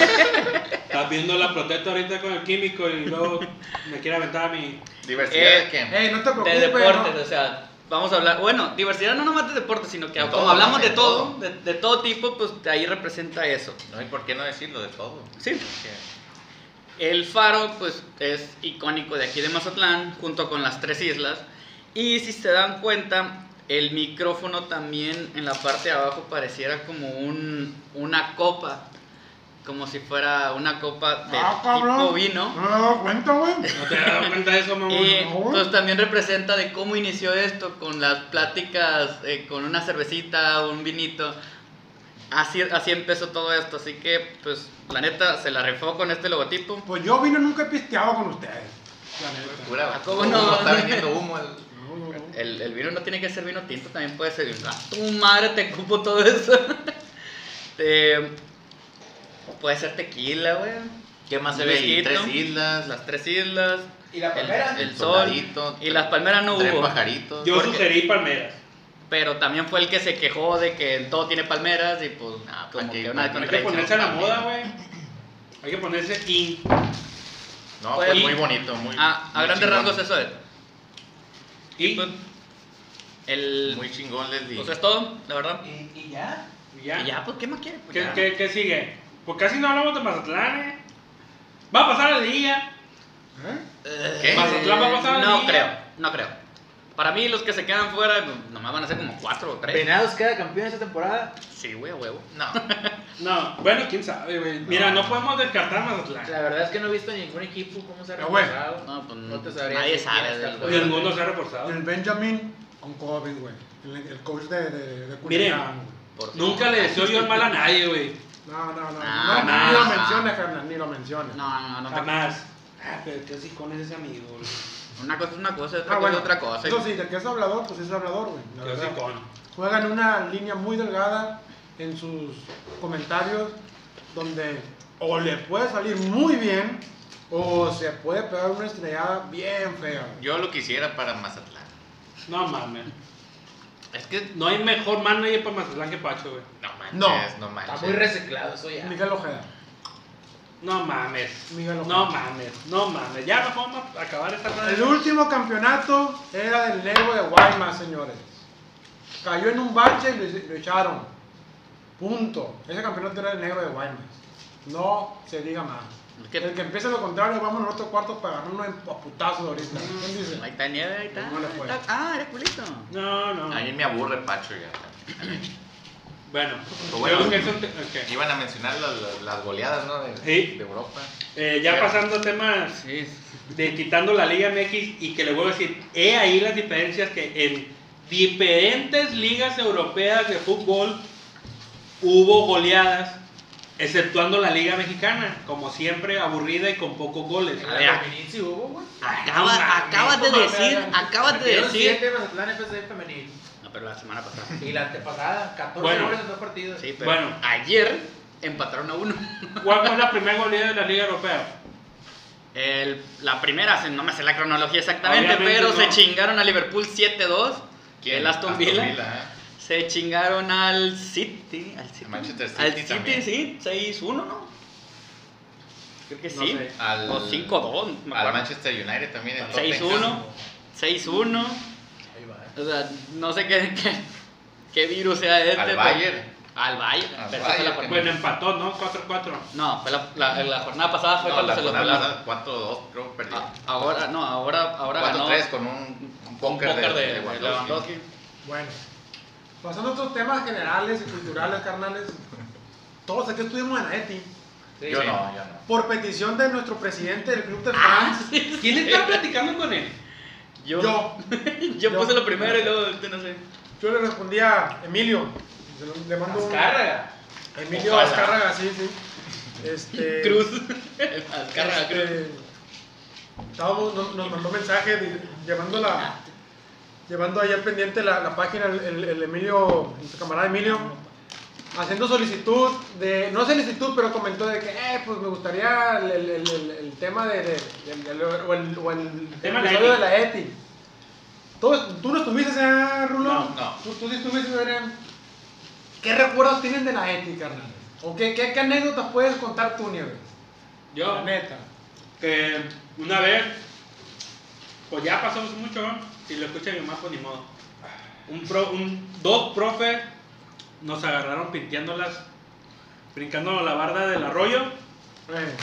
Speaker 2: Estás viendo la protesta ahorita con el químico y luego me quiere aventar a mi.
Speaker 7: Diversidad
Speaker 5: Eh,
Speaker 7: de qué?
Speaker 1: Ey, no te
Speaker 5: De
Speaker 1: preocupes.
Speaker 5: deportes,
Speaker 1: ¿no?
Speaker 5: o sea, vamos a hablar. Bueno, diversidad no nomás de deportes, sino que
Speaker 7: De
Speaker 5: como
Speaker 7: todo,
Speaker 5: hablamos de
Speaker 7: de
Speaker 5: todo,
Speaker 7: todo.
Speaker 5: de, de todo tipo, pues ahí representa eso.
Speaker 7: No hay por qué no decirlo de todo.
Speaker 5: Sí.
Speaker 7: Que-
Speaker 5: El faro, pues es icónico de aquí de Mazatlán, junto con las tres islas. Y si se dan cuenta, el micrófono también en la parte de abajo pareciera como un, una copa. Como si fuera una copa de
Speaker 1: Ah,
Speaker 5: tipo
Speaker 1: cabrón.
Speaker 5: vino.
Speaker 1: No me he dado cuenta, güey.
Speaker 2: ¿No te has dado cuenta de eso, mamón?
Speaker 5: Y
Speaker 1: no.
Speaker 5: pues también representa de cómo inició esto, con las pláticas, eh, con una cervecita, un vinito. Así, así empezó todo esto, así que pues la neta se la rifó con este logotipo.
Speaker 1: Pues yo vino nunca he pisteado con ustedes. La neta.
Speaker 7: Cura,
Speaker 5: ¿A cómo
Speaker 7: uno
Speaker 5: no?
Speaker 7: está vendiendo humo. el-
Speaker 1: No, no, no.
Speaker 5: El, el vino no tiene que ser vino tinto, también puede ser vino. ¡Ah, tu madre te cupo todo eso. Eh, puede ser tequila, güey.
Speaker 7: ¿Qué más se
Speaker 5: Un
Speaker 7: ve ahí?
Speaker 5: viejito.
Speaker 7: Tres islas, las
Speaker 5: Las tres islas,
Speaker 3: ¿Y la
Speaker 5: el,
Speaker 3: palmera?
Speaker 5: el sol.
Speaker 7: soldadito,
Speaker 5: Y las palmeras no
Speaker 7: tres
Speaker 5: hubo.
Speaker 7: pajaritos.
Speaker 2: Yo
Speaker 5: porque-
Speaker 2: sugerí palmeras.
Speaker 5: Pero también fue el que se quejó de que en todo tiene palmeras y pues nada, como
Speaker 7: ¿pa' qué?
Speaker 5: que una
Speaker 7: Hay que
Speaker 2: Hay que
Speaker 5: contradicción.
Speaker 2: ponerse a la moda, güey. Hay que ponerse in.
Speaker 7: No,
Speaker 5: Pues,
Speaker 7: pues,
Speaker 5: y-
Speaker 7: muy bonito, muy
Speaker 5: A, Ah, a
Speaker 7: muy
Speaker 5: grandes
Speaker 7: chingón.
Speaker 5: rasgos eso es.
Speaker 2: Y
Speaker 5: Pues, el,
Speaker 7: Muy chingón, Leslie.
Speaker 5: pues es todo, la verdad.
Speaker 3: ¿Y, y ya?
Speaker 2: ya.
Speaker 5: Y ya, pues, ¿qué más quieres? Pues,
Speaker 2: ¿Qué,
Speaker 5: ya.
Speaker 2: qué- qué sigue? Pues casi no hablamos de Mazatlán, eh. Va a pasar el día.
Speaker 1: ¿Eh?
Speaker 5: Eh,
Speaker 7: ¿Qué?
Speaker 2: ¿Mazatlán va a pasar
Speaker 5: No
Speaker 2: el día?
Speaker 5: creo, no creo. Para mí, los que se quedan fuera, pues, nomás van a ser como cuatro o tres.
Speaker 3: Venados queda campeón esta temporada.
Speaker 5: Sí, güey, a huevo.
Speaker 7: No.
Speaker 2: No, bueno, quién sabe, güey. Mira, no podemos descartar a Mazatlán.
Speaker 3: La verdad es que no he visto ningún equipo cómo se ha
Speaker 1: Ah, güey.
Speaker 3: reforzado.
Speaker 5: No, pues,
Speaker 3: te sabría
Speaker 5: nadie
Speaker 3: decir quién
Speaker 5: sabe
Speaker 3: está
Speaker 5: del-
Speaker 3: fuera.
Speaker 2: Ninguno se ha reforzado.
Speaker 1: El Benjamin con COVID, güey. El, el coach de, de, de Culiacán, güey.
Speaker 5: Por si-
Speaker 2: Nunca le deseo yo el mal a nadie, güey.
Speaker 1: No, no, no.
Speaker 5: Ah,
Speaker 1: no,
Speaker 5: nah,
Speaker 1: ni lo
Speaker 5: nah.
Speaker 1: menciones, carnal, ni lo menciones.
Speaker 5: No, no, no. no
Speaker 2: Jamás. Ah, pero qué hocicón es ese amigo, güey.
Speaker 5: una cosa es una cosa, otra
Speaker 1: Ah,
Speaker 5: cosa
Speaker 1: bueno.
Speaker 5: es otra cosa.
Speaker 1: Eso sí, de que es hablador, pues es hablador, güey. la
Speaker 2: Qué
Speaker 1: verdad.
Speaker 2: hocicón.
Speaker 1: Juegan una línea muy delgada en sus comentarios donde o le puede salir muy bien o se puede pegar una estrellada bien fea. güey.
Speaker 7: Yo lo quisiera para Mazatlán.
Speaker 2: No mames.
Speaker 5: Es que
Speaker 2: No hay mejor manager para Mazatlán que Pacho, güey.
Speaker 7: No
Speaker 4: manches, no, manches.
Speaker 6: Está
Speaker 5: pues
Speaker 6: muy reciclado eso ya.
Speaker 1: Miguel Ojeda.
Speaker 2: No mames.
Speaker 1: Miguel Ojeda.
Speaker 2: No mames. No mames. Ya nos vamos a acabar esta madre.
Speaker 1: El último campeonato era del Nego de Guaymas, señores. Cayó en un bache y lo, lo echaron. Punto. Ese campeonato era el Negro de Guaymas. No se diga más.
Speaker 5: ¿Qué?
Speaker 1: El que empiece lo contrario, vamos al otro cuarto para ganarnos a putazos ahorita. ¿Quién dice?
Speaker 5: Ahí está nieve, ahí está.
Speaker 1: No le fue.
Speaker 5: Ah, era culito.
Speaker 2: No, no.
Speaker 4: A mí me aburre Pacho, ya.
Speaker 2: Bueno,
Speaker 4: Pero bueno.
Speaker 2: creo que eso te- ok.
Speaker 4: Iban a mencionar las, las- las goleadas, ¿no? De,
Speaker 2: Sí.
Speaker 4: de Europa.
Speaker 2: Eh, ya pasando a temas
Speaker 5: Sí.
Speaker 2: de quitando la Liga MX y que le vuelvo a decir, he ahí las diferencias que en diferentes ligas europeas de fútbol hubo goleadas, exceptuando la Liga Mexicana, como siempre aburrida y con pocos goles.
Speaker 6: En la femenil sí hubo, güey.
Speaker 5: Acaba- acabas de decir, acabas de
Speaker 6: Metieron
Speaker 5: decir.
Speaker 6: siete Mazatlán FC femenil.
Speaker 5: No, pero la semana pasada.
Speaker 6: Y la antepasada, 14
Speaker 2: Bueno.
Speaker 6: goles en dos partidos.
Speaker 5: Sí, pero
Speaker 2: Bueno.
Speaker 5: ayer empataron a uno.
Speaker 2: ¿Cuál fue la primera goleada de la Liga Europea?
Speaker 5: El- la primera, se- no me sé la cronología exactamente,
Speaker 2: Obviamente
Speaker 5: pero
Speaker 2: no.
Speaker 5: se chingaron a Liverpool 7-2. El Aston Villa.
Speaker 4: ¿eh?
Speaker 5: Se chingaron al City. Al City,
Speaker 4: Al Manchester City
Speaker 5: Al City,
Speaker 4: también.
Speaker 5: sí, 6-1, ¿no? Creo que
Speaker 2: No
Speaker 5: sí.
Speaker 2: sé.
Speaker 4: Al,
Speaker 5: O 5-2, me
Speaker 4: Al
Speaker 5: acuerdo.
Speaker 4: Manchester United también. el
Speaker 5: 6-1. 6-1.
Speaker 6: Ahí va, eh.
Speaker 5: O sea, no sé qué, qué, qué virus sea este.
Speaker 4: Tottenham. Al
Speaker 5: pero-
Speaker 4: Bayern.
Speaker 5: Al Bayern. pero
Speaker 4: Al
Speaker 5: esa fue la
Speaker 4: Bayern.
Speaker 5: jornada-
Speaker 2: Bueno, empató, ¿no? 4-4.
Speaker 5: no, fue la, la- la jornada pasada fue
Speaker 4: No,
Speaker 5: cuando
Speaker 4: la
Speaker 5: Ah, se lo
Speaker 4: jornada
Speaker 5: pelaron.
Speaker 4: pasada, 4-2 creo que perdió.
Speaker 5: Ah, Ahora, no, ahora, ahora ganó
Speaker 4: 4-3 con un, un
Speaker 5: un
Speaker 4: póker de, de Lewandowski.
Speaker 5: Lewandowski.
Speaker 1: Bueno, pasando a otros temas generales y culturales, carnales. Todos aquí estuvimos en AETI.
Speaker 6: Sí.
Speaker 4: Yo no, yo no.
Speaker 1: Por petición de nuestro presidente del Club de Fans,
Speaker 2: ¿Quién está platicando con él?
Speaker 5: Ah, Yo, yo,
Speaker 1: yo,
Speaker 5: puse
Speaker 1: yo.
Speaker 5: lo primero y luego este, no sé.
Speaker 1: yo le respondí a Emilio. Se lo- Le mando un-
Speaker 6: Azcárraga.
Speaker 1: Emilio
Speaker 4: Ojalá.
Speaker 1: Azcárraga, sí, sí. Este,
Speaker 5: Cruz. Azcárraga
Speaker 1: este,
Speaker 5: Cruz.
Speaker 1: estábamos- nos, nos mandó mensaje de- llevando la. Llevando allá pendiente la, la página, el, el- el Emilio, nuestro camarada Emilio, haciendo solicitud de. No solicitud, pero comentó de que, eh, pues me gustaría el, el- el- el- el tema de. de- del- del- o el, o el
Speaker 2: Tema de la
Speaker 1: episodio
Speaker 2: ETI.
Speaker 1: de la ETI. ¿Todos- ¿Tú no estuviste, eh, Rulo?
Speaker 2: No,
Speaker 4: no.
Speaker 1: ¿Tú, tú sí estuviste, Adrián? ¿Qué recuerdos tienen de la ETI, carnal? ¿O qué, qué, qué anécdotas puedes contar tú, Nieves?
Speaker 2: Yo.
Speaker 1: La neta.
Speaker 2: que una vez, pues ya pasó mucho, ¿no? si lo escucha mi mamá, pues ni modo. Un pro- un- dos profes nos agarraron pinteándolas, brincando la barda del arroyo.
Speaker 1: Eh,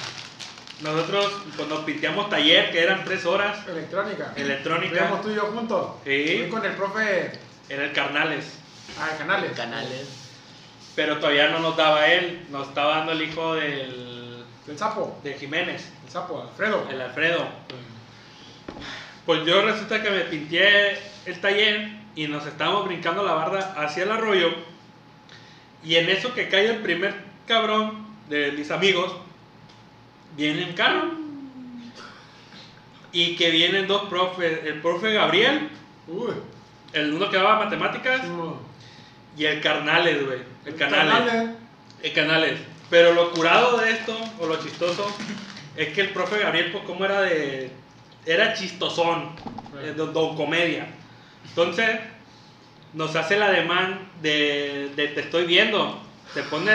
Speaker 2: Nosotros, pues nos pinteamos taller, que eran tres horas,
Speaker 1: electrónica.
Speaker 2: electrónica,
Speaker 1: Estuvimos tú y yo juntos.
Speaker 2: Sí.
Speaker 1: Fui con el profe
Speaker 2: en el Carnales.
Speaker 1: a Canales.
Speaker 5: Canales.
Speaker 2: Pero todavía no nos daba él, nos estaba dando el hijo del,
Speaker 1: El sapo.
Speaker 2: de Jiménez.
Speaker 1: El sapo, Alfredo.
Speaker 2: El Alfredo. Pues yo resulta que me pinté el taller y nos estábamos brincando la barda hacia el arroyo. Y en eso que cae el primer cabrón de mis amigos, viene un carro. Y que vienen dos profes, el profe Gabriel,
Speaker 1: Uy.
Speaker 2: el uno que daba matemáticas, y el Carnales, güey. El Carnales. En Eh, canales. Pero lo curado de esto, o lo chistoso, es que el profe Gabriel, pues como era de... Era chistosón, eh, don, don comedia. Entonces, nos hace el ademán de, de te estoy viendo. Te pone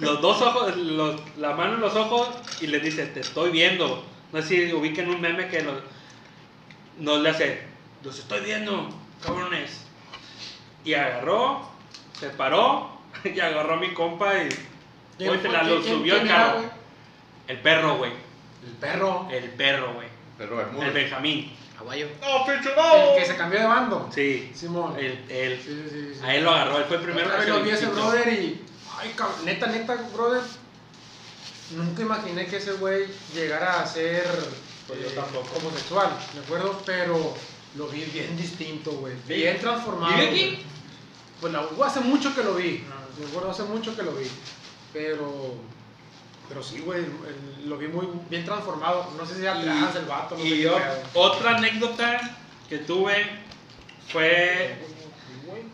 Speaker 2: los dos ojos, los- la mano en los ojos y le dice, te estoy viendo. No sé si ubiquen un meme que nos, nos le hace, los estoy viendo, cabrones. Y agarró, se paró y agarró a mi compa y...
Speaker 1: ¿Quién
Speaker 2: Oye,
Speaker 1: fue?
Speaker 2: la- lo
Speaker 1: ¿Quién-
Speaker 2: subió
Speaker 1: quién
Speaker 2: el
Speaker 1: era,
Speaker 2: carro.
Speaker 1: güey?
Speaker 2: El perro, güey.
Speaker 1: El perro.
Speaker 2: El perro, güey.
Speaker 4: Pero Bermuda.
Speaker 2: El Benjamín.
Speaker 5: Aguayo.
Speaker 2: ¡No, pinche
Speaker 1: El que se cambió de bando.
Speaker 2: Sí.
Speaker 1: Simón.
Speaker 2: El, el-
Speaker 1: Sí, sí, sí, sí.
Speaker 2: a él lo agarró, él fue el primero
Speaker 1: Otra
Speaker 2: que
Speaker 1: vez
Speaker 2: se
Speaker 1: lo vi
Speaker 2: lo
Speaker 1: a ese
Speaker 2: quitó.
Speaker 1: brother y. Ay, cabrón, neta, neta, brother. Nunca imaginé que ese güey llegara a ser.
Speaker 2: Pues yo
Speaker 1: eh,
Speaker 2: tampoco.
Speaker 1: Homosexual, ¿de acuerdo? Pero lo vi bien distinto, güey.
Speaker 2: Sí.
Speaker 1: Bien transformado.
Speaker 2: ¿Vive
Speaker 1: güey.
Speaker 2: aquí?
Speaker 1: Pues la- hace mucho que lo vi. Me acuerdo, hace mucho que lo vi. Pero. Pero sí, güey. el- Lo vi muy bien transformado. No sé si era trans el vato. No sé
Speaker 2: Y
Speaker 1: qué
Speaker 2: yo-
Speaker 1: pedo.
Speaker 2: otra anécdota que tuve fue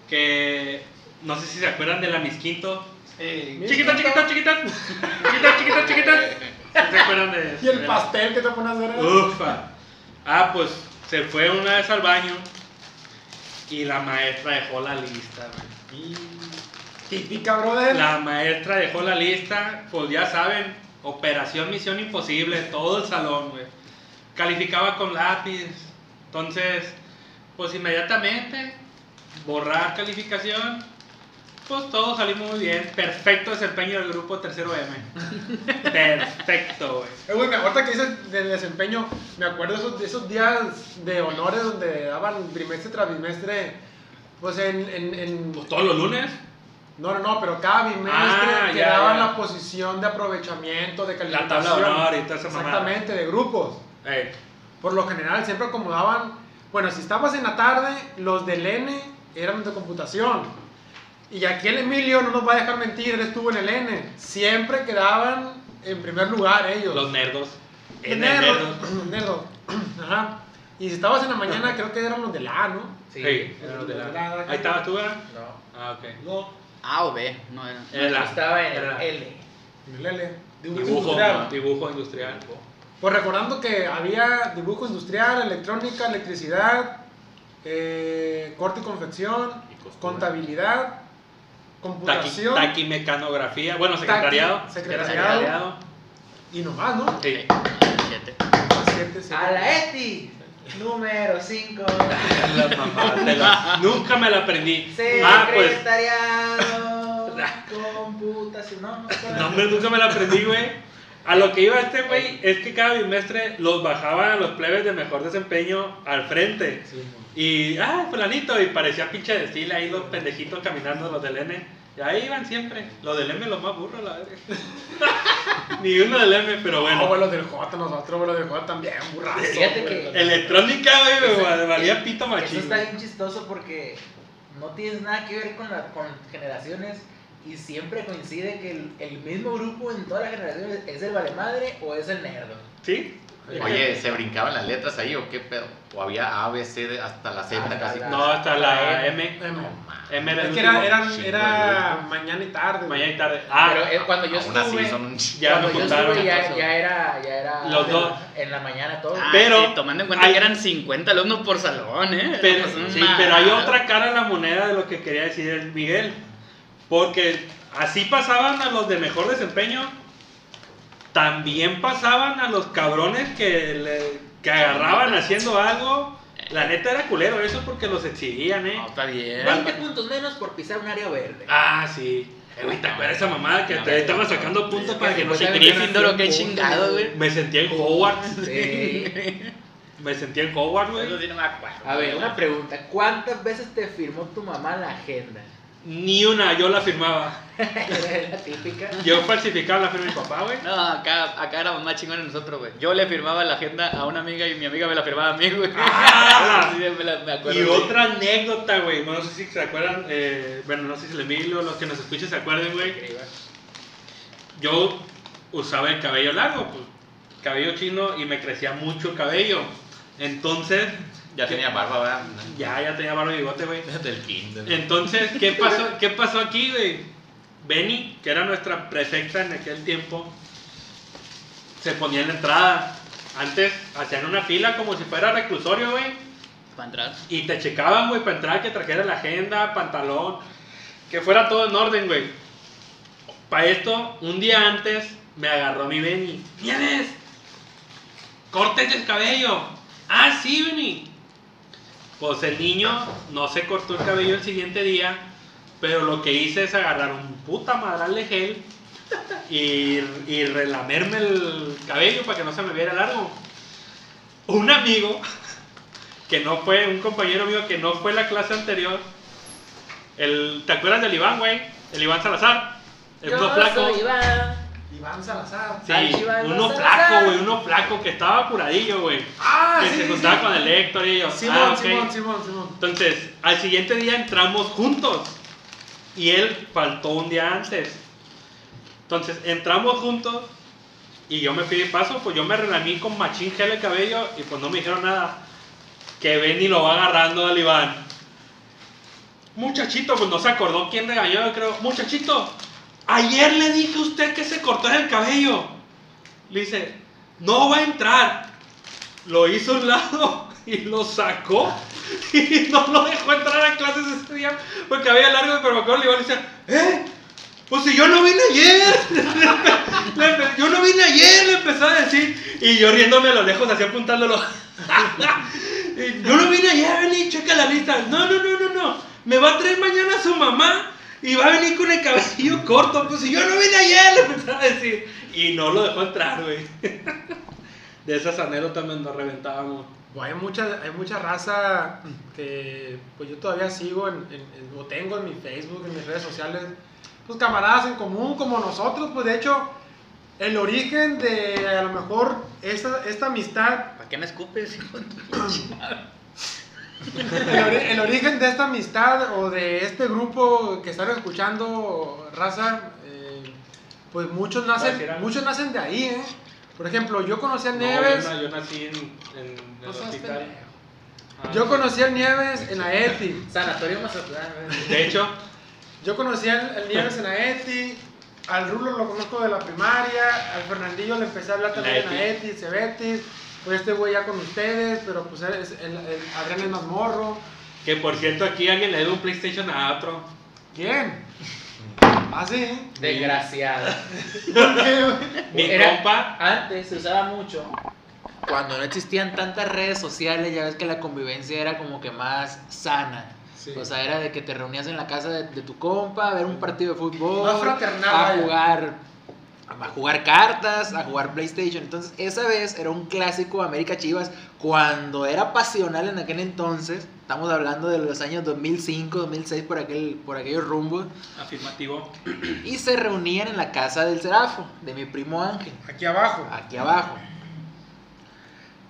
Speaker 2: que no sé si se acuerdan de la Misquinto.
Speaker 1: Mis
Speaker 2: Chiquita, chiquita, chiquita. Chiquita, chiquita, chiquita. ¿Sí ¿Se acuerdan de
Speaker 1: Y el
Speaker 2: de-
Speaker 1: pastel que te ponen a hacer.
Speaker 2: Ufa. Ah, pues se fue una vez al baño y la maestra dejó la lista, güey.
Speaker 1: típica, brother.
Speaker 2: La maestra dejó la lista, pues ya saben, operación Misión Imposible, todo el salón, güey. Calificaba con lápiz. Entonces, pues inmediatamente, borrar calificación. Pues todo salimos muy bien. Perfecto desempeño del grupo tercero M. Perfecto, güey.
Speaker 1: Eh, güey, me- ahorita que dices del desempeño, me acuerdo esos, de esos días de honores donde daban trimestre tras bimestre. Pues en. en, en-
Speaker 2: Pues todos los lunes.
Speaker 1: no, no, no, pero cada bimestre
Speaker 2: Ah,
Speaker 1: te
Speaker 2: ya,
Speaker 1: daban
Speaker 2: ya.
Speaker 1: la posición de aprovechamiento, de
Speaker 2: tabla de
Speaker 1: calificación.
Speaker 2: honor y toda esa mamada.
Speaker 1: Exactamente, de grupos.
Speaker 2: Ey,
Speaker 1: Por lo general siempre acomodaban, bueno, si estabas en la tarde, los del N eran de computación. Y aquí el Emilio no nos va a dejar mentir, él estuvo en el N. Siempre quedaban en primer lugar ellos.
Speaker 2: los nerdos. En el
Speaker 1: Nerdos.
Speaker 2: nerdos.
Speaker 1: Nerdos. Ajá. Y si estabas en la mañana, creo que eran los del A, ¿no?
Speaker 2: Ey,
Speaker 6: Era lo de la-
Speaker 2: Ahí estaba tú, ¿verdad?
Speaker 6: No.
Speaker 2: Ah, ok.
Speaker 1: No,
Speaker 5: A o B, no era.
Speaker 2: Era-
Speaker 6: Estaba en el
Speaker 2: era-
Speaker 6: L.
Speaker 1: en el L. Dibujo,
Speaker 2: Dibujo,
Speaker 1: industrial.
Speaker 2: ¿no? dibujo industrial.
Speaker 1: Pues recordando que había dibujo industrial, electrónica, electricidad, eh, corte y confección,
Speaker 4: Y costura.
Speaker 1: contabilidad,
Speaker 2: Taqui,
Speaker 1: computación
Speaker 2: taquimecanografía. Bueno, secretariado.
Speaker 1: Taqui-
Speaker 2: que era
Speaker 1: secretariado.
Speaker 2: secretariado.
Speaker 1: y nomás, ¿no?
Speaker 2: Sí.
Speaker 1: Siete,
Speaker 5: Siete.
Speaker 1: siete.
Speaker 6: A la E. ETI, número 5.
Speaker 2: Ah, Las mamadas, te las- nunca me la aprendí. Ah, pues.
Speaker 6: Secretariado, computación. No, no, no.
Speaker 2: No, hombre, nunca me la aprendí, güey. A lo que iba este güey es que cada bimestre los bajaba a los plebes de mejor desempeño al frente. Y, ah, fulanito, y parecía pinche de estilo ahí los pendejitos caminando, los del N. Y ahí iban siempre. Los del M, los más burros, la verga. Ni uno del M, pero
Speaker 1: No,
Speaker 2: bueno.
Speaker 1: güey, los Ah, del J, nosotros, güey, los del J también, burrazo.
Speaker 6: Fíjate
Speaker 1: güey.
Speaker 6: que-
Speaker 2: Electrónica, güey, me valía pito
Speaker 6: Eso
Speaker 2: machín.
Speaker 6: está bien chistoso porque no tienes nada que ver con, la- con generaciones y siempre coincide que el, el mismo grupo en todas las generaciones es el valemadre o es el nerdo.
Speaker 2: ¿Sí?
Speaker 4: Oye, ¿se brincaban las letras ahí o qué pedo? ¿O había A, B, C, D, hasta la Z
Speaker 6: Hasta
Speaker 4: casi.
Speaker 6: la-
Speaker 2: No, hasta la M.
Speaker 1: Eh,
Speaker 4: No,
Speaker 1: no.
Speaker 4: mames.
Speaker 2: M era el
Speaker 1: Es que era,
Speaker 2: último.
Speaker 1: eran-
Speaker 4: Chingo,
Speaker 1: era mañana y tarde.
Speaker 2: Mañana y tarde.
Speaker 6: Pero
Speaker 2: Ah,
Speaker 6: eh, cuando yo
Speaker 4: Aún
Speaker 6: estuve,
Speaker 4: así son un chingo.
Speaker 2: ya me
Speaker 6: cuando yo
Speaker 2: juntaron.
Speaker 6: estuve ya, ya era, ya era
Speaker 2: Los
Speaker 6: en-
Speaker 2: dos.
Speaker 6: en la mañana todo.
Speaker 5: Ah,
Speaker 2: Pero-
Speaker 5: sí, tomando en cuenta
Speaker 2: hay-
Speaker 5: que eran 50 alumnos por salón, ¿eh?
Speaker 2: Pero,
Speaker 5: Éramos
Speaker 2: sí,
Speaker 5: una-
Speaker 2: pero hay otra cara a la moneda de lo que quería decir el Miguel. Porque así pasaban a los de mejor desempeño. También pasaban a los cabrones que, le- que agarraban haciendo algo. La neta era culero eso porque los exhibían, ¿eh?
Speaker 5: No, está bien.
Speaker 6: 20 puntos menos por pisar un área verde.
Speaker 2: Ah, sí. Eh, güey, ¿te acuerdas de esa mamada que te estaba sacando puntos para que no se
Speaker 5: Gryffindor o
Speaker 2: creyeran?
Speaker 5: qué chingado, güey.
Speaker 2: Me sentía en Hogwarts.
Speaker 6: Sí.
Speaker 2: Me sentía en Hogwarts, güey.
Speaker 5: Eso sí no me acuerdo.
Speaker 6: A ver, una pregunta. ¿Cuántas veces te firmó tu mamá la agenda?
Speaker 2: Ni una, yo la firmaba.
Speaker 6: Era la típica.
Speaker 2: Yo falsificaba la firma de mi papá, güey.
Speaker 5: No, acá, acá éramos más chingones nosotros, güey. Yo le firmaba la agenda a una amiga y mi amiga me la firmaba a mí, güey.
Speaker 2: Ah.
Speaker 5: Sí, me, la- me acuerdo.
Speaker 2: Y
Speaker 5: sí.
Speaker 2: otra anécdota, güey. No sé si se acuerdan. eh, bueno, no sé si el Emilio, los que nos escuchen se acuerden, güey. Yo usaba el cabello largo, pues, cabello chino y me crecía mucho el cabello. Entonces,
Speaker 4: Ya tenía barba, ¿verdad?
Speaker 2: ya, ya tenía barba y bigote, güey.
Speaker 4: Del kinder.
Speaker 2: Entonces, ¿qué pasó, ¿qué pasó aquí, güey? Benny, que era nuestra prefecta en aquel tiempo, se ponía en la entrada. Antes hacían una fila como si fuera reclusorio, güey.
Speaker 5: Para entrar.
Speaker 2: Y te checaban, güey, para entrar, que trajera la agenda, pantalón, que fuera todo en orden, güey. Para esto, un día antes, me agarró mi Benny. ¡Nieves! ¡Córtate el cabello! ¡Ah, sí, Benny! Pues el niño no se cortó el cabello el siguiente día, pero lo que hice es agarrar un puta madral de gel y, y relamerme el cabello para que no se me viera largo. Un amigo que no fue, un compañero mío que no fue la clase anterior. El, ¿Te acuerdas del Iván, güey? El Iván Salazar. El uno flaco.
Speaker 1: Iván Salazar.
Speaker 2: Sí,
Speaker 6: Al Iván
Speaker 2: uno
Speaker 6: Salazar.
Speaker 2: flaco, güey, uno flaco que estaba curadillo, güey.
Speaker 1: Ah,
Speaker 2: que
Speaker 1: sí,
Speaker 2: se
Speaker 1: sí,
Speaker 2: juntaba
Speaker 1: sí.
Speaker 2: con el Héctor y yo.
Speaker 1: Simón,
Speaker 2: ah, ok.
Speaker 1: Simón, Simón, Simón.
Speaker 2: Entonces, al siguiente día entramos juntos. Y él faltó un día antes. Entonces, entramos juntos. Y yo me fui de paso, pues yo me relamí con machín gel el cabello. Y pues no me dijeron nada. Que Benny lo va agarrando al Iván. Muchachito, pues no se acordó quién regañó, yo creo. Muchachito, ayer le dije a usted que se cortara el cabello. Le dice, no va a entrar. Lo hizo a un lado y lo sacó y no lo dejó entrar a clases ese día porque había largo, pero me acuerdo le iba a decir, ¿eh? Pues si yo no vine ayer, Le empe- yo no vine ayer, le empezó a decir, y yo riéndome a los lejos, así apuntándolo. Y, yo no vine ayer, vení, checa la lista. No, no, no, no, no, me va a traer mañana su mamá y va a venir con el cabello corto. Pues si yo no vine ayer, le empezó a decir, y no lo dejó entrar, güey. De esas anécdotas nos reventábamos.
Speaker 1: Güey, hay mucha, hay mucha raza que pues yo todavía sigo en, en- en- o tengo en mi Facebook, en mis redes sociales, pues camaradas en común como nosotros, pues de hecho el origen de a lo mejor esta, esta amistad,
Speaker 5: ¿Para qué me escupes? hijo de tu-
Speaker 1: el, ori- el origen de esta amistad o de este grupo que están escuchando raza, eh, pues muchos nacen,
Speaker 2: decir algo?
Speaker 1: muchos nacen de ahí, ¿eh? Por ejemplo, yo conocí a
Speaker 2: No,
Speaker 1: Neves.
Speaker 2: yo na- yo nací en, en el
Speaker 1: No seas
Speaker 2: hospital.
Speaker 1: pendejo.
Speaker 2: Ah,
Speaker 1: Yo conocí al Nieves en la ETI.
Speaker 6: Sanatorio Mazatlán, güey.
Speaker 2: De hecho,
Speaker 1: Yo conocí al, al Nieves en la ETI. Al Rulo lo conozco de la primaria. Al Fernandillo le empecé a hablar también en la ETI, Cebetis. Pues este güey ya con ustedes, pero pues él es- el, el Adrián es más morro.
Speaker 2: que por cierto aquí alguien le dio un PlayStation a otro.
Speaker 1: ¿Quién?
Speaker 6: Mm.
Speaker 1: Ah, sí.
Speaker 6: Desgraciado.
Speaker 1: ¿Por qué, güey?
Speaker 2: Mi
Speaker 6: Era-
Speaker 2: compa,
Speaker 6: Antes se usaba mucho. Cuando no existían tantas redes sociales, ya ves que la convivencia era como que más sana. O sea, era de que te reunías en la casa de, de tu compa, a ver un partido de fútbol,
Speaker 1: Más fraternal,
Speaker 6: a
Speaker 1: vaya.
Speaker 6: jugar a jugar cartas, a jugar PlayStation. Entonces, esa vez era un clásico América Chivas cuando era pasional en aquel entonces. Estamos hablando de los años 2005, 2006 por aquel por aquellos rumbos
Speaker 2: afirmativo.
Speaker 6: y se reunían en la casa del Serafo, de mi primo Ángel,
Speaker 1: Aquí abajo.
Speaker 6: aquí abajo.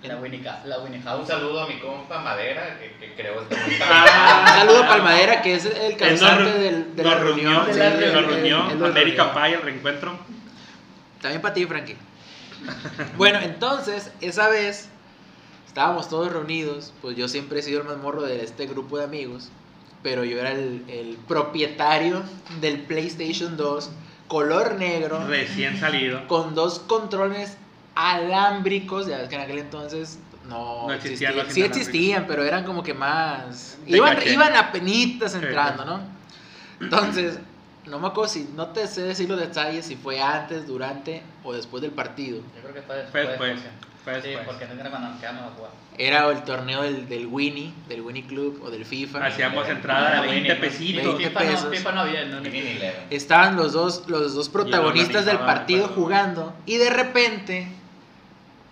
Speaker 5: La Winnie, Ca- la Winnie
Speaker 4: Un
Speaker 5: House.
Speaker 4: saludo a mi compa Madera, que, que creó este
Speaker 6: Un saludo a
Speaker 2: Ah,
Speaker 6: Palmadera, que es el
Speaker 2: él nos
Speaker 6: causante
Speaker 2: re-
Speaker 6: del, de
Speaker 2: nos
Speaker 6: la
Speaker 2: reunió,
Speaker 6: reunión. sí,
Speaker 2: sí, nos
Speaker 6: él- él-
Speaker 2: reunió,
Speaker 6: él los
Speaker 2: América
Speaker 6: reunió.
Speaker 2: Pie, el reencuentro.
Speaker 6: También para ti, Frankie. Bueno, entonces, esa vez estábamos todos reunidos. Pues yo siempre he sido el más morro de este grupo de amigos. Pero yo era el, el propietario del PlayStation 2, color negro,
Speaker 2: Recién salido.
Speaker 6: con dos controles alámbricos. Ya ves que en aquel entonces no,
Speaker 2: No existían los
Speaker 6: Sí
Speaker 2: inalámbricos.
Speaker 6: existían, pero eran como que más.
Speaker 2: De
Speaker 6: Iban,
Speaker 2: caché.
Speaker 6: iban apenitas
Speaker 2: Sí.
Speaker 6: entrando, ¿no? Entonces, no me acuerdo si. No te sé decir los detalles si fue antes, durante o después del partido.
Speaker 5: Yo creo que fue
Speaker 2: Fue
Speaker 5: después.
Speaker 2: después. Fue
Speaker 5: Sí,
Speaker 2: después.
Speaker 5: porque no era cuando nos quedamos a jugar.
Speaker 6: Era el torneo del, del Winnie, del Winnie Club o del FIFA.
Speaker 2: Hacíamos entrada
Speaker 5: Ah,
Speaker 2: de
Speaker 5: Winnie,
Speaker 2: 20
Speaker 5: ¿no?
Speaker 2: pesitos.
Speaker 6: Veinte
Speaker 5: FIFA no,
Speaker 6: pesos.
Speaker 5: FIFA no había, no, ni-
Speaker 4: programa.
Speaker 6: Estaban los dos, los dos protagonistas del
Speaker 2: organizaba,
Speaker 6: partido
Speaker 2: me acuerdo.
Speaker 6: jugando y de repente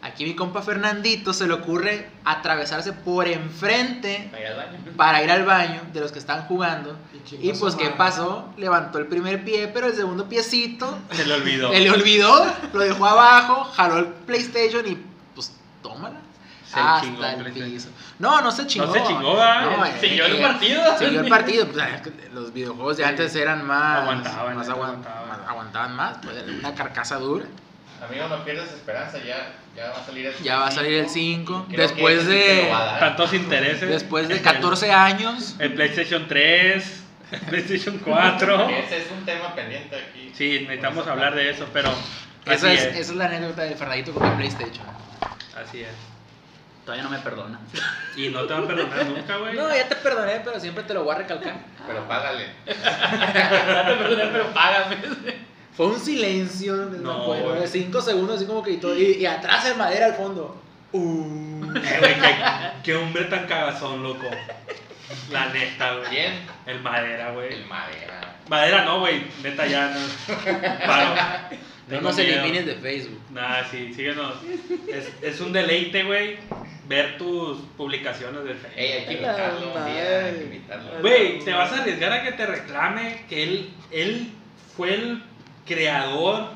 Speaker 6: aquí mi compa Fernandito se le ocurre atravesarse por enfrente
Speaker 5: para ir al baño.
Speaker 6: para ir al baño de los que están jugando.
Speaker 1: chingó
Speaker 6: Y
Speaker 1: su
Speaker 6: pues, ¿qué
Speaker 1: madre.
Speaker 6: pasó? Levantó el primer pie, pero el segundo piecito
Speaker 2: Se le olvidó.
Speaker 6: se le olvidó, lo dejó abajo, jaló el PlayStation y pues, tómala.
Speaker 2: Se chingó
Speaker 6: Hasta
Speaker 2: el
Speaker 6: el
Speaker 2: PlayStation.
Speaker 6: piso. No, no se chingó.
Speaker 2: No se chingó, ¿verdad?
Speaker 6: No, eh,
Speaker 5: Siguió el
Speaker 6: eh,
Speaker 5: partido.
Speaker 6: Siguió el partido. pues, ah, los videojuegos de
Speaker 2: Sí.
Speaker 6: antes eran más.
Speaker 2: Aguantaban,
Speaker 6: más
Speaker 2: eh,
Speaker 6: aguan-
Speaker 2: aguantaban.
Speaker 6: más- aguantaban más. pues, era una carcasa dura.
Speaker 4: Amigo, no pierdas esperanza, ya, ya va a salir el
Speaker 6: Ya va a salir el
Speaker 4: cinco.
Speaker 6: 5.
Speaker 4: Creo que
Speaker 6: Después
Speaker 4: ese sí te lo va a
Speaker 6: de.
Speaker 4: dar.
Speaker 2: Tantos intereses.
Speaker 6: Después de 14 años.
Speaker 2: El PlayStation 3, el PlayStation 4.
Speaker 4: Ese es un tema pendiente aquí.
Speaker 2: Sí, necesitamos hablar de eso, pero.
Speaker 6: Esa
Speaker 2: así
Speaker 6: es, esa es la anécdota de Fernandito con el PlayStation.
Speaker 2: Así es.
Speaker 5: Todavía no me perdona.
Speaker 2: Y no te van a perdonar nunca, güey. Eh,
Speaker 6: No, ya te perdoné, pero siempre te lo voy a recalcar.
Speaker 4: Pero págale.
Speaker 5: Ya te perdoné, pero págame.
Speaker 6: Fue un silencio me
Speaker 2: No,
Speaker 6: acuerdo,
Speaker 2: güey.
Speaker 6: de 5 segundos, así como que y, todo- y- y atrás el madera al fondo. Uh.
Speaker 2: Eh, güey, qué, qué hombre tan cagazón, loco. La neta, güey.
Speaker 4: ¿Quién?
Speaker 2: El madera, güey.
Speaker 4: El madera.
Speaker 2: Madera no, güey. Neta ya no. Paro.
Speaker 6: No
Speaker 2: Tengo
Speaker 6: nos
Speaker 2: miedo.
Speaker 6: elimines de Facebook.
Speaker 2: Nah, sí, síguenos. Es, es un deleite, güey, ver tus publicaciones de Facebook.
Speaker 4: Ey, hay que
Speaker 6: Ay, la
Speaker 4: invitarlo un día, hay que invitarlo.
Speaker 2: Güey, te vas a arriesgar a que te reclame que él, él fue el creador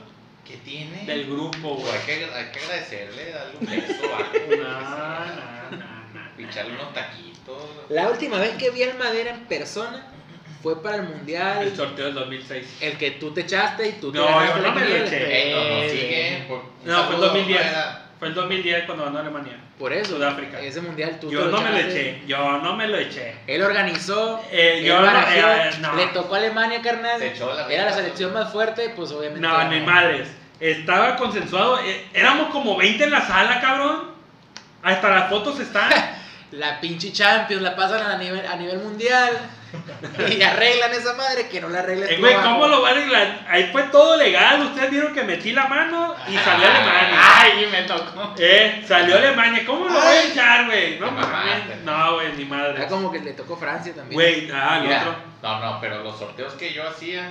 Speaker 4: ¿Qué tiene?
Speaker 2: del grupo,
Speaker 4: Pues
Speaker 2: güey.
Speaker 4: Hay que, hay que agradecerle, darle un
Speaker 2: No,
Speaker 4: beso, algo.
Speaker 2: no, no, no.
Speaker 4: Picharle pues, unos taquitos.
Speaker 6: La última vez que vi al madera en persona fue para el mundial.
Speaker 2: El sorteo del 2006.
Speaker 6: El que tú te echaste y tú te
Speaker 2: No,
Speaker 6: ganaste
Speaker 2: yo no
Speaker 6: la
Speaker 2: me lo
Speaker 6: quiniela.
Speaker 2: eché.
Speaker 4: Ey, no, no,
Speaker 6: Eh,
Speaker 4: sigue. por- un
Speaker 2: No, fue el
Speaker 4: saludo a
Speaker 2: 2010.
Speaker 4: Madera.
Speaker 2: Fue el 2010 cuando ganó Alemania.
Speaker 6: Por eso,
Speaker 2: Sudáfrica.
Speaker 6: ese mundial tú te
Speaker 2: Yo no me lo
Speaker 6: echaste.
Speaker 2: eché, yo no me lo eché.
Speaker 6: Él organizó,
Speaker 2: Eh,
Speaker 6: él
Speaker 2: yo no-
Speaker 6: barajeó,
Speaker 2: eh, no.
Speaker 6: le tocó a Alemania, carnal.
Speaker 4: Se echó la
Speaker 6: Era la
Speaker 4: rifa.
Speaker 6: selección más fuerte, pues obviamente.
Speaker 2: No, ni madres. Estaba consensuado. eh, Éramos como 20 en la sala, cabrón. Hasta las fotos están.
Speaker 6: la pinche Champions la pasan a nivel, a nivel mundial y arreglan esa madre que no la ah. arreglan.
Speaker 2: Eh, güey, ¿cómo lo va a arreglar? Ahí fue todo legal. Ustedes vieron que metí la mano y salió Alemania.
Speaker 4: Ay, me tocó.
Speaker 2: Eh, salió Alemania. ¿Cómo lo voy a
Speaker 6: Ah, Ay. Ah,
Speaker 2: echar, güey? No
Speaker 4: Te mamaste.
Speaker 2: mames. No, güey, ni
Speaker 6: Era
Speaker 2: madre.
Speaker 6: como que le tocó Francia también.
Speaker 2: Güey, ah, el
Speaker 4: Mira,
Speaker 2: otro.
Speaker 4: No, no, pero los sorteos que yo hacía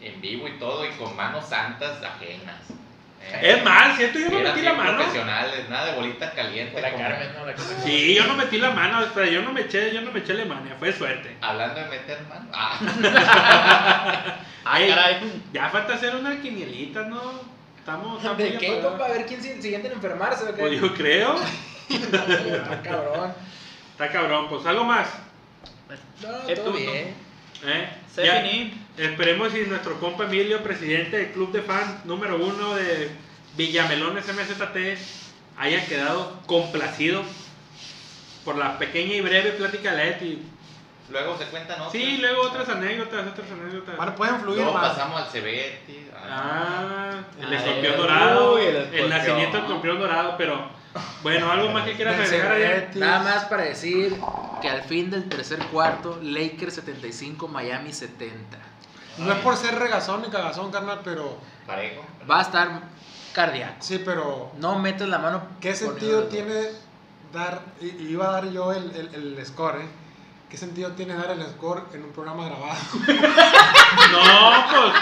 Speaker 4: en vivo y todo y con manos santas ajenas. Eh,
Speaker 2: Es más, ¿cierto? Yo no
Speaker 4: eran
Speaker 2: metí la
Speaker 4: bien
Speaker 2: mano.
Speaker 4: profesionales, nada de bolitas calientes.
Speaker 3: La
Speaker 4: como-
Speaker 3: Carmen, ¿no? La que se-
Speaker 2: Sí, yo no metí la mano. O sea, yo no me eché, yo no me eché Alemania. Fue suerte.
Speaker 4: Hablando de meter mano. Ah,
Speaker 3: Ah,
Speaker 2: Ey,
Speaker 3: caray.
Speaker 2: Ya falta hacer una quinielita, ¿no? Estamos. estamos
Speaker 6: ¿De
Speaker 2: ya
Speaker 6: qué,
Speaker 2: para-
Speaker 6: compa? A ver quién sigue siguiente en enfermarse. ¿o qué?
Speaker 2: Pues yo creo.
Speaker 6: Está cabrón.
Speaker 2: Está cabrón. Pues algo más.
Speaker 6: No,
Speaker 3: Eh,
Speaker 6: todo
Speaker 3: tú,
Speaker 6: bien.
Speaker 2: ¿eh?
Speaker 5: Se
Speaker 2: Ya-
Speaker 5: finí.
Speaker 2: Esperemos si nuestro compa Emilio, presidente del club de fans número uno de Villamelones MZT, haya quedado complacido por la pequeña y breve plática de la Eti.
Speaker 4: luego se cuentan otras.
Speaker 2: Sí, luego otras anécdotas, otras anécdotas.
Speaker 1: Bueno, pueden fluir
Speaker 4: Luego
Speaker 1: más.
Speaker 4: pasamos al Cebeti.
Speaker 2: Ah, el
Speaker 3: Ah,
Speaker 2: escorpión
Speaker 3: el-
Speaker 2: dorado,
Speaker 3: uy, el
Speaker 2: el,
Speaker 3: escorpión.
Speaker 2: nacimiento del escorpión dorado, pero bueno, algo más que quieras agregar ahí.
Speaker 1: Betis.
Speaker 6: Nada más para decir que al fin del tercer cuarto, Lakers 75, Miami 70.
Speaker 1: No es por ser regazón ni cagazón, carnal, pero.
Speaker 4: Parejo.
Speaker 6: Va a estar cardíaco.
Speaker 1: Sí, pero.
Speaker 6: No metes la mano.
Speaker 1: ¿Qué
Speaker 6: con
Speaker 1: sentido
Speaker 6: el-
Speaker 1: tiene dar. i- Iba a dar yo el, el, el score, ¿eh? ¿Qué sentido tiene dar el score en un programa grabado?
Speaker 2: No,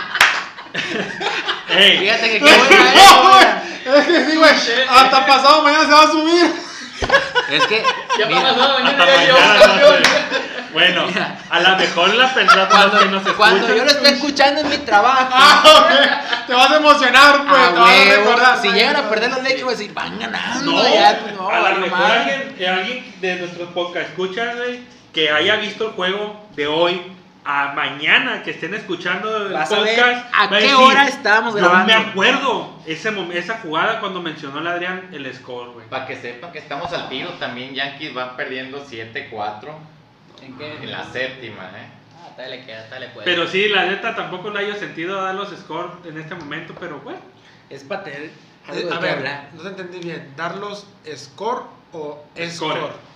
Speaker 2: pues. Ey,
Speaker 6: Fíjate que qué buena es, ahora.
Speaker 1: Es que sí, güey. Hasta pasado mañana se va a subir.
Speaker 6: Es que.
Speaker 3: Ya
Speaker 6: mira,
Speaker 3: para pasado mañana
Speaker 2: hasta
Speaker 3: ya
Speaker 2: mañana,
Speaker 3: llevamos campeón.
Speaker 2: no sé. Bueno, a lo mejor la persona que nos
Speaker 6: cuando, cuando
Speaker 2: escucha-
Speaker 6: yo lo esté escuchando en mi trabajo.
Speaker 1: Te vas a emocionar, pues.
Speaker 6: a
Speaker 1: te vas a
Speaker 6: Ah, huevo,
Speaker 1: recordar.
Speaker 6: si llegan a perder los Lakers, voy a decir, van ganando.
Speaker 2: No,
Speaker 6: ya, Ah, pues, no,
Speaker 2: a lo
Speaker 6: vale
Speaker 2: mejor
Speaker 6: madre.
Speaker 2: alguien, que alguien de nuestro podcast escucha, güey, que haya visto el juego de hoy a mañana, que estén escuchando el
Speaker 6: Vas a ver
Speaker 2: podcast.
Speaker 6: a
Speaker 2: va
Speaker 6: qué
Speaker 2: decir,
Speaker 6: hora estábamos
Speaker 2: No me
Speaker 6: grabando".
Speaker 2: acuerdo ese, mom- esa jugada cuando mencionó el Adrián el score, güey.
Speaker 4: Para que sepan que estamos al tiro también. Yankees van perdiendo 7-4
Speaker 5: ¿En qué?
Speaker 4: en la séptima, ¿eh?
Speaker 5: Ah, todavía le queda, todavía le puede.
Speaker 2: Pero sí, la neta tampoco le haya sentido dar los scores en este momento, pero bueno.
Speaker 6: Es para tener
Speaker 1: Eh,
Speaker 6: algo de
Speaker 1: a
Speaker 6: qué
Speaker 1: ver,
Speaker 6: hablar.
Speaker 1: no te entendí bien. ¿Darlos score o
Speaker 2: Score.
Speaker 1: score?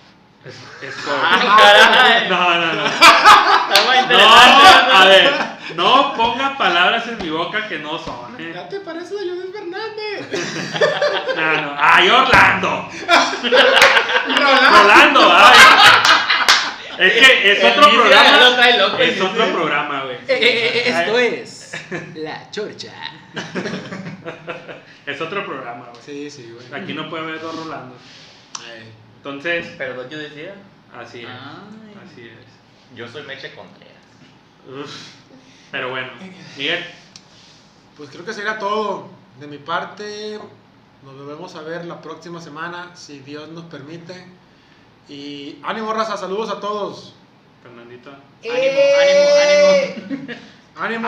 Speaker 2: Score.
Speaker 5: Ah, caray.
Speaker 2: No, no, no.
Speaker 5: Está muy
Speaker 2: No,
Speaker 5: interesante.
Speaker 2: a ver, no ponga palabras en mi boca que no son. ¿eh?
Speaker 1: te parece a Judith Fernández?
Speaker 2: No, no. ¡Ay, Orlando! ¡Rolando! ¡Ay! Es que es
Speaker 5: El
Speaker 2: otro
Speaker 5: Miss ya lo
Speaker 2: programa.
Speaker 5: trae loco.
Speaker 2: Es otro programa, güey.
Speaker 6: Eh, eh, eh, esto
Speaker 2: Ay,
Speaker 6: es La Chorcha.
Speaker 2: Es otro programa, güey.
Speaker 1: Sí, sí, güey.
Speaker 2: Aquí no puede haber dos Rolandos. Entonces,
Speaker 5: Perdón, yo decía.
Speaker 2: así es.
Speaker 5: Ay.
Speaker 2: Así es.
Speaker 4: Yo soy Meche Contreras.
Speaker 2: Uf. Pero bueno, Miguel,
Speaker 1: Pues creo que será todo. De mi parte, nos volvemos a ver la próxima semana, si Dios nos permite. Y ánimo, raza. Saludos a todos.
Speaker 2: Fernandito.
Speaker 5: Ánimo,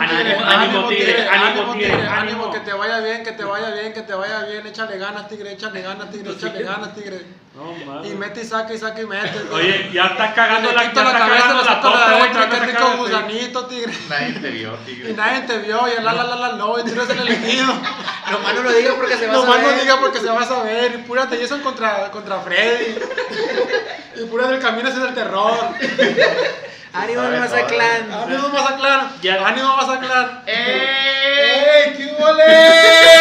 Speaker 1: Ánimo,
Speaker 5: ánimo,
Speaker 2: Ánimo,
Speaker 1: tigre,
Speaker 2: ánimo, tigre, ánimo, tigre, ánimo.
Speaker 1: ánimo, que te vaya bien, que te vaya bien, que te vaya bien, échale ganas, tigre, échale ganas, tigre, échale ganas, tigre.
Speaker 2: No
Speaker 1: Y mete y saca y saca y mete. güey.
Speaker 2: Oye, ya está cagando
Speaker 1: Le
Speaker 2: la, ya
Speaker 1: quito
Speaker 2: está
Speaker 1: la cabeza,
Speaker 2: cagando
Speaker 1: le
Speaker 2: la
Speaker 1: saco la
Speaker 2: torta, güey. te
Speaker 1: otra,
Speaker 2: van a
Speaker 1: qué
Speaker 2: sacar
Speaker 1: rico
Speaker 2: de-
Speaker 1: gusanito, tigre.
Speaker 4: Nadie te vio,
Speaker 1: Y
Speaker 4: tigre.
Speaker 1: nadie te vio, y el la la la la no, y tú eres el elegido.
Speaker 6: Nomás no lo diga porque se va a
Speaker 1: Nomás
Speaker 6: saber.
Speaker 1: no diga porque se va a saber. Y pura de Jason contra, contra Freddy. Y pura del camino hacia el terror.
Speaker 6: Ánimo
Speaker 4: Sabe
Speaker 6: Mazaclán.
Speaker 1: Ánimo Mazaclán.
Speaker 2: Ya.
Speaker 1: Ánimo Mazaclán.
Speaker 5: Eh.
Speaker 4: ¡Ey! ¡Qué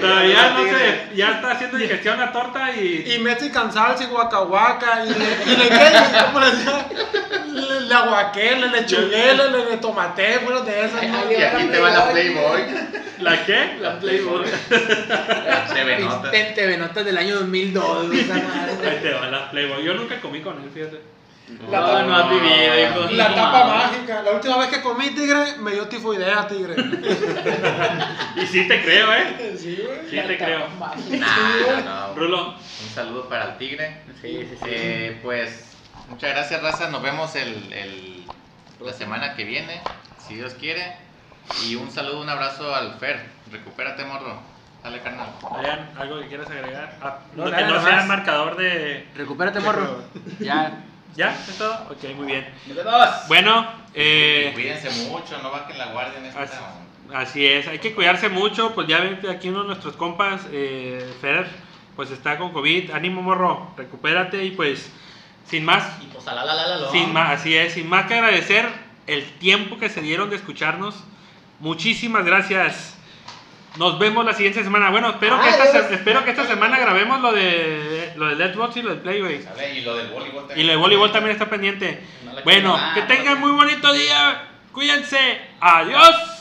Speaker 2: Todavía no sé, ya está haciendo digestión la torta
Speaker 1: Y Messi Cansal, y guacahuaca, y le, y le, ¿qué? ¿Cómo le decía? Le, le aguaqué, le lechugué, le, le, le tomaté, fuera de esas. ¿no?
Speaker 4: Y aquí te va la Playboy.
Speaker 2: ¿La qué? La Playboy.
Speaker 4: TV Notas.
Speaker 6: Te- te ve notas del año 2002. esa madre.
Speaker 2: Ahí te va la Playboy. Yo nunca comí con él, fíjate.
Speaker 5: La no, no has vivido, hijo.
Speaker 1: La
Speaker 5: No,
Speaker 1: tapa
Speaker 5: mames.
Speaker 1: mágica. La última vez que comí tigre, me dio tifoidea, tigre.
Speaker 2: Y sí te creo, ¿eh? Sí te creo.
Speaker 4: Nah, no.
Speaker 2: Rulo,
Speaker 4: Un saludo para el tigre.
Speaker 5: Sí, sí, sí.
Speaker 4: Eh, pues muchas gracias, raza. Nos vemos el, el- la semana que viene, si Dios quiere. Y un saludo, un abrazo al Fer. Recupérate, morro. Dale, carnal.
Speaker 2: Adrián, ¿algo que quieras agregar? Ah,
Speaker 6: No,
Speaker 2: no, que
Speaker 6: nada
Speaker 2: no
Speaker 6: más.
Speaker 2: sea marcador de...
Speaker 6: Recupérate, morro. Ya.
Speaker 2: ¿Ya? ¿Es todo? Ok, muy bien.
Speaker 5: Nos vemos.
Speaker 2: Bueno,
Speaker 4: Y
Speaker 2: eh...
Speaker 4: Cuídense mucho, no bajen la guardia en esta.
Speaker 2: Así, así es, hay que cuidarse mucho, pues ya ven que aquí uno de nuestros compas, eh, Fer, pues está con COVID. Ánimo, morro, recupérate y pues, sin más,
Speaker 5: Y pues, a la, la, la, la, la.
Speaker 2: sin más, así es, sin más que agradecer el tiempo que se dieron de escucharnos. Muchísimas gracias. Nos vemos la siguiente semana. Bueno, espero, que, esta, se- espero que esta semana grabemos lo de lo del Xbox y lo del Play, güey.
Speaker 4: Sale, Y lo del voleibol
Speaker 2: Y lo de voleibol también está pendiente.
Speaker 5: No la
Speaker 2: Bueno,
Speaker 5: quiero
Speaker 2: que
Speaker 5: dar.
Speaker 2: tengan muy bonito día. Cuídense. Adiós.